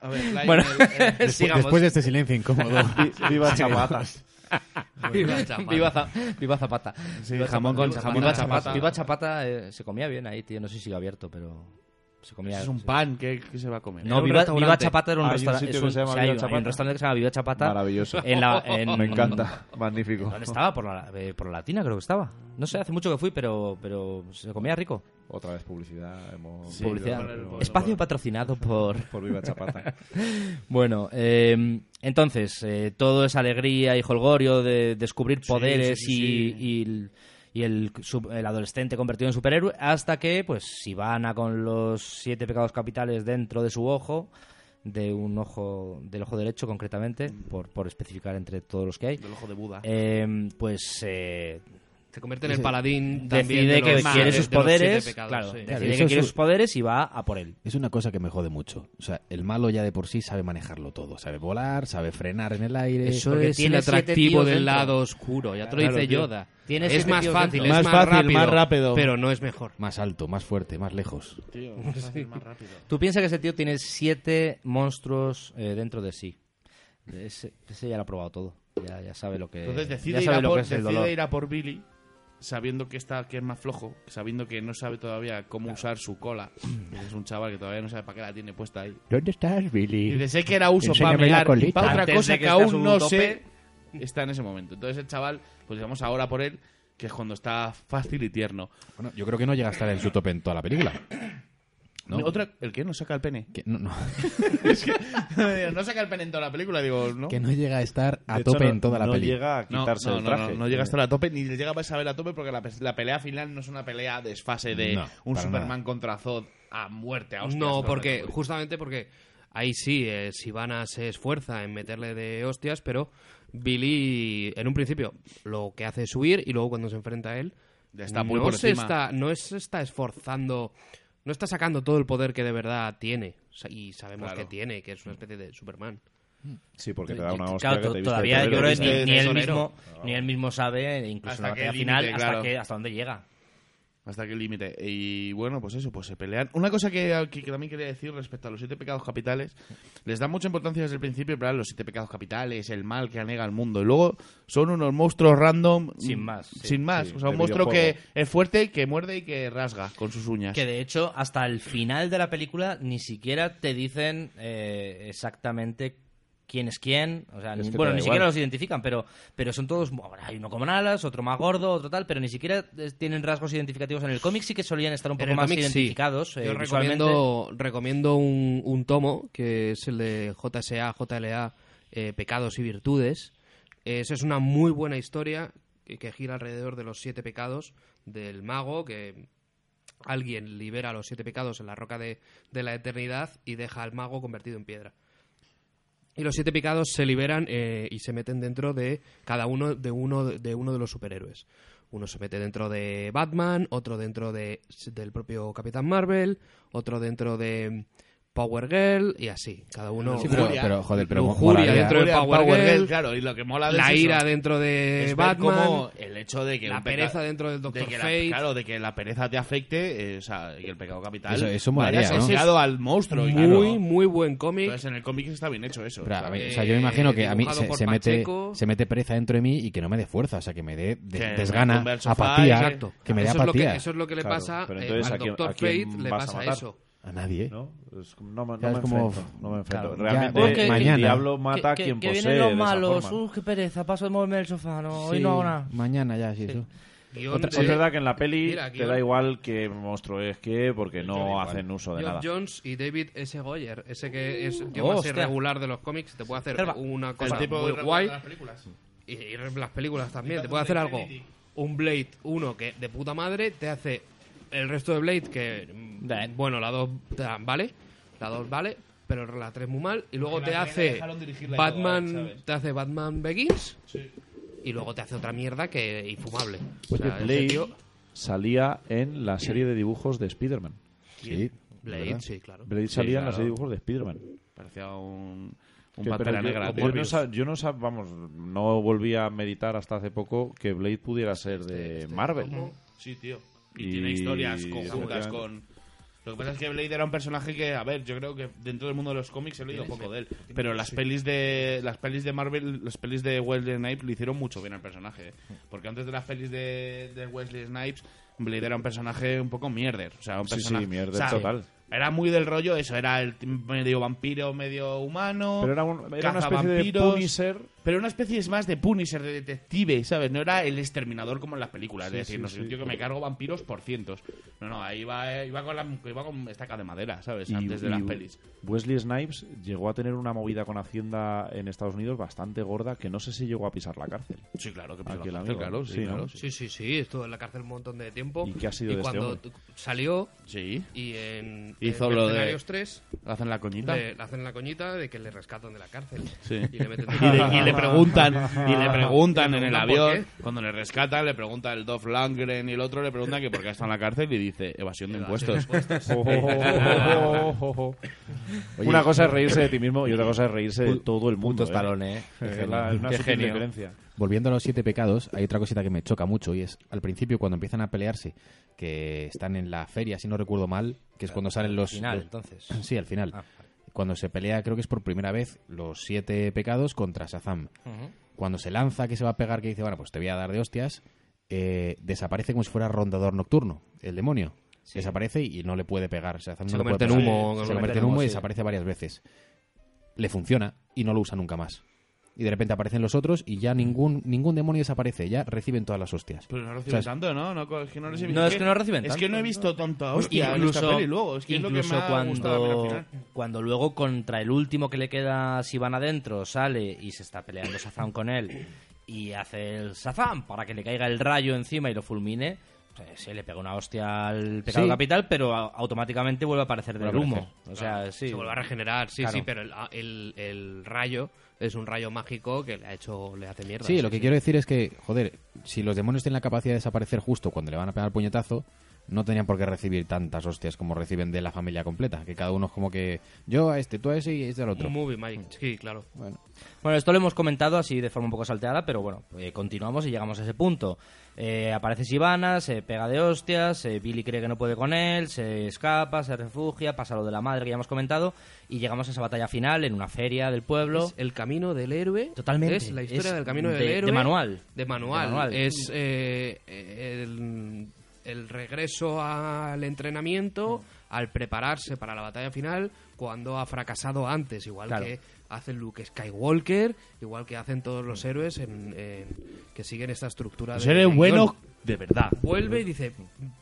E: A ver, Lion,
G: Bueno,
E: el- el-
C: Después, después de este silencio incómodo.
B: Vi- Viva chapatas.
D: Viva, chaval.
G: Viva, Za- viva Zapata.
E: Sí,
G: Viva
E: jamón con-
G: Viva-
E: jamón
G: viva
E: con
G: Zapata.
E: Zapata.
G: Viva Zapata eh, se comía bien ahí, tío. No sé si sigue abierto, pero se comía.
E: Es un pan, ¿qué, qué se va a comer?
G: No,
E: Era un
G: viva,
E: restaurante.
G: Viva Chapata era un
B: Hay un
G: restaurante.
B: sitio
G: es
B: que
G: un-
B: se
G: sí,
B: llama Viva
G: hay un- hay un
B: Chapata.
G: restaurante que se llama Viva Chapata.
B: Maravilloso.
G: En la- en-
B: Me encanta. Magnífico.
G: ¿Dónde estaba? Por la, eh, por la latina creo que estaba. No sé, hace mucho que fui, pero, pero se comía rico.
B: Otra vez publicidad. Hemos
G: Publicidad.
B: Pero- pero-
G: Espacio patrocinado por...
B: Por Viva Chapata.
G: Bueno, eh, entonces, eh, todo es alegría y holgorio de descubrir poderes
E: sí, sí,
G: y, y el- y el, sub- el adolescente convertido en superhéroe, hasta que, pues, Sivana con los siete pecados capitales dentro de su ojo, de un ojo, del ojo derecho concretamente,
D: Mm.
G: por, por especificar entre todos los que hay,
E: Del ojo de Buda.
G: eh, pues eh,
D: Se convierte en el paladín también
G: decide
D: de
G: que
D: los- eh,
G: quiere
D: de-
G: sus
D: de los siete
G: poderes,
D: pecados,
G: claro,
D: sí.
G: decide
C: Claro,
G: que
C: eso es
G: quiere
C: su-
G: sus poderes y va a por él.
C: Es una cosa que me jode mucho. O sea, el malo ya de por sí sabe manejarlo todo. Sabe volar, sabe frenar en el aire.
D: Eso
G: Porque
D: es el
G: tiene siete
D: atractivo
G: tíos
D: del
G: dentro.
D: lado oscuro, ya te lo
G: Claro,
D: dice
G: tío.
D: Yoda.
G: Tiene
D: Es
G: siete
D: más
G: tíos
D: fácil, es
G: dentro.
D: más,
E: Más fácil,
D: rápido,
E: más rápido.
D: pero no es mejor.
C: Más alto, más fuerte, más lejos.
G: Tú piensas que ese tío tiene siete monstruos eh, dentro de sí. Ese, ese ya lo ha probado todo. Ya, ya sabe lo que,
E: Entonces
G: Eh, ya
E: decide, ir
G: sabe
E: a,
G: lo
E: por,
G: que es el
E: decide
G: dolor.
E: ir a por Billy sabiendo que está que es más flojo, sabiendo que no sabe todavía cómo usar su cola. Es un chaval que todavía no sabe para qué la tiene puesta ahí.
H: ¿Dónde estás, Billy?
E: Y dice, sé que era uso para
H: Enséñame la
E: mirar,
H: colita.
E: para otra
G: Antes
E: cosa
G: de
E: que,
G: que estés
E: aún
G: un
E: no
G: tope.
E: sé, está en ese momento. Entonces el chaval, pues digamos ahora por él, que es cuando está fácil y tierno.
C: Bueno, yo creo que no llega a estar en su tope en toda la película. ¿No?
E: Otra, ¿El qué? ¿No saca el pene?
C: Que no, no,
E: no saca el pene en toda la película, digo, ¿no?
C: que no llega a estar a
B: De hecho,
C: tope
B: no-
C: en toda la
B: no
C: película.
B: llega a
E: No,
B: quitarse
E: no,
B: el
E: no,
B: traje.
E: no, no llega hasta la tope, ni llega a saber a tope porque la, pe- la pelea final no es una pelea desfase de
C: No,
E: un
C: para
E: Superman
C: nada.
E: contra Zod a muerte, a hostias.
D: No,
E: todo el
D: porque
E: tiempo.
D: justamente porque ahí sí, eh, Sivana se esfuerza en meterle de hostias, pero Billy en un principio lo que hace es huir y luego cuando se enfrenta a él
E: Ya está muy
D: no
E: por
D: se
E: encima.
D: está no es- se está esforzando, no está sacando todo el poder que de verdad tiene Sa- y sabemos
E: Claro.
D: que tiene, que es una especie de Superman.
B: Sí, porque te da una
G: Eh, Claro,
B: hostia que te viste
G: todavía
B: de
G: yo
B: torero,
G: creo que
B: te
G: ni,
B: viste
E: de
G: ni él
E: tesorero.
G: mismo, ni él mismo sabe, eh, incluso en
E: Hasta
G: la
E: qué
G: batalla
E: límite,
G: final, hasta,
E: claro.
G: que, hasta dónde llega.
E: Hasta qué límite. Y bueno, pues eso, pues se pelean. Una cosa que, que- que también quería decir respecto a los siete pecados capitales, les da mucha importancia desde el principio, pero los siete pecados capitales, el mal que anega al mundo. Y luego son unos monstruos random.
G: Sin
E: mm,
G: más, sí.
E: sin más.
B: Sí,
E: o sea, un
B: de
E: monstruo que
B: videojuego.
E: es fuerte, que muerde y que rasga con sus uñas.
G: Que de hecho, hasta el final de la película ni siquiera te dicen eh, exactamente quién es quién. O sea,
B: Es
G: ni-
B: que te
G: bueno,
B: da
G: ni
B: igual.
G: siquiera los identifican, pero, pero son todos. bueno, hay uno con alas, otro más gordo, otro tal, pero ni siquiera eh, tienen rasgos identificativos en el cómic. Sí que solían estar un
D: En
G: poco
D: el
G: más
D: cómic, sí.
G: identificados. eh,
D: Yo
G: visualmente.
D: recomiendo, recomiendo un, un tomo que es el de JSA, JLA, eh, Pecados y Virtudes. Esa es una muy buena historia que, que gira alrededor de los siete pecados del mago, que alguien libera los siete pecados en la roca de, de la eternidad y deja al mago convertido en piedra. Y los siete pecados se liberan eh, y se meten dentro de cada uno de uno de uno de los superhéroes. Uno se mete dentro de Batman, otro dentro de, del propio Capitán Marvel, otro dentro de Power Girl y así. Cada uno.
C: Sí, pero,
E: Lujuria. ¿eh?
C: pero, joder, pero
D: Lujuria
C: molaría-
D: dentro de
E: Julia,
D: Power Girl,
E: claro, y lo que mola de
D: la
E: eso
D: ira dentro de
E: es ver
D: Batman.
E: cómo el hecho de que
D: la
E: un peca-
D: pereza dentro del
E: de
D: Dr.
E: que la-
D: Fate.
E: claro, de que la pereza te afecte, eh, o sea, y el pecado capital
C: Eso- eso
E: vaya
C: molaría, ¿no?
E: asociado al monstruo. y
D: muy,
E: claro,
D: muy buen cómic.
E: Entonces en el cómic está bien hecho eso.
C: Pero a
E: ¿sabes?
C: mí- o sea, yo me imagino que a mí
D: dibujado
C: se,
D: por
C: se mete,
D: Pacheco.
C: se mete pereza dentro de mí y que no me dé fuerza, o sea, que me dé de-
E: Que me
C: desgana,
E: tumbe al sofá,
C: apatía,
E: exacto.
C: que me dé
D: eso, es lo que,
C: apatía.
D: eso es lo que le
B: Claro,
D: pasa
B: pero
D: eh,
B: entonces,
D: al
B: ¿a quién-
D: Dr.
B: a quién
D: Fate, le
B: vas a
D: pasa
B: matar?
D: eso.
C: A nadie, ¿eh?
B: ¿no? Es como- no, me- no
C: Claro,
B: me
C: es como-
B: enfrento, no me enfrento.
C: claro,
B: Realmente
C: ya,
B: el
C: que-
B: mañana.
C: que-
B: diablo mata a quien
G: que
B: posee.
G: vienen
B: de
G: los
B: esa
G: malos. uh.
B: forma.
G: Uf, qué pereza. Paso de moverme el sofá. No, hoy
C: Sí,
G: no hago nada.
C: Mañana ya, sí. eso.
D: Guión
B: Otra-
D: de-
B: Es verdad que en la peli
D: Mira, aquí
B: te
D: un-
B: da igual qué monstruo es que porque
C: da
B: no
C: igual.
B: hacen uso de
D: Geoff
B: nada.
D: Jones y David S. Goyer, ese que es el tío más
G: hostia.
D: irregular de los cómics, te puede hacer
G: Observa.
D: una
E: El
D: cosa
E: tipo
D: muy
E: de
D: guay.
E: las películas.
D: Y, y las películas también, te puede hacer algo. Un Blade 1 que de puta madre te hace el resto de Blade que. mm,
G: Da, eh.
D: Bueno, la 2 vale, la 2 vale, pero la 3 muy mal. Y luego
E: La
D: te
E: tres le
D: hace
E: dejaron dirigirla y todo,
D: Batman.
E: ¿sabes?
D: Te hace Batman Begins. Y luego te hace otra mierda que infumable. O sea, ese
B: Pues Blade
D: tío-
B: salía en la serie de dibujos de Spider-Man.
C: Sí,
D: Blade,
C: ¿verdad?
D: sí, claro.
B: Blade
E: Sí,
B: salía en la
E: claro.
B: serie de dibujos de Spider-Man.
E: Parecía un, un
B: Que- pero
E: pantera
B: yo-
E: negra.
B: Yo,
E: tío.
B: no sab- yo no sab- vamos, no volví a meditar hasta hace poco que Blade pudiera ser
E: Este,
B: de Marvel.
E: Sí, tío.
B: Y-
E: Y, tiene historias conjuntas
B: efectivamente.
E: con... Lo que pasa es que Blade era un personaje que, a ver, yo creo que dentro del mundo de los cómics he leído poco de él. Pero las pelis de las pelis de Marvel, las pelis de Wesley Snipes le hicieron mucho bien al personaje. ¿eh? Porque antes de las pelis de, de Wesley Snipes, Blade era un personaje un poco mierder. O sea, un
B: Sí, sí,
E: personaje...
B: mierder
E: o sea,
B: total.
E: Era muy del rollo eso, era el t- medio vampiro, medio humano.
B: Pero era, un- era una especie de
E: cazavampiros.
B: Punisher.
E: Pero una especie es más de Punisher, de detective, ¿sabes? No era el exterminador como en las películas.
B: Sí,
E: es decir,
B: sí,
E: no soy
B: sí.
E: un tío que me cargo vampiros por cientos. No, no, ahí iba, eh, iba, con, la, iba con estaca de madera, ¿sabes?
B: y-
E: Antes de
B: y
E: las pelis.
B: Wesley Snipes llegó a tener una movida con Hacienda en Estados Unidos bastante gorda que no sé si llegó a pisar la cárcel.
E: Sí, claro, que
B: Aquí
E: pasó
B: el
E: la
B: amigo.
E: cárcel, claro, sí,
B: Sí, ¿no?
E: claro. Sí.
D: Sí, sí, sí, estuvo en la cárcel un montón de tiempo.
B: ¿Y qué ha sido de este
D: cuando
B: hombre?
D: salió
E: Sí.
D: y en
E: Hizo
D: en
E: lo de-
D: Mercenarios 3
E: Hacen la coñita.
D: le, le hacen la coñita de que le rescatan de la cárcel.
E: Sí.
D: Y le meten
E: Y le, y le preguntan, y le preguntan
D: Le
E: en el
D: preguntan
E: avión,
D: por
E: cuando le rescatan, le pregunta el Dolph Langren y el otro le pregunta que por qué ha estado en la cárcel y dice evasión de
D: Evasión de
E: impuestos.
C: Oye,
B: una cosa es reírse de ti mismo y otra cosa es reírse de todo el mundo.
G: Puntos
B: ¿eh?
G: talones,
B: Es la- es una
G: Qué
B: sutil
G: genio.
B: diferencia.
C: Volviendo a los siete pecados, hay otra cosita que me choca mucho y es al principio cuando empiezan a pelearse, que están en la feria, si no recuerdo mal, que es cuando salen los...
G: Final, entonces.
C: Sí, al final.
G: Ah,
C: Cuando se pelea, creo que es por primera vez, los siete pecados contra Sazam. Cuando se lanza, que se va a pegar, que dice, bueno, pues te voy a dar de hostias, eh, desaparece como si fuera rondador nocturno, el demonio. Desaparece y no le puede pegar. Shazam
D: Se
C: no le
D: convierte
C: puede
D: en
C: pegar.
D: humo,
C: Se,
D: se
C: convierte
G: convierte
C: en
G: en
C: humo y
G: humo, sí.
C: desaparece varias veces. Le funciona y no lo usa nunca más. Y de repente aparecen los otros y ya ningún, ningún demonio desaparece. Ya reciben todas las hostias.
E: Pero no recibe
C: O sea,
E: tanto, ¿no? No, co- es que no, recibe-
G: No, es que no reciben
E: Es que no he
G: tanto,
E: visto tanta hostia en esta peli luego. Es que es lo que
G: Pues incluso
E: me ha gustado a mí al
G: cuando,
E: final.
G: cuando luego contra el último que le queda si van adentro sale y se está peleando Sazam con él y hace el Sazam para que le caiga el rayo encima y lo fulmine, pues, se le pega una hostia al pecado
C: Sí.
G: capital, pero a- automáticamente vuelve a aparecer del
C: Vuelve a
G: humo.
C: aparecer.
G: O sea, sí.
D: Se vuelve a regenerar, sí,
G: Claro.
D: sí, pero el, el- el rayo es un rayo mágico que le ha hecho, le hace mierda.
C: Sí, lo que quiero decir es que, joder, si los demonios tienen la capacidad de desaparecer justo cuando le van a pegar el puñetazo, no tenían por qué recibir tantas hostias como reciben de la familia completa. Que cada uno es como que yo a este, tú a ese y este al otro.
D: Un movie magic, sí, claro.
G: Bueno, esto lo hemos comentado así de forma un poco salteada, pero bueno, eh, continuamos y llegamos a ese punto. Eh, aparece Sivana, se pega de hostias, eh, Billy cree que no puede con él, se escapa, se refugia, pasa lo de la madre que ya hemos comentado, y llegamos a esa batalla final en una feria del pueblo.
D: Es el camino del héroe.
G: Totalmente.
D: Es la historia
G: Es
D: del camino
G: de-
D: del héroe.
G: de manual.
D: De manual.
G: De manual.
D: Es eh, el, el regreso al entrenamiento,
G: Mm.
D: al prepararse para la batalla final, cuando ha fracasado antes. Igual
G: Claro.
D: que hacen Luke Skywalker, igual que hacen todos
G: Mm.
D: los héroes en- en- que siguen esta estructura.
E: Los
D: de-
E: héroes
D: de
E: buenos
D: guión.
E: de verdad.
D: Vuelve y dice,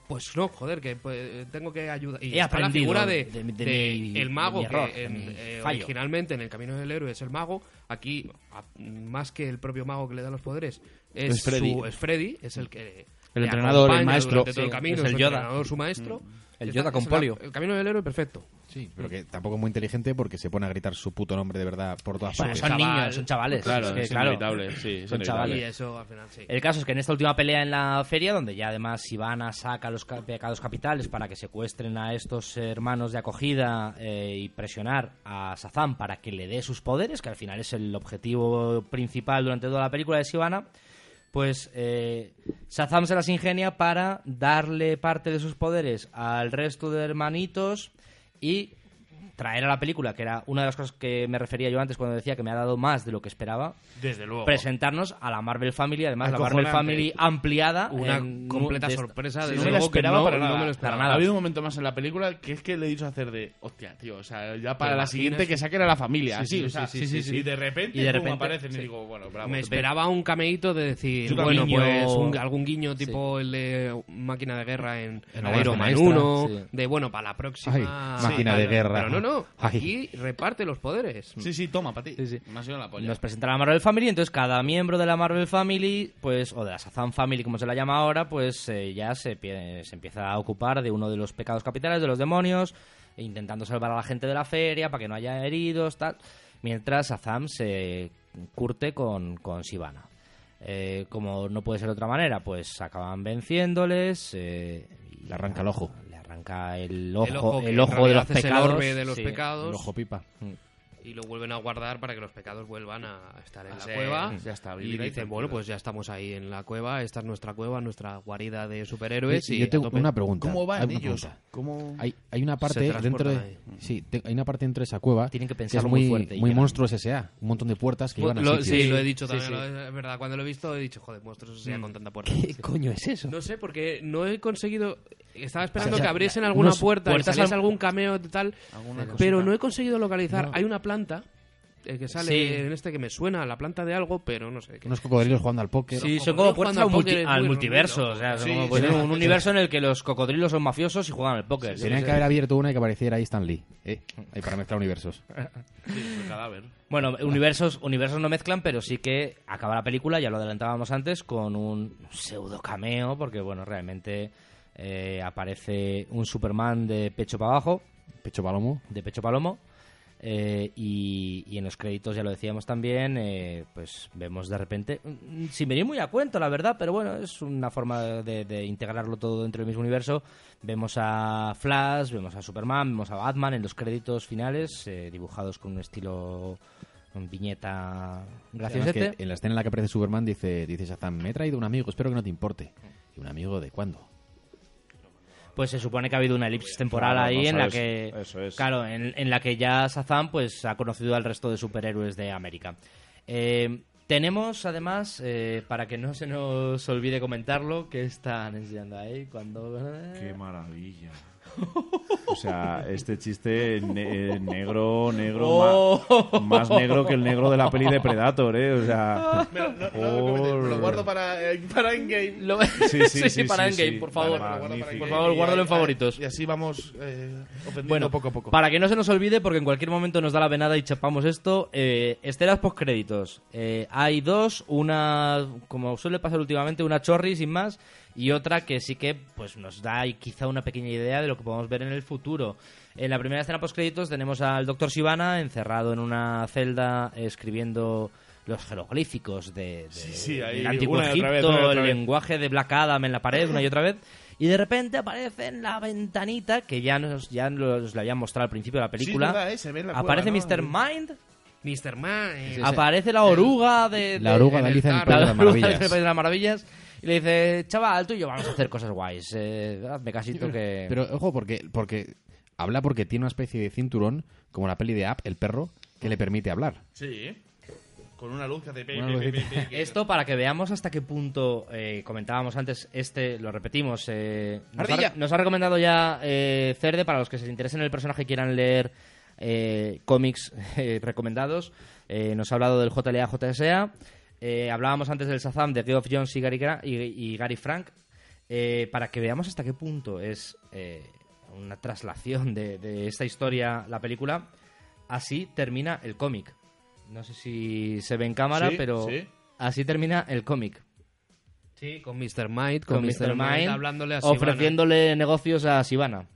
D: pues no, joder, que pues, tengo que ayudar. Y
G: He
D: está la
G: aprendido
D: figura de,
G: de mi- de
D: de
G: mi-
D: el mago,
G: de mi error,
D: que en-
G: de mi
D: eh,
G: fallo.
D: originalmente en el Camino del Héroe es el mago. Aquí, a- más que el propio mago que le da los poderes, es,
E: Es Freddy.
D: su- es Freddy, es el que...
E: El
D: le
E: entrenador, el
D: acompaña
E: maestro.
D: durante todo el
G: Sí,
D: camino,
G: es
D: es
G: el
D: su
G: Yoda. Mm,
D: entrenador, su maestro.
G: El
D: Está-
G: Yoda con
D: es la-
G: polio.
D: el Camino del Héroe, perfecto.
C: Sí, pero que tampoco es muy inteligente porque se pone a gritar su puto nombre de verdad por todas
G: Bueno,
C: partes.
G: son
D: chaval.
G: niños, son chavales.
E: Claro,
G: que,
E: es inevitable, sí, es
G: son
E: inevitable.
G: chavales.
D: Y eso, al final, sí.
G: El caso es que en esta última pelea en la feria, donde ya además Ivana saca los ca- pecados capitales para que secuestren a estos hermanos de acogida eh, y presionar a Sazam para que le dé sus poderes, que al final es el objetivo principal durante toda la película de Sivana, pues eh, Sazam se las ingenia para darle parte de sus poderes al resto de hermanitos y traer a la película, que era una de las cosas que me refería yo antes cuando decía que me ha dado más de lo que esperaba,
E: Desde luego.
G: presentarnos a la Marvel Family, además la Marvel
E: Acojonante.
G: Family ampliada.
D: eh. Una
G: en-
D: completa
G: de-
D: sorpresa,
G: Sí,
D: desde
G: no me la
D: luego, que
G: esperaba
D: no-
G: para
D: no
G: nada.
D: me lo esperaba.
G: para nada.
E: Ha habido un momento más en la película que es que le hizo hacer de, hostia, tío, o sea, ya para
D: ¿Te
E: la
D: imaginas?
E: siguiente que saquen a la familia.
D: Sí,
E: así,
D: sí,
E: o sea,
D: sí, sí, sí, sí.
E: Y de repente,
G: Y de
E: pum,
G: repente,
E: aparecen
G: sí.
E: y digo, bueno, bravo.
D: Me
E: pues ve.
D: esperaba un cameíto de decir,
E: Yo
D: bueno,
E: guiño-
D: pues un- algún guiño tipo el de Máquina de Guerra en,
G: Alguna
D: Iron Man
G: escena extra,
D: 1,
G: sí.
D: de bueno, para la próxima...
C: Ay,
D: Sí,
C: máquina de
D: tal.
C: guerra.
D: Pero no, no,
C: Ay.
D: aquí reparte los poderes.
E: Sí, sí, toma, para ti.
G: Sí, sí.
E: Me ha sido la polla.
G: Nos presenta la Marvel Family, entonces cada miembro de la Marvel Family, pues, o de la Shazam Family, como se la llama ahora, pues eh, ya se, pie- se empieza a ocupar de uno de los pecados capitales, de los demonios, e intentando salvar a la gente de la feria para que no haya heridos, tal. Mientras Shazam se curte con, con Sivana. Eh, como no puede ser de otra manera, pues acaban venciéndoles. eh, y
C: Le arranca el ojo.
G: Le arranca el ojo, el ojo,
D: que en
G: de
D: realidad
G: los
D: es el
G: pecados.
D: orbe de los
G: sí.
D: pecados.
C: El ojo pipa.
D: y lo vuelven a guardar para que los pecados vuelvan a estar en
E: A
D: la
E: ser-
D: cueva.
E: ya está,
D: y
E: vivir ahí
D: dicen,
E: tranquilo.
D: bueno, pues ya estamos ahí en la cueva, esta es nuestra cueva, nuestra guarida de superhéroes.
C: Y
D: Y
C: yo tengo
D: a tope.
C: una pregunta.
E: ¿Cómo van
C: hay una
E: ellos?
C: pregunta.
E: ¿Cómo...?
C: Hay, hay una parte dentro
D: transportan
C: de, Mm. sí, te- hay una parte dentro de esa cueva
G: Tienen que
C: es
G: pensarlo muy
C: muy,
G: fuerte y
C: muy
G: que-
C: monstruos S.A. Un montón de puertas que
D: Lo-
C: iban a
D: lo-
C: sitios.
D: sí, lo he dicho
G: Sí,
D: también,
G: sí.
D: lo- es verdad, cuando lo he visto he dicho, joder, monstruos sea con tanta puerta.
G: ¿Qué coño es eso?
D: No sé, porque no he conseguido. Estaba esperando
G: O sea,
D: que abriesen alguna
G: unos
D: puerta, que
G: puertas
D: saliese
G: al-
D: algún cameo de tal,
E: Alguna cosita.
D: pero no he conseguido localizar. Hay una planta eh, que sale
G: Sí.
D: en este que me suena a la planta de algo, pero no sé. qué.
C: Unos cocodrilos jugando al póker.
G: Sí,
D: Los
G: son como
D: cocodrilos
G: puertas
D: jugando
G: al,
D: al
G: multi-
D: póker es
G: al
D: muy-
G: multiverso.
D: muy
G: O sea, son
E: Sí,
G: como,
E: sí,
G: pues,
E: sí,
G: un
E: sí.
G: universo en el que los cocodrilos son mafiosos y juegan al póker. yo
C: Tenían
G: qué sé.
C: que haber abierto una y que apareciera Stan Lee. Eh, ahí para mezclar universos.
E: El cadáver.
G: Bueno, universos, universos no mezclan, pero sí que acaba la película, ya lo adelantábamos antes, con un pseudo cameo, porque bueno, realmente eh, aparece un Superman de pecho para abajo,
C: Pecho palomo.
G: de pecho palomo. eh, y, y en los créditos, ya lo decíamos también, eh, pues vemos de repente, mm, mm, sin venir muy a cuento, la verdad, pero bueno, es una forma de, de integrarlo todo dentro del mismo universo. Vemos a Flash, vemos a Superman, vemos a Batman en los créditos finales, eh, dibujados con un estilo con viñeta
C: Además que
G: graciosete.
C: en la escena en la que aparece Superman dice, dice Shazam, me he traído un amigo, espero que no te importe. ¿Y un amigo de cuándo?
G: Pues se supone que ha habido una elipsis temporal
B: Claro,
G: ahí
B: no
G: en la
B: sabes.
G: que
B: Eso es.
G: claro, en, en la que ya Shazam pues ha conocido al resto de superhéroes de América. Eh, tenemos además eh, para que no se nos olvide comentarlo que están enseñando ahí cuando
E: Eh.
B: Qué maravilla. O sea, este chiste ne- eh, negro, negro,
E: Oh.
G: ¡Oh!
B: ma- más negro que el negro de la peli de Predator, ¿eh? O sea,
E: Me lo, no, no, no, me lo guardo para, eh, para Endgame.
G: Lo-
B: Sí, sí, sí,
G: para
B: sí,
G: Endgame,
B: sí.
G: por favor.
B: Vale, vale.
E: Magnífico.
B: Por
G: favor, guárdalo en favoritos.
E: Y así vamos eh, ofendiendo
G: Bueno,
E: poco a poco.
G: para que no se nos olvide, porque en cualquier momento nos da la venada y chapamos esto, eh, estelas postcréditos. Eh, hay dos, una, como suele pasar últimamente, una chorri sin más, y otra que sí que pues nos da y quizá una pequeña idea de lo que podemos ver en el futuro. En la primera escena postcréditos tenemos al doctor Sivana encerrado en una celda eh, escribiendo los jeroglíficos de, de-
E: sí, ahí
G: del antiguo
E: una y otra
G: Egipto,
E: vez, una y otra
G: el
E: vez.
G: lenguaje de Black Adam en la pared una y otra vez. Y de repente aparece en la ventanita, que ya nos, ya nos la habían mostrado al principio de la película.
E: es verdad, eh, se ve en la
G: aparece
E: cueva,
G: Mr.
E: ¿no?
G: Mind,
D: Mr. Man.
G: aparece la oruga de...
C: La
G: de-
C: oruga
G: en
C: de
G: el
C: Alicia en el
G: tar-
C: País de las
G: la oruga de Alicia en el
C: Maravillas.
G: País de las Maravillas. Y le dice, chaval, tú y yo vamos a hacer cosas guays. eh, hazme casito que...
C: Pero ojo, porque, porque habla porque tiene una especie de cinturón, como la peli de App, el perro, que le permite hablar.
E: Sí, con una luz que hace... pi,
C: Una
E: pi, pi,
C: lucecita.
E: pi, pi, pi.
G: Esto para que veamos hasta qué punto eh, comentábamos antes, este lo repetimos. eh, nos, ha,
E: Ardilla.
G: nos ha recomendado ya eh, Cerde, para los que se interesen en el personaje y quieran leer eh, cómics eh, recomendados. eh, nos ha hablado del JLA JSA. eh, hablábamos antes del Shazam de Geoff Jones y Gary, Gra- y, y Gary Frank. eh, para que veamos hasta qué punto es eh, una traslación de, de esta historia, la película, así termina el cómic. No sé si se ve en cámara,
E: Sí,
G: pero
E: sí.
G: así termina el cómic.
D: Sí, con Mr. Might,
G: Con,
D: con,
G: Mr. Mind
D: hablándole a Sivana. ¿eh?
G: ofreciéndole negocios a Sivana.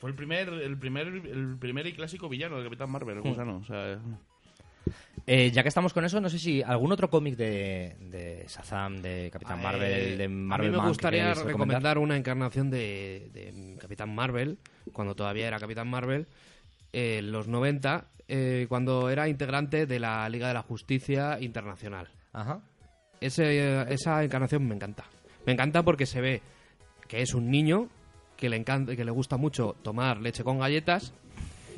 E: Fue el primer, el primer, el primer y clásico villano de Capitán Marvel, el gusano. O sea,
G: Eh, ya que estamos con eso, no sé si algún otro cómic de, de Shazam, de Capitán
D: Eh,
G: Marvel, de Marvel
D: a mí me
G: Man que
D: gustaría
G: queréis
D: recomendar, una encarnación de, de Capitán Marvel, cuando todavía era Capitán Marvel, eh, en los 90, eh, cuando era integrante de la Liga de la Justicia Internacional.
G: Ajá.
D: Ese- esa encarnación me encanta. Me encanta porque se ve que es un niño que le, encanta, que le gusta mucho tomar leche con galletas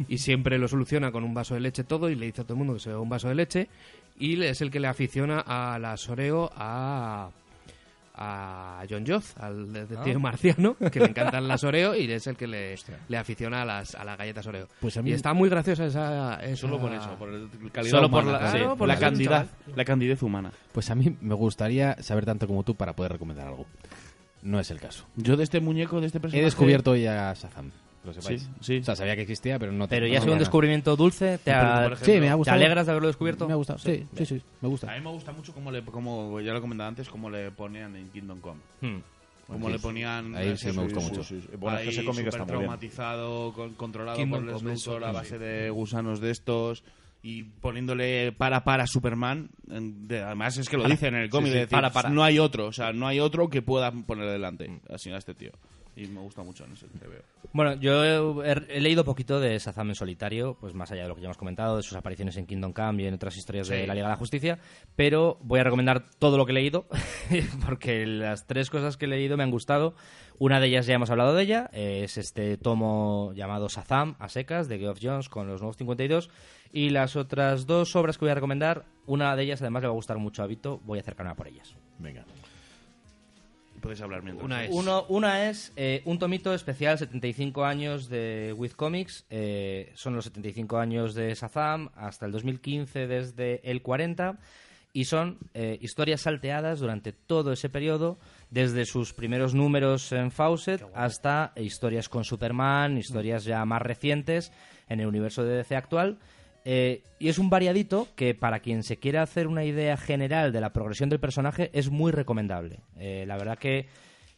D: y siempre lo soluciona con un vaso de leche todo y le dice a todo el mundo que se beba un vaso de leche y es el que le aficiona a la Soreo a a John Joth, al detective
G: Ah.
D: marciano, que le encantan las Oreo y es el que le, le aficiona a las, a las galletas Oreo.
C: Pues a mí-
D: Y está muy graciosa esa... esa-
I: Solo por eso, por el calidad
E: Solo por
I: humana,
E: la,
I: claro,
E: sí,
D: por
E: la
D: la
E: cantidad,
D: cantidad.
E: la cantidad humana.
C: Pues a mí me gustaría saber tanto como tú para poder recomendar algo. No es el caso.
E: Yo de este muñeco, de este personaje...
C: He descubierto hoy a Shazam, que lo sepáis.
E: Sí, sí.
C: O sea, sabía que existía, pero no
G: Pero ya
C: tenía-
G: ha
C: no
G: sido un
C: tenía nada.
G: descubrimiento dulce. Te, ha-
I: por
C: Sí, me ha
G: ¿te
C: gustado.
G: alegras de haberlo descubierto?
C: Me ha gustado, sí, sí, sí, me
E: A
C: gusta.
E: mí me gusta mucho como, le, como ya lo comentaba antes, como le ponían en Kingdom Come.
G: Hmm.
E: Como
C: Sí,
E: le
C: sí.
E: ponían...
C: Ahí sí me gustó mucho.
B: Bueno, es que ese cómic está muy bien.
E: traumatizado, controlado
D: Kingdom
E: por el
D: Come,
E: Luthor
D: eso,
E: a
D: sí.
E: base de gusanos de estos y poniéndole para para Superman. en- de- además es que lo dicen en el cómic,
G: sí,
E: de decir,
G: para, para.
E: no hay otro, o sea, no hay otro que pueda poner delante así a este tío. Y me gusta mucho, no sé, te veo.
G: Bueno, yo he, he leído poquito de Shazam en solitario, pues más allá de lo que ya hemos comentado, de sus apariciones en Kingdom Come y en otras historias de la Liga de la Justicia, pero voy a recomendar todo lo que he leído, porque las tres cosas que he leído me han gustado. Una de ellas ya hemos hablado de ella, es este tomo llamado Shazam a secas de Geoff Jones con los nuevos 52, y las otras dos obras que voy a recomendar, una de ellas además le va a gustar mucho a Vito, voy a acercarme a por ellas.
C: Venga.
E: Podéis hablar mientras.
D: Una es-
G: Uno- una es eh, un tomito especial, 75 años de With Comics. eh, son los 75 años de Shazam hasta el 2015 desde el 40. Y son eh, historias salteadas durante todo ese periodo, desde sus primeros números en Fawcett hasta historias con Superman, historias ya más recientes en el universo de DC actual. Eh, y es un variadito que para quien se quiera hacer una idea general de la progresión del personaje es muy recomendable. Eh, la verdad que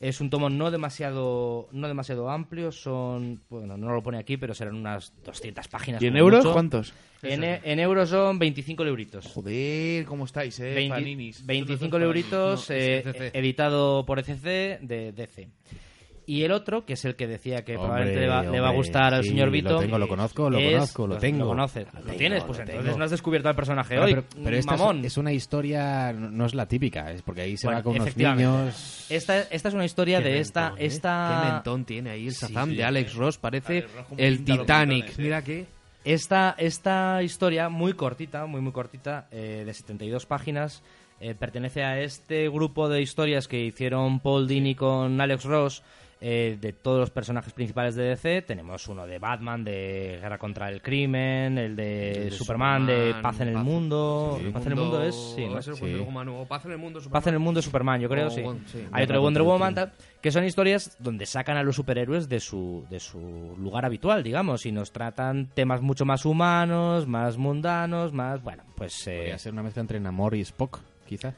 G: es un tomo no demasiado, no demasiado amplio, son, bueno, no lo pone aquí, pero serán unas 200 páginas.
E: ¿Y en
G: como
E: euros
G: mucho.
E: cuántos?
G: En, e- en euros son 25 libritos.
I: Joder, ¿cómo estáis, eh?
G: 20
I: Paninis.
G: 25 libritos, eh, editado por ECC de DC. Y el otro, que es el que decía que
C: Hombre,
G: probablemente le va, le va a
C: hombre,
G: gustar al
C: sí,
G: señor
C: lo
G: Vito.
C: tengo, lo conozco, lo
G: es-
C: conozco, lo tengo.
G: Lo conoces,
C: Lo
G: lo,
C: tengo,
G: tienes, pues
C: lo
G: entonces
C: tengo.
G: no has descubierto al personaje
C: Pero,
G: hoy.
C: pero- pero esta es-
G: Mamón.
C: es una historia, no- no es la típica, es porque ahí se
G: Bueno,
C: va con unos
G: efectivamente.
C: niños.
G: Esta, esta es una historia
D: Qué
G: de esta...
D: mentón, ¿eh? Qué
G: esta
D: mentón tiene ahí el
G: Sí,
D: Shazam
G: sí.
D: de Alex Ross, parece
E: Alex Ross con
D: el
E: pinta los
D: Titanic.
E: pintones, eh.
D: Mira que
G: Esta, esta historia, muy cortita, muy muy cortita, eh, de 72 páginas, eh, pertenece a este grupo de historias que hicieron Paul Dini con Alex Ross. eh, de todos los personajes principales de DC, tenemos uno de Batman, de Guerra contra el Crimen, el de,
D: El de
G: Superman, de
D: Superman,
G: Paz en el
D: Paz-
G: Mundo.
D: Sí.
G: Paz en el Mundo es. sí, ¿no?
D: Va a ser
C: Sí.
D: Wonder Woman o Paz en el mundo. Superman.
G: Paz en el mundo de Superman, yo
C: Oh,
G: creo,
D: O
G: sí.
D: Won- sí.
G: Hay otro
C: Guerra
G: de Wonder
C: contra el
G: Woman, tal, que son historias donde sacan a los superhéroes de su, de su lugar habitual, digamos, y nos tratan temas mucho más humanos, más mundanos, más... Bueno, pues... eh,
C: Podría ser una mezcla entre Namor y Spock, quizá.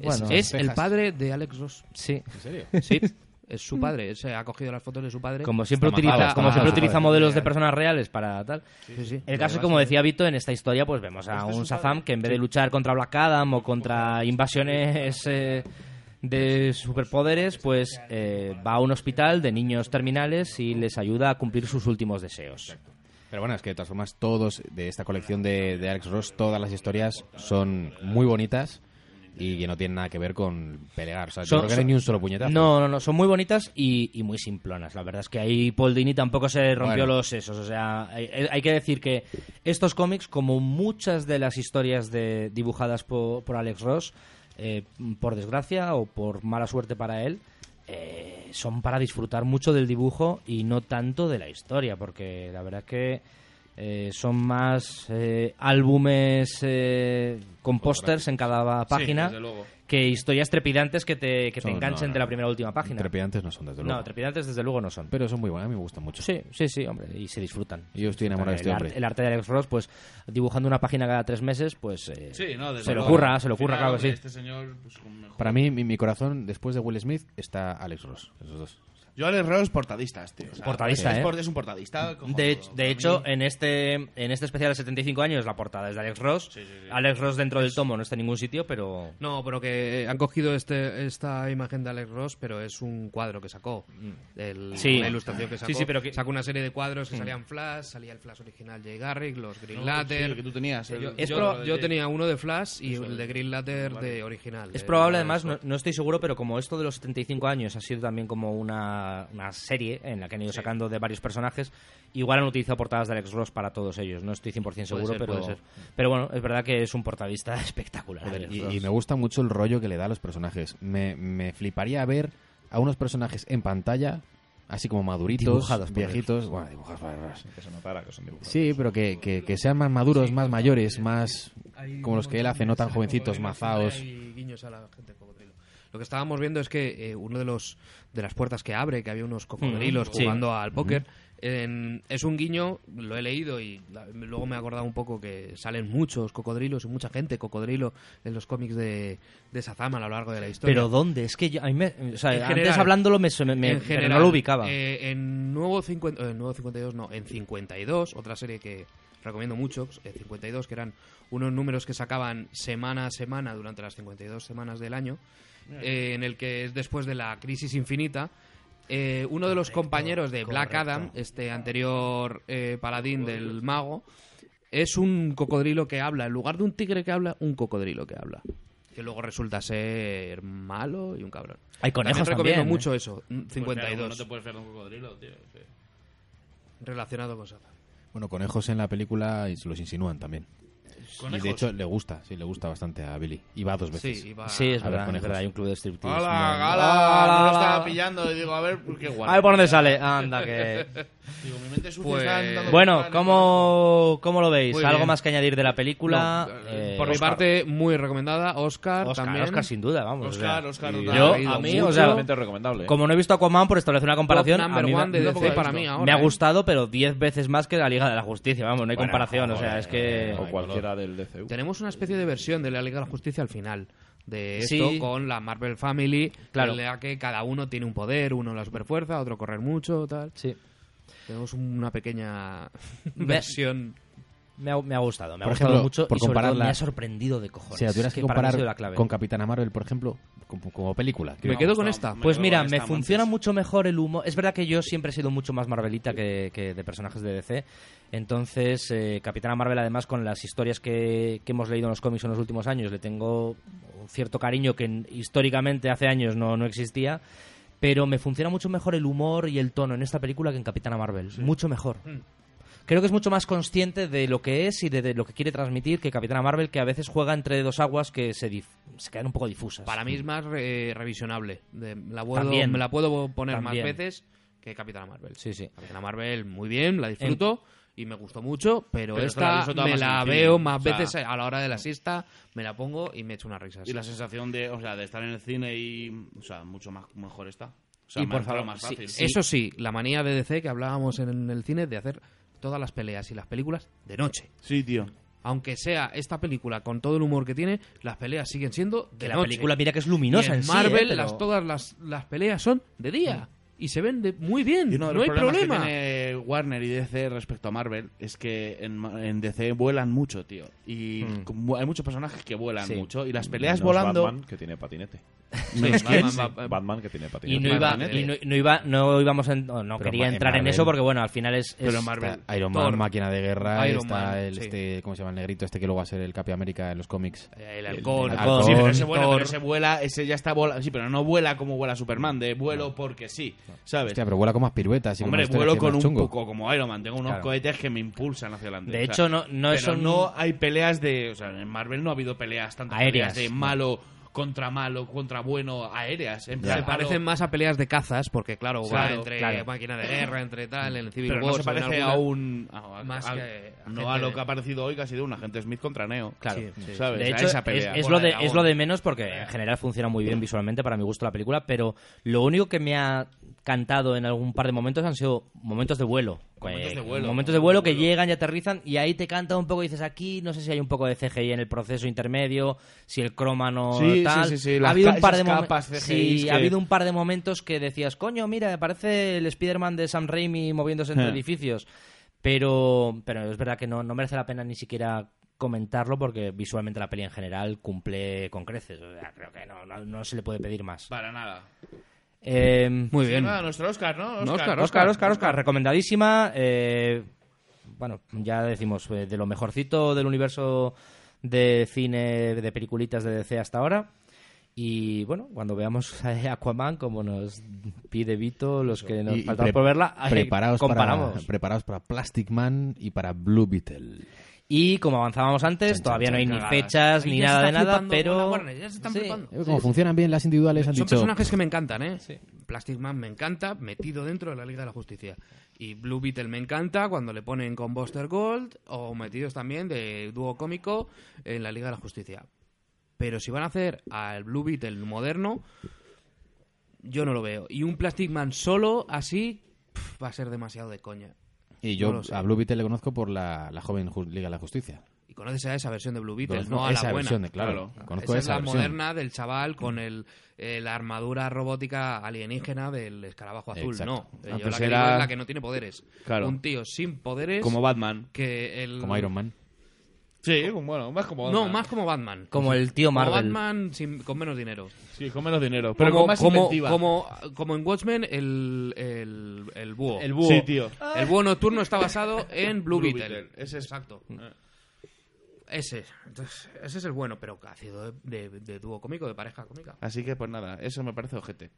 D: Es,
G: bueno,
D: es el
C: Texas.
D: padre de Alex Ross.
G: Sí.
C: ¿En serio?
D: Sí, es su padre. Se ha cogido las fotos de su padre.
G: Como siempre
C: Está
G: utiliza,
C: matado, está
G: como siempre
C: matado, eh.
G: utiliza
C: joder.
G: modelos de personas reales para tal.
D: Sí, sí.
G: El caso es que, como decía Vito, en esta historia pues vemos a un Shazam que en vez de luchar contra Black Adam o contra invasiones eh, de superpoderes, pues eh, va a un hospital de niños terminales y les ayuda a cumplir sus últimos deseos.
C: Pero bueno, es que de todas formas, todos de esta colección de, de Alex Ross, todas las historias son muy bonitas y que no tienen nada que ver con pelear. O sea, yo
G: Son-
C: creo que no hay
G: son-
C: ni un solo puñetazo.
G: No, no, no, son muy bonitas y, y muy simplonas. La verdad es que ahí Paul Dini tampoco se rompió
C: Bueno.
G: los sesos. O sea, hay, hay que decir que estos cómics, como muchas de las historias de, dibujadas po- por Alex Ross, eh, por desgracia o por mala suerte para él, eh, son para disfrutar mucho del dibujo y no tanto de la historia, porque la verdad es que eh, son más eh, álbumes eh, con pósters en cada página
E: desde luego.
G: que historias trepidantes que te, que te
C: Son-
G: enganchen
C: no, no.
G: de la primera a última página.
C: Trepidantes no son, desde luego.
G: no, trepidantes desde luego no son.
C: Pero son muy buenas, a mí me gustan mucho.
G: Sí, sí, sí, hombre, y se disfrutan.
C: Yo estoy enamorado
G: el,
C: de este
G: arte-
C: hombre.
G: el arte de Alex Ross, pues dibujando una página cada tres meses, pues eh,
E: Sí, no, desde
G: se le
E: luego.
G: ocurra, se le ocurra,
E: Claro,
G: claro que sí.
E: Este señor, pues, con mejor-
C: Para mí, mi, mi corazón, después de Will Smith, está Alex Ross. Esos dos.
E: Yo Alex Ross portadistas, tío. este, o sea,
G: Portadista,
E: es,
G: ¿eh?
E: por- es un portadista. como
G: De,
E: todo.
G: de
E: Para
G: hecho,
E: mí-
G: en este, en este especial de 75 años, la portada es de Alex Ross. Alex Ross dentro del tomo no está en ningún sitio, pero...
D: No, pero que eh, han cogido este, esta imagen de Alex Ross, pero es un cuadro que sacó. El,
G: Sí.
D: La ilustración que Mm. sacó.
G: Sí, sí, pero que-
D: Sacó una serie de cuadros que salían Flash, salía el Flash original Jay Garrick, los Green
E: No, sí,
D: Lantern.
E: lo que tú tenías. el-
D: Yo,
G: Es
D: yo-
G: pro-
D: yo tenía uno de Flash y el de Green Lantern de original. eh,
G: Es
D: de-
G: probable,
D: de-
G: además, no, no estoy seguro, pero como esto de los 75 años ha sido también como una una, una serie en la que han ido sacando de varios personajes. Igual han utilizado portadas de Alex Ross para todos ellos. No estoy 100% seguro,
D: ser,
G: pero,
D: puede ser.
G: pero bueno, es verdad que es un portadista espectacular.
C: Y, y me gusta mucho el rollo que le da a los personajes. Me, me fliparía ver a unos personajes en pantalla, así como maduritos,
G: Dibujados por él.
C: viejitos. Bueno, dibujados, bueno, bueno.
B: Que se notara que son dibujantes.
C: Sí, pero que, que- que sean más maduros, más mayores, más como los que él hace, no tan jovencitos, mazaos.
D: Hay guiños a la gente cocodrilo. Lo que estábamos viendo es que eh, uno de los de las puertas que abre, que había unos cocodrilos
G: Mm, sí.
D: jugando al póker, en- es un guiño, lo he leído y la- luego me he acordado un poco que salen muchos cocodrilos y mucha gente cocodrilo en los cómics de, de Shazam a lo largo de la historia.
G: Pero ¿dónde? Es que yo- a mí me, o sea,
D: En
G: antes
D: general.
G: hablándolo me, se- me- me-
D: en
G: pero
D: general,
G: no lo ubicaba.
D: eh, en Nuevo, 50, eh, Nuevo 52, no, en 52, otra serie que recomiendo mucho, eh, 52, que eran unos números que sacaban semana a semana durante las 52 semanas del año, eh, en el que es después de la crisis infinita. eh, uno de los compañeros de Black Adam, este anterior eh, paladín del mago, es un cocodrilo que habla. En lugar de un tigre que habla, un cocodrilo que habla. Que luego resulta ser malo y un cabrón.
G: Hay conejos
D: recomiendo
G: también, ¿eh?
D: mucho eso, mm,
J: No
D: 52,
J: Pues te puedes ver un cocodrilo, tío.
D: relacionado con Satan.
C: Bueno, conejos en la película y se los insinúan también. Y de hecho le gusta, sí, le gusta bastante a Billy. Y va dos veces.
D: Sí, iba...
G: Pues sí, es
C: a ver,
G: verdad, es
C: conejos.
G: verdad, hay un club de striptease.
J: ¡Hala, gala!
G: No.
J: No
G: ¡Hala,
J: lo
G: gala!
J: estaba pillando. Y digo, a ver, qué guay.
G: A ver por dónde sale. Anda, que...
J: Digo, mi mente sucia
D: Pues-
J: está dando
G: Bueno,
J: volcanes,
G: ¿cómo, cómo lo veis?
D: Muy
G: ¿Algo
D: bien.
G: más que añadir de la película?
D: No,
G: Eh,
D: por mi
G: Oscar.
D: parte, muy recomendada. Oscar,
G: Oscar,
D: también.
G: Oscar, sin duda, vamos. o sea,
J: Oscar, Oscar,
D: Y-
J: total.
G: Pues Yo,
D: ha
G: a mí,
D: ido
G: o sea,
B: Totalmente recomendable. ¿eh?
G: como no he visto Aquaman, por establecer una comparación,
D: Top
G: a
D: number
G: mí
D: one de
G: me,
D: DC
G: me
D: para mí ahora,
G: me ha
D: ¿eh?
G: gustado, pero 10 veces más que la Liga de la Justicia, vamos, no hay
B: Bueno,
G: comparación, o sea, es
D: eh,
G: que...
B: o cualquiera del DCU.
D: Tenemos una especie de versión de la Liga de la Justicia al final de esto
G: Sí.
D: con la Marvel Family,
G: Claro.
D: en la que cada uno tiene un poder, uno la superfuerza, otro correr mucho, tal.
G: Sí,
D: Tenemos una pequeña
G: Me-
D: versión.
G: me ha, me ha gustado, me ha
C: Por
G: gustado
C: ejemplo,
G: mucho
C: por
G: y sobre todo
C: compararla-
G: me ha sorprendido de cojones.
C: O sea, tuvieras que,
G: para mí ha sido la
C: comparar
G: clave.
C: con Capitana Marvel, por ejemplo, como, como película.
D: Me quedo con esta.
G: Pues mira,
E: con
G: me
E: esta,
G: funciona
E: Montes.
G: mucho mejor el humor. Es verdad que yo siempre he sido mucho más Marvelita que, que de personajes de DC. Entonces, eh, Capitana Marvel, además, con las historias que, que hemos leído en los cómics en los últimos años, le tengo un cierto cariño que en- históricamente hace años no, no existía. Pero me funciona mucho mejor el humor y el tono en esta película que en Capitana Marvel. Mucho mejor.
D: Mm.
G: Creo que es mucho más consciente de lo que es y de, de lo que quiere transmitir que Capitana Marvel, que a veces juega entre dos aguas que se, dif- se quedan un poco difusas.
D: Para mí es más re- revisionable. De- la puedo-
G: También.
D: me la puedo poner
G: También.
D: más veces que Capitana Marvel.
G: Sí, sí.
D: Capitana Marvel, muy bien, la disfruto y me gustó mucho, pero,
J: Pero esta la
D: esta
J: disfruto
D: me
J: más
D: la
J: en
D: veo
J: cine,
D: más
J: o sea-
D: veces a la hora de la siesta, me la pongo y me echo una risa.
E: Y la sensación de, o sea, de estar en el cine y, o sea, mucho más mejor está. O sea,
G: Y por
E: me ha entrado
G: favor,
E: más
G: sí,
E: fácil.
G: sí.
D: Eso sí, la manía de DC que hablábamos en el cine de hacer todas las peleas y las películas de noche.
E: Sí, tío.
D: Aunque sea esta película con todo el humor que tiene, las peleas siguen siendo de
G: Que la
D: noche.
G: película mira que es
D: Y
G: luminosa en,
D: en
G: sí,
D: Marvel
G: ¿eh? Pero- Mm.
D: las, todas las, las peleas son de día y se ven de- muy bien,
E: Y uno
D: Mm, no
E: de los
D: hay
E: problemas
D: problema.
E: que tiene Warner y DC respecto a Marvel es que en, Ma- en DC vuelan mucho, tío. Y como hay muchos personajes que vuelan
G: Sí.
E: mucho. Y las peleas
B: Mm, Menos
E: volando.
B: Batman, que tiene patinete.
D: Batman-
B: Batman, que tiene patinete.
G: y no iba, y no, no iba, no íbamos, en- no, no
C: Pero
G: quería
C: en
G: entrar eh. en
C: Marvel-
G: eso porque bueno, al final es, es-
C: Está Iron Man,
D: Thor.
C: máquina de guerra,
D: Iron
C: está
D: Man,
C: el
D: sí.
C: este, ¿cómo se llama el negrito este que luego va a ser el Capi América en los cómics?
D: eh, el halcón,
C: el
G: halcón.
E: Sí, pero ese
D: Thor.
E: vuela, pero ese vuela, ese ya está volando. Sí, pero no vuela como vuela Superman, de vuelo porque sí, ¿sabes?
C: Hostia, pero vuela con más piruetas y con
E: Hombre,
C: más historias
E: vuelo
C: y
E: con
C: más
E: un
C: chungo.
E: poco como Iron Man. Tengo unos
G: Claro.
E: cohetes que me impulsan hacia adelante.
G: De
E: O sea,
G: hecho, no- no
E: pero
G: son-
E: no hay peleas de. O sea, en Marvel no ha habido peleas tantas
G: Aéreas.
E: peleas de malo contra malo, contra bueno, aéreas. En plan,
D: Se
E: palo-
D: parecen más a peleas de cazas, porque claro, va
E: Claro,
D: entre
G: claro.
D: máquina de guerra, entre tal, en el Civil
E: Pero no
D: War...
E: se
D: ven
E: parece
D: alguna-
E: a un. a- a-
D: Más
E: a-
D: que a
E: no
D: gente
E: a lo
D: de-
E: que ha aparecido hoy, que ha sido un agente Smith contra Neo.
G: Claro.
D: Sí.
E: ¿Sabes?
G: De
E: A
G: hecho,
E: esa
G: es,
E: pelea.
G: es lo de, es lo de menos porque en general funciona muy bien visualmente, para mi gusto, la película. Pero lo único que me ha cantado en algún par de momentos han sido momentos de vuelo.
E: Momentos
G: Eh,
E: de vuelo.
G: momentos de vuelo que llegan y aterrizan y ahí te canta un poco y dices aquí, no sé si hay un poco de CGI en el proceso intermedio, si el croma no
E: Sí, sí,
G: tal.
E: sí, sí,
G: ha
E: las
G: habido
E: ca-
G: un par de
E: esas
G: momen-
E: capas
G: sí,
E: CGI
G: ha
E: que-
G: habido un par de momentos que decías, coño, mira, parece el Spider-Man de Sam Raimi moviéndose entre
E: Eh.
G: edificios. Pero, pero es verdad que no, no merece la pena ni siquiera comentarlo porque visualmente la peli en general cumple con creces. O sea, creo que no, no, no se le puede pedir más.
E: Para nada.
G: Eh,
D: Muy bien.
E: Nada, nuestro Oscar, ¿no?
D: No, Oscar,
E: Oscar.
G: Oscar, Oscar, Oscar, recomendadísima. eh, bueno, ya decimos, eh, de lo mejorcito del universo de cine, de peliculitas de DC hasta ahora. Y bueno, cuando veamos a Aquaman, como nos pide Vito, los que nos
C: Y- y
G: faltan
C: pre-
G: por verla, ay,
C: preparaos
G: comparamos.
C: para, preparaos para Plastic Man y para Blue Beetle.
G: Y como avanzábamos antes, todavía no hay ni fechas ni
D: Ya se
G: nada de
D: está
G: nada,
D: flipando con la
G: pero...
D: Warner, ya se están
G: Sí.
D: flipando.
C: Eh, Como funcionan bien las individuales, han
D: Son
C: dicho.
D: personajes que me encantan, ¿eh? Plastic Man me encanta, metido dentro de la Liga de la Justicia. Y Blue Beetle me encanta cuando le ponen con Buster Gold o metidos también de dúo cómico en la Liga de la Justicia. Pero si van a hacer al Blue Beetle moderno, yo no lo veo. Y un Plastic Man solo, así, pf, va a ser demasiado de coña.
C: Y
D: No
C: yo
D: lo sé.
C: a Blue Beetle le conozco por la, la joven Ju- Liga de la Justicia.
D: Y conoces a esa versión de Blue Beetle,
C: Conozco
D: no a la
C: esa
D: buena.
C: versión, de- claro. Conozco
D: esa,
C: esa,
D: es la
C: versión.
D: moderna del chaval con el, eh, la armadura robótica alienígena del escarabajo azul.
C: Exacto. Ah, pues
D: No, Eh, yo
E: Antes
D: la que
E: era-
D: digo es la que no tiene poderes.
E: Claro.
D: Un tío sin poderes
E: Como Batman.
D: que el...
C: Como Iron Man.
K: Sí, bueno, más como.
D: No, más como Batman.
G: Como el tío
D: Como
G: Marvel.
D: Batman sin- con menos dinero.
E: Sí, con menos dinero. Pero
D: como,
E: con más
D: como,
E: inventiva.
D: como, como en Watchmen, el, el, el búho. El,
E: Sí, tío.
D: búho nocturno está basado en Blue,
K: Blue
D: Beetle.
K: Beetle, ese es-
D: Exacto.
E: Mm.
D: Ese. Entonces, ese es el bueno, pero que ha sido de, de- de dúo cómico, de pareja cómica.
E: Así que, pues nada, eso me parece ojete.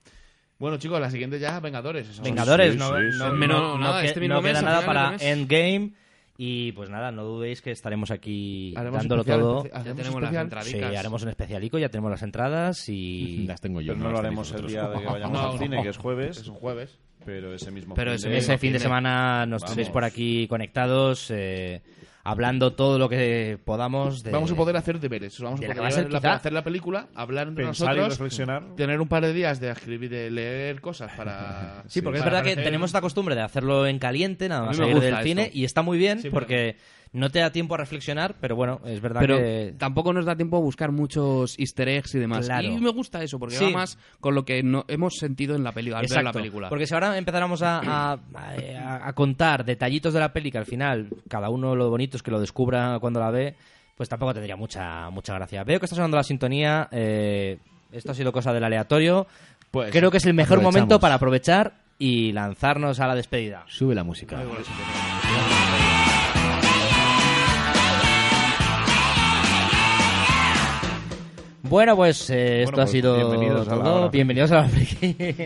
E: Bueno, chicos, la siguiente ya, Vengadores. Eso.
G: Vengadores,
B: Sí,
G: no,
B: sí,
G: no-
B: sí.
G: no-
D: Menos
G: no
D: nada,
G: que-
D: este mismo
G: no
D: mes,
G: queda
D: al
G: nada
D: final
G: para
D: del mes.
G: Endgame. Y pues nada, no dudéis que estaremos aquí
E: Haremos
G: dándolo
E: especial,
G: todo.
E: especial.
D: Ya
E: Hacemos
D: tenemos las
E: especial.
G: Sí,
D: entradicas.
G: haremos un especialico, ya tenemos las entradas y...
C: Las tengo yo.
B: Pero no lo
C: las
B: haremos
C: tenéis
B: el día
C: vosotros.
B: de que vayamos
E: No,
B: al
E: no.
B: cine, que es jueves.
E: Es un jueves.
B: Pero ese mismo
D: Pero
B: fin
D: ese
B: de-
D: mismo
G: Ese fin de semana nos
B: Vamos.
G: tendréis por aquí conectados, eh, hablando todo lo que podamos. De...
E: Vamos a poder hacer deberes. Vamos
G: de
E: a
G: la
E: poder
G: que va a ser
E: llevar la-
G: quizá-
E: hacer la película, hablar entre
B: pensar y
E: nosotros,
B: reflexionar.
E: tener un par de días de escribir, de leer cosas para...
G: Sí, porque es
E: para
G: verdad que
E: parecer-
G: tenemos esta costumbre de hacerlo en caliente, nada
D: mí
G: más
D: me
G: salir
D: gusta
G: del
D: esto.
G: cine, y está muy bien
E: Sí,
G: porque no te da tiempo a reflexionar, pero bueno, es verdad
D: Pero
G: que...
D: tampoco nos da tiempo a buscar muchos easter eggs y demás.
G: Claro.
D: Y me gusta eso, porque
G: Sí.
D: va más con lo que no, hemos sentido en la peli, al ver la película.
G: Porque si ahora empezáramos a, a- a- a contar detallitos de la peli, que al final cada uno lo bonito es que lo descubra cuando la ve, pues tampoco tendría mucha, mucha gracia. Veo que está sonando la sintonía. eh, esto ha sido cosa del aleatorio.
E: Pues,
G: Creo que es el mejor
C: aprovechamos.
G: momento para aprovechar y lanzarnos a la despedida.
C: Sube la música.
G: Bueno, pues eh, esto
B: Bueno,
G: ha
B: pues,
G: sido
B: bienvenidos a la
G: todo.
B: hora.
G: bienvenidos a la friki.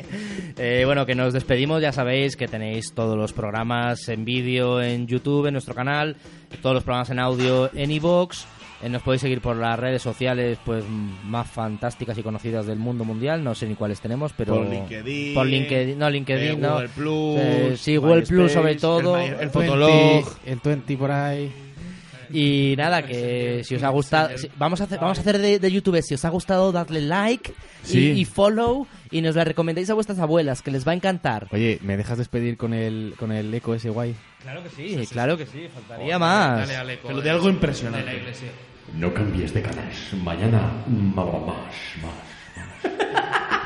G: Eh, bueno, que nos despedimos. Ya sabéis que tenéis todos los programas en vídeo en YouTube, en nuestro canal, todos los programas en audio en iVoox. Eh, nos podéis seguir por las redes sociales pues m- más fantásticas y conocidas del mundo mundial. No sé ni cuáles tenemos, pero...
E: Por LinkedIn,
G: Por LinkedIn, no, LinkedIn,
E: eh,
G: no.
E: Google Plus,
G: Eh, sí, Google Plus
E: MySpace,
G: sobre
E: el
G: todo.
E: My- el
C: Fotolog. El 20 por ahí.
G: Y nada, que si os ha gustado, si- vamos a hacer, vamos a hacer de, de YouTube, si os ha gustado, dadle like y-
C: Sí.
G: y, follow y nos la recomendéis a vuestras abuelas, que les va a encantar.
C: Oye, ¿me dejas despedir con el, con el eco ese guay?
G: Claro que sí, claro que sí, faltaría más.
D: Dale al eco
E: Pero
D: de-
E: de algo impresionante.
D: de la iglesia.
L: No cambies de canal. Mañana, más,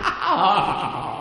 L: más.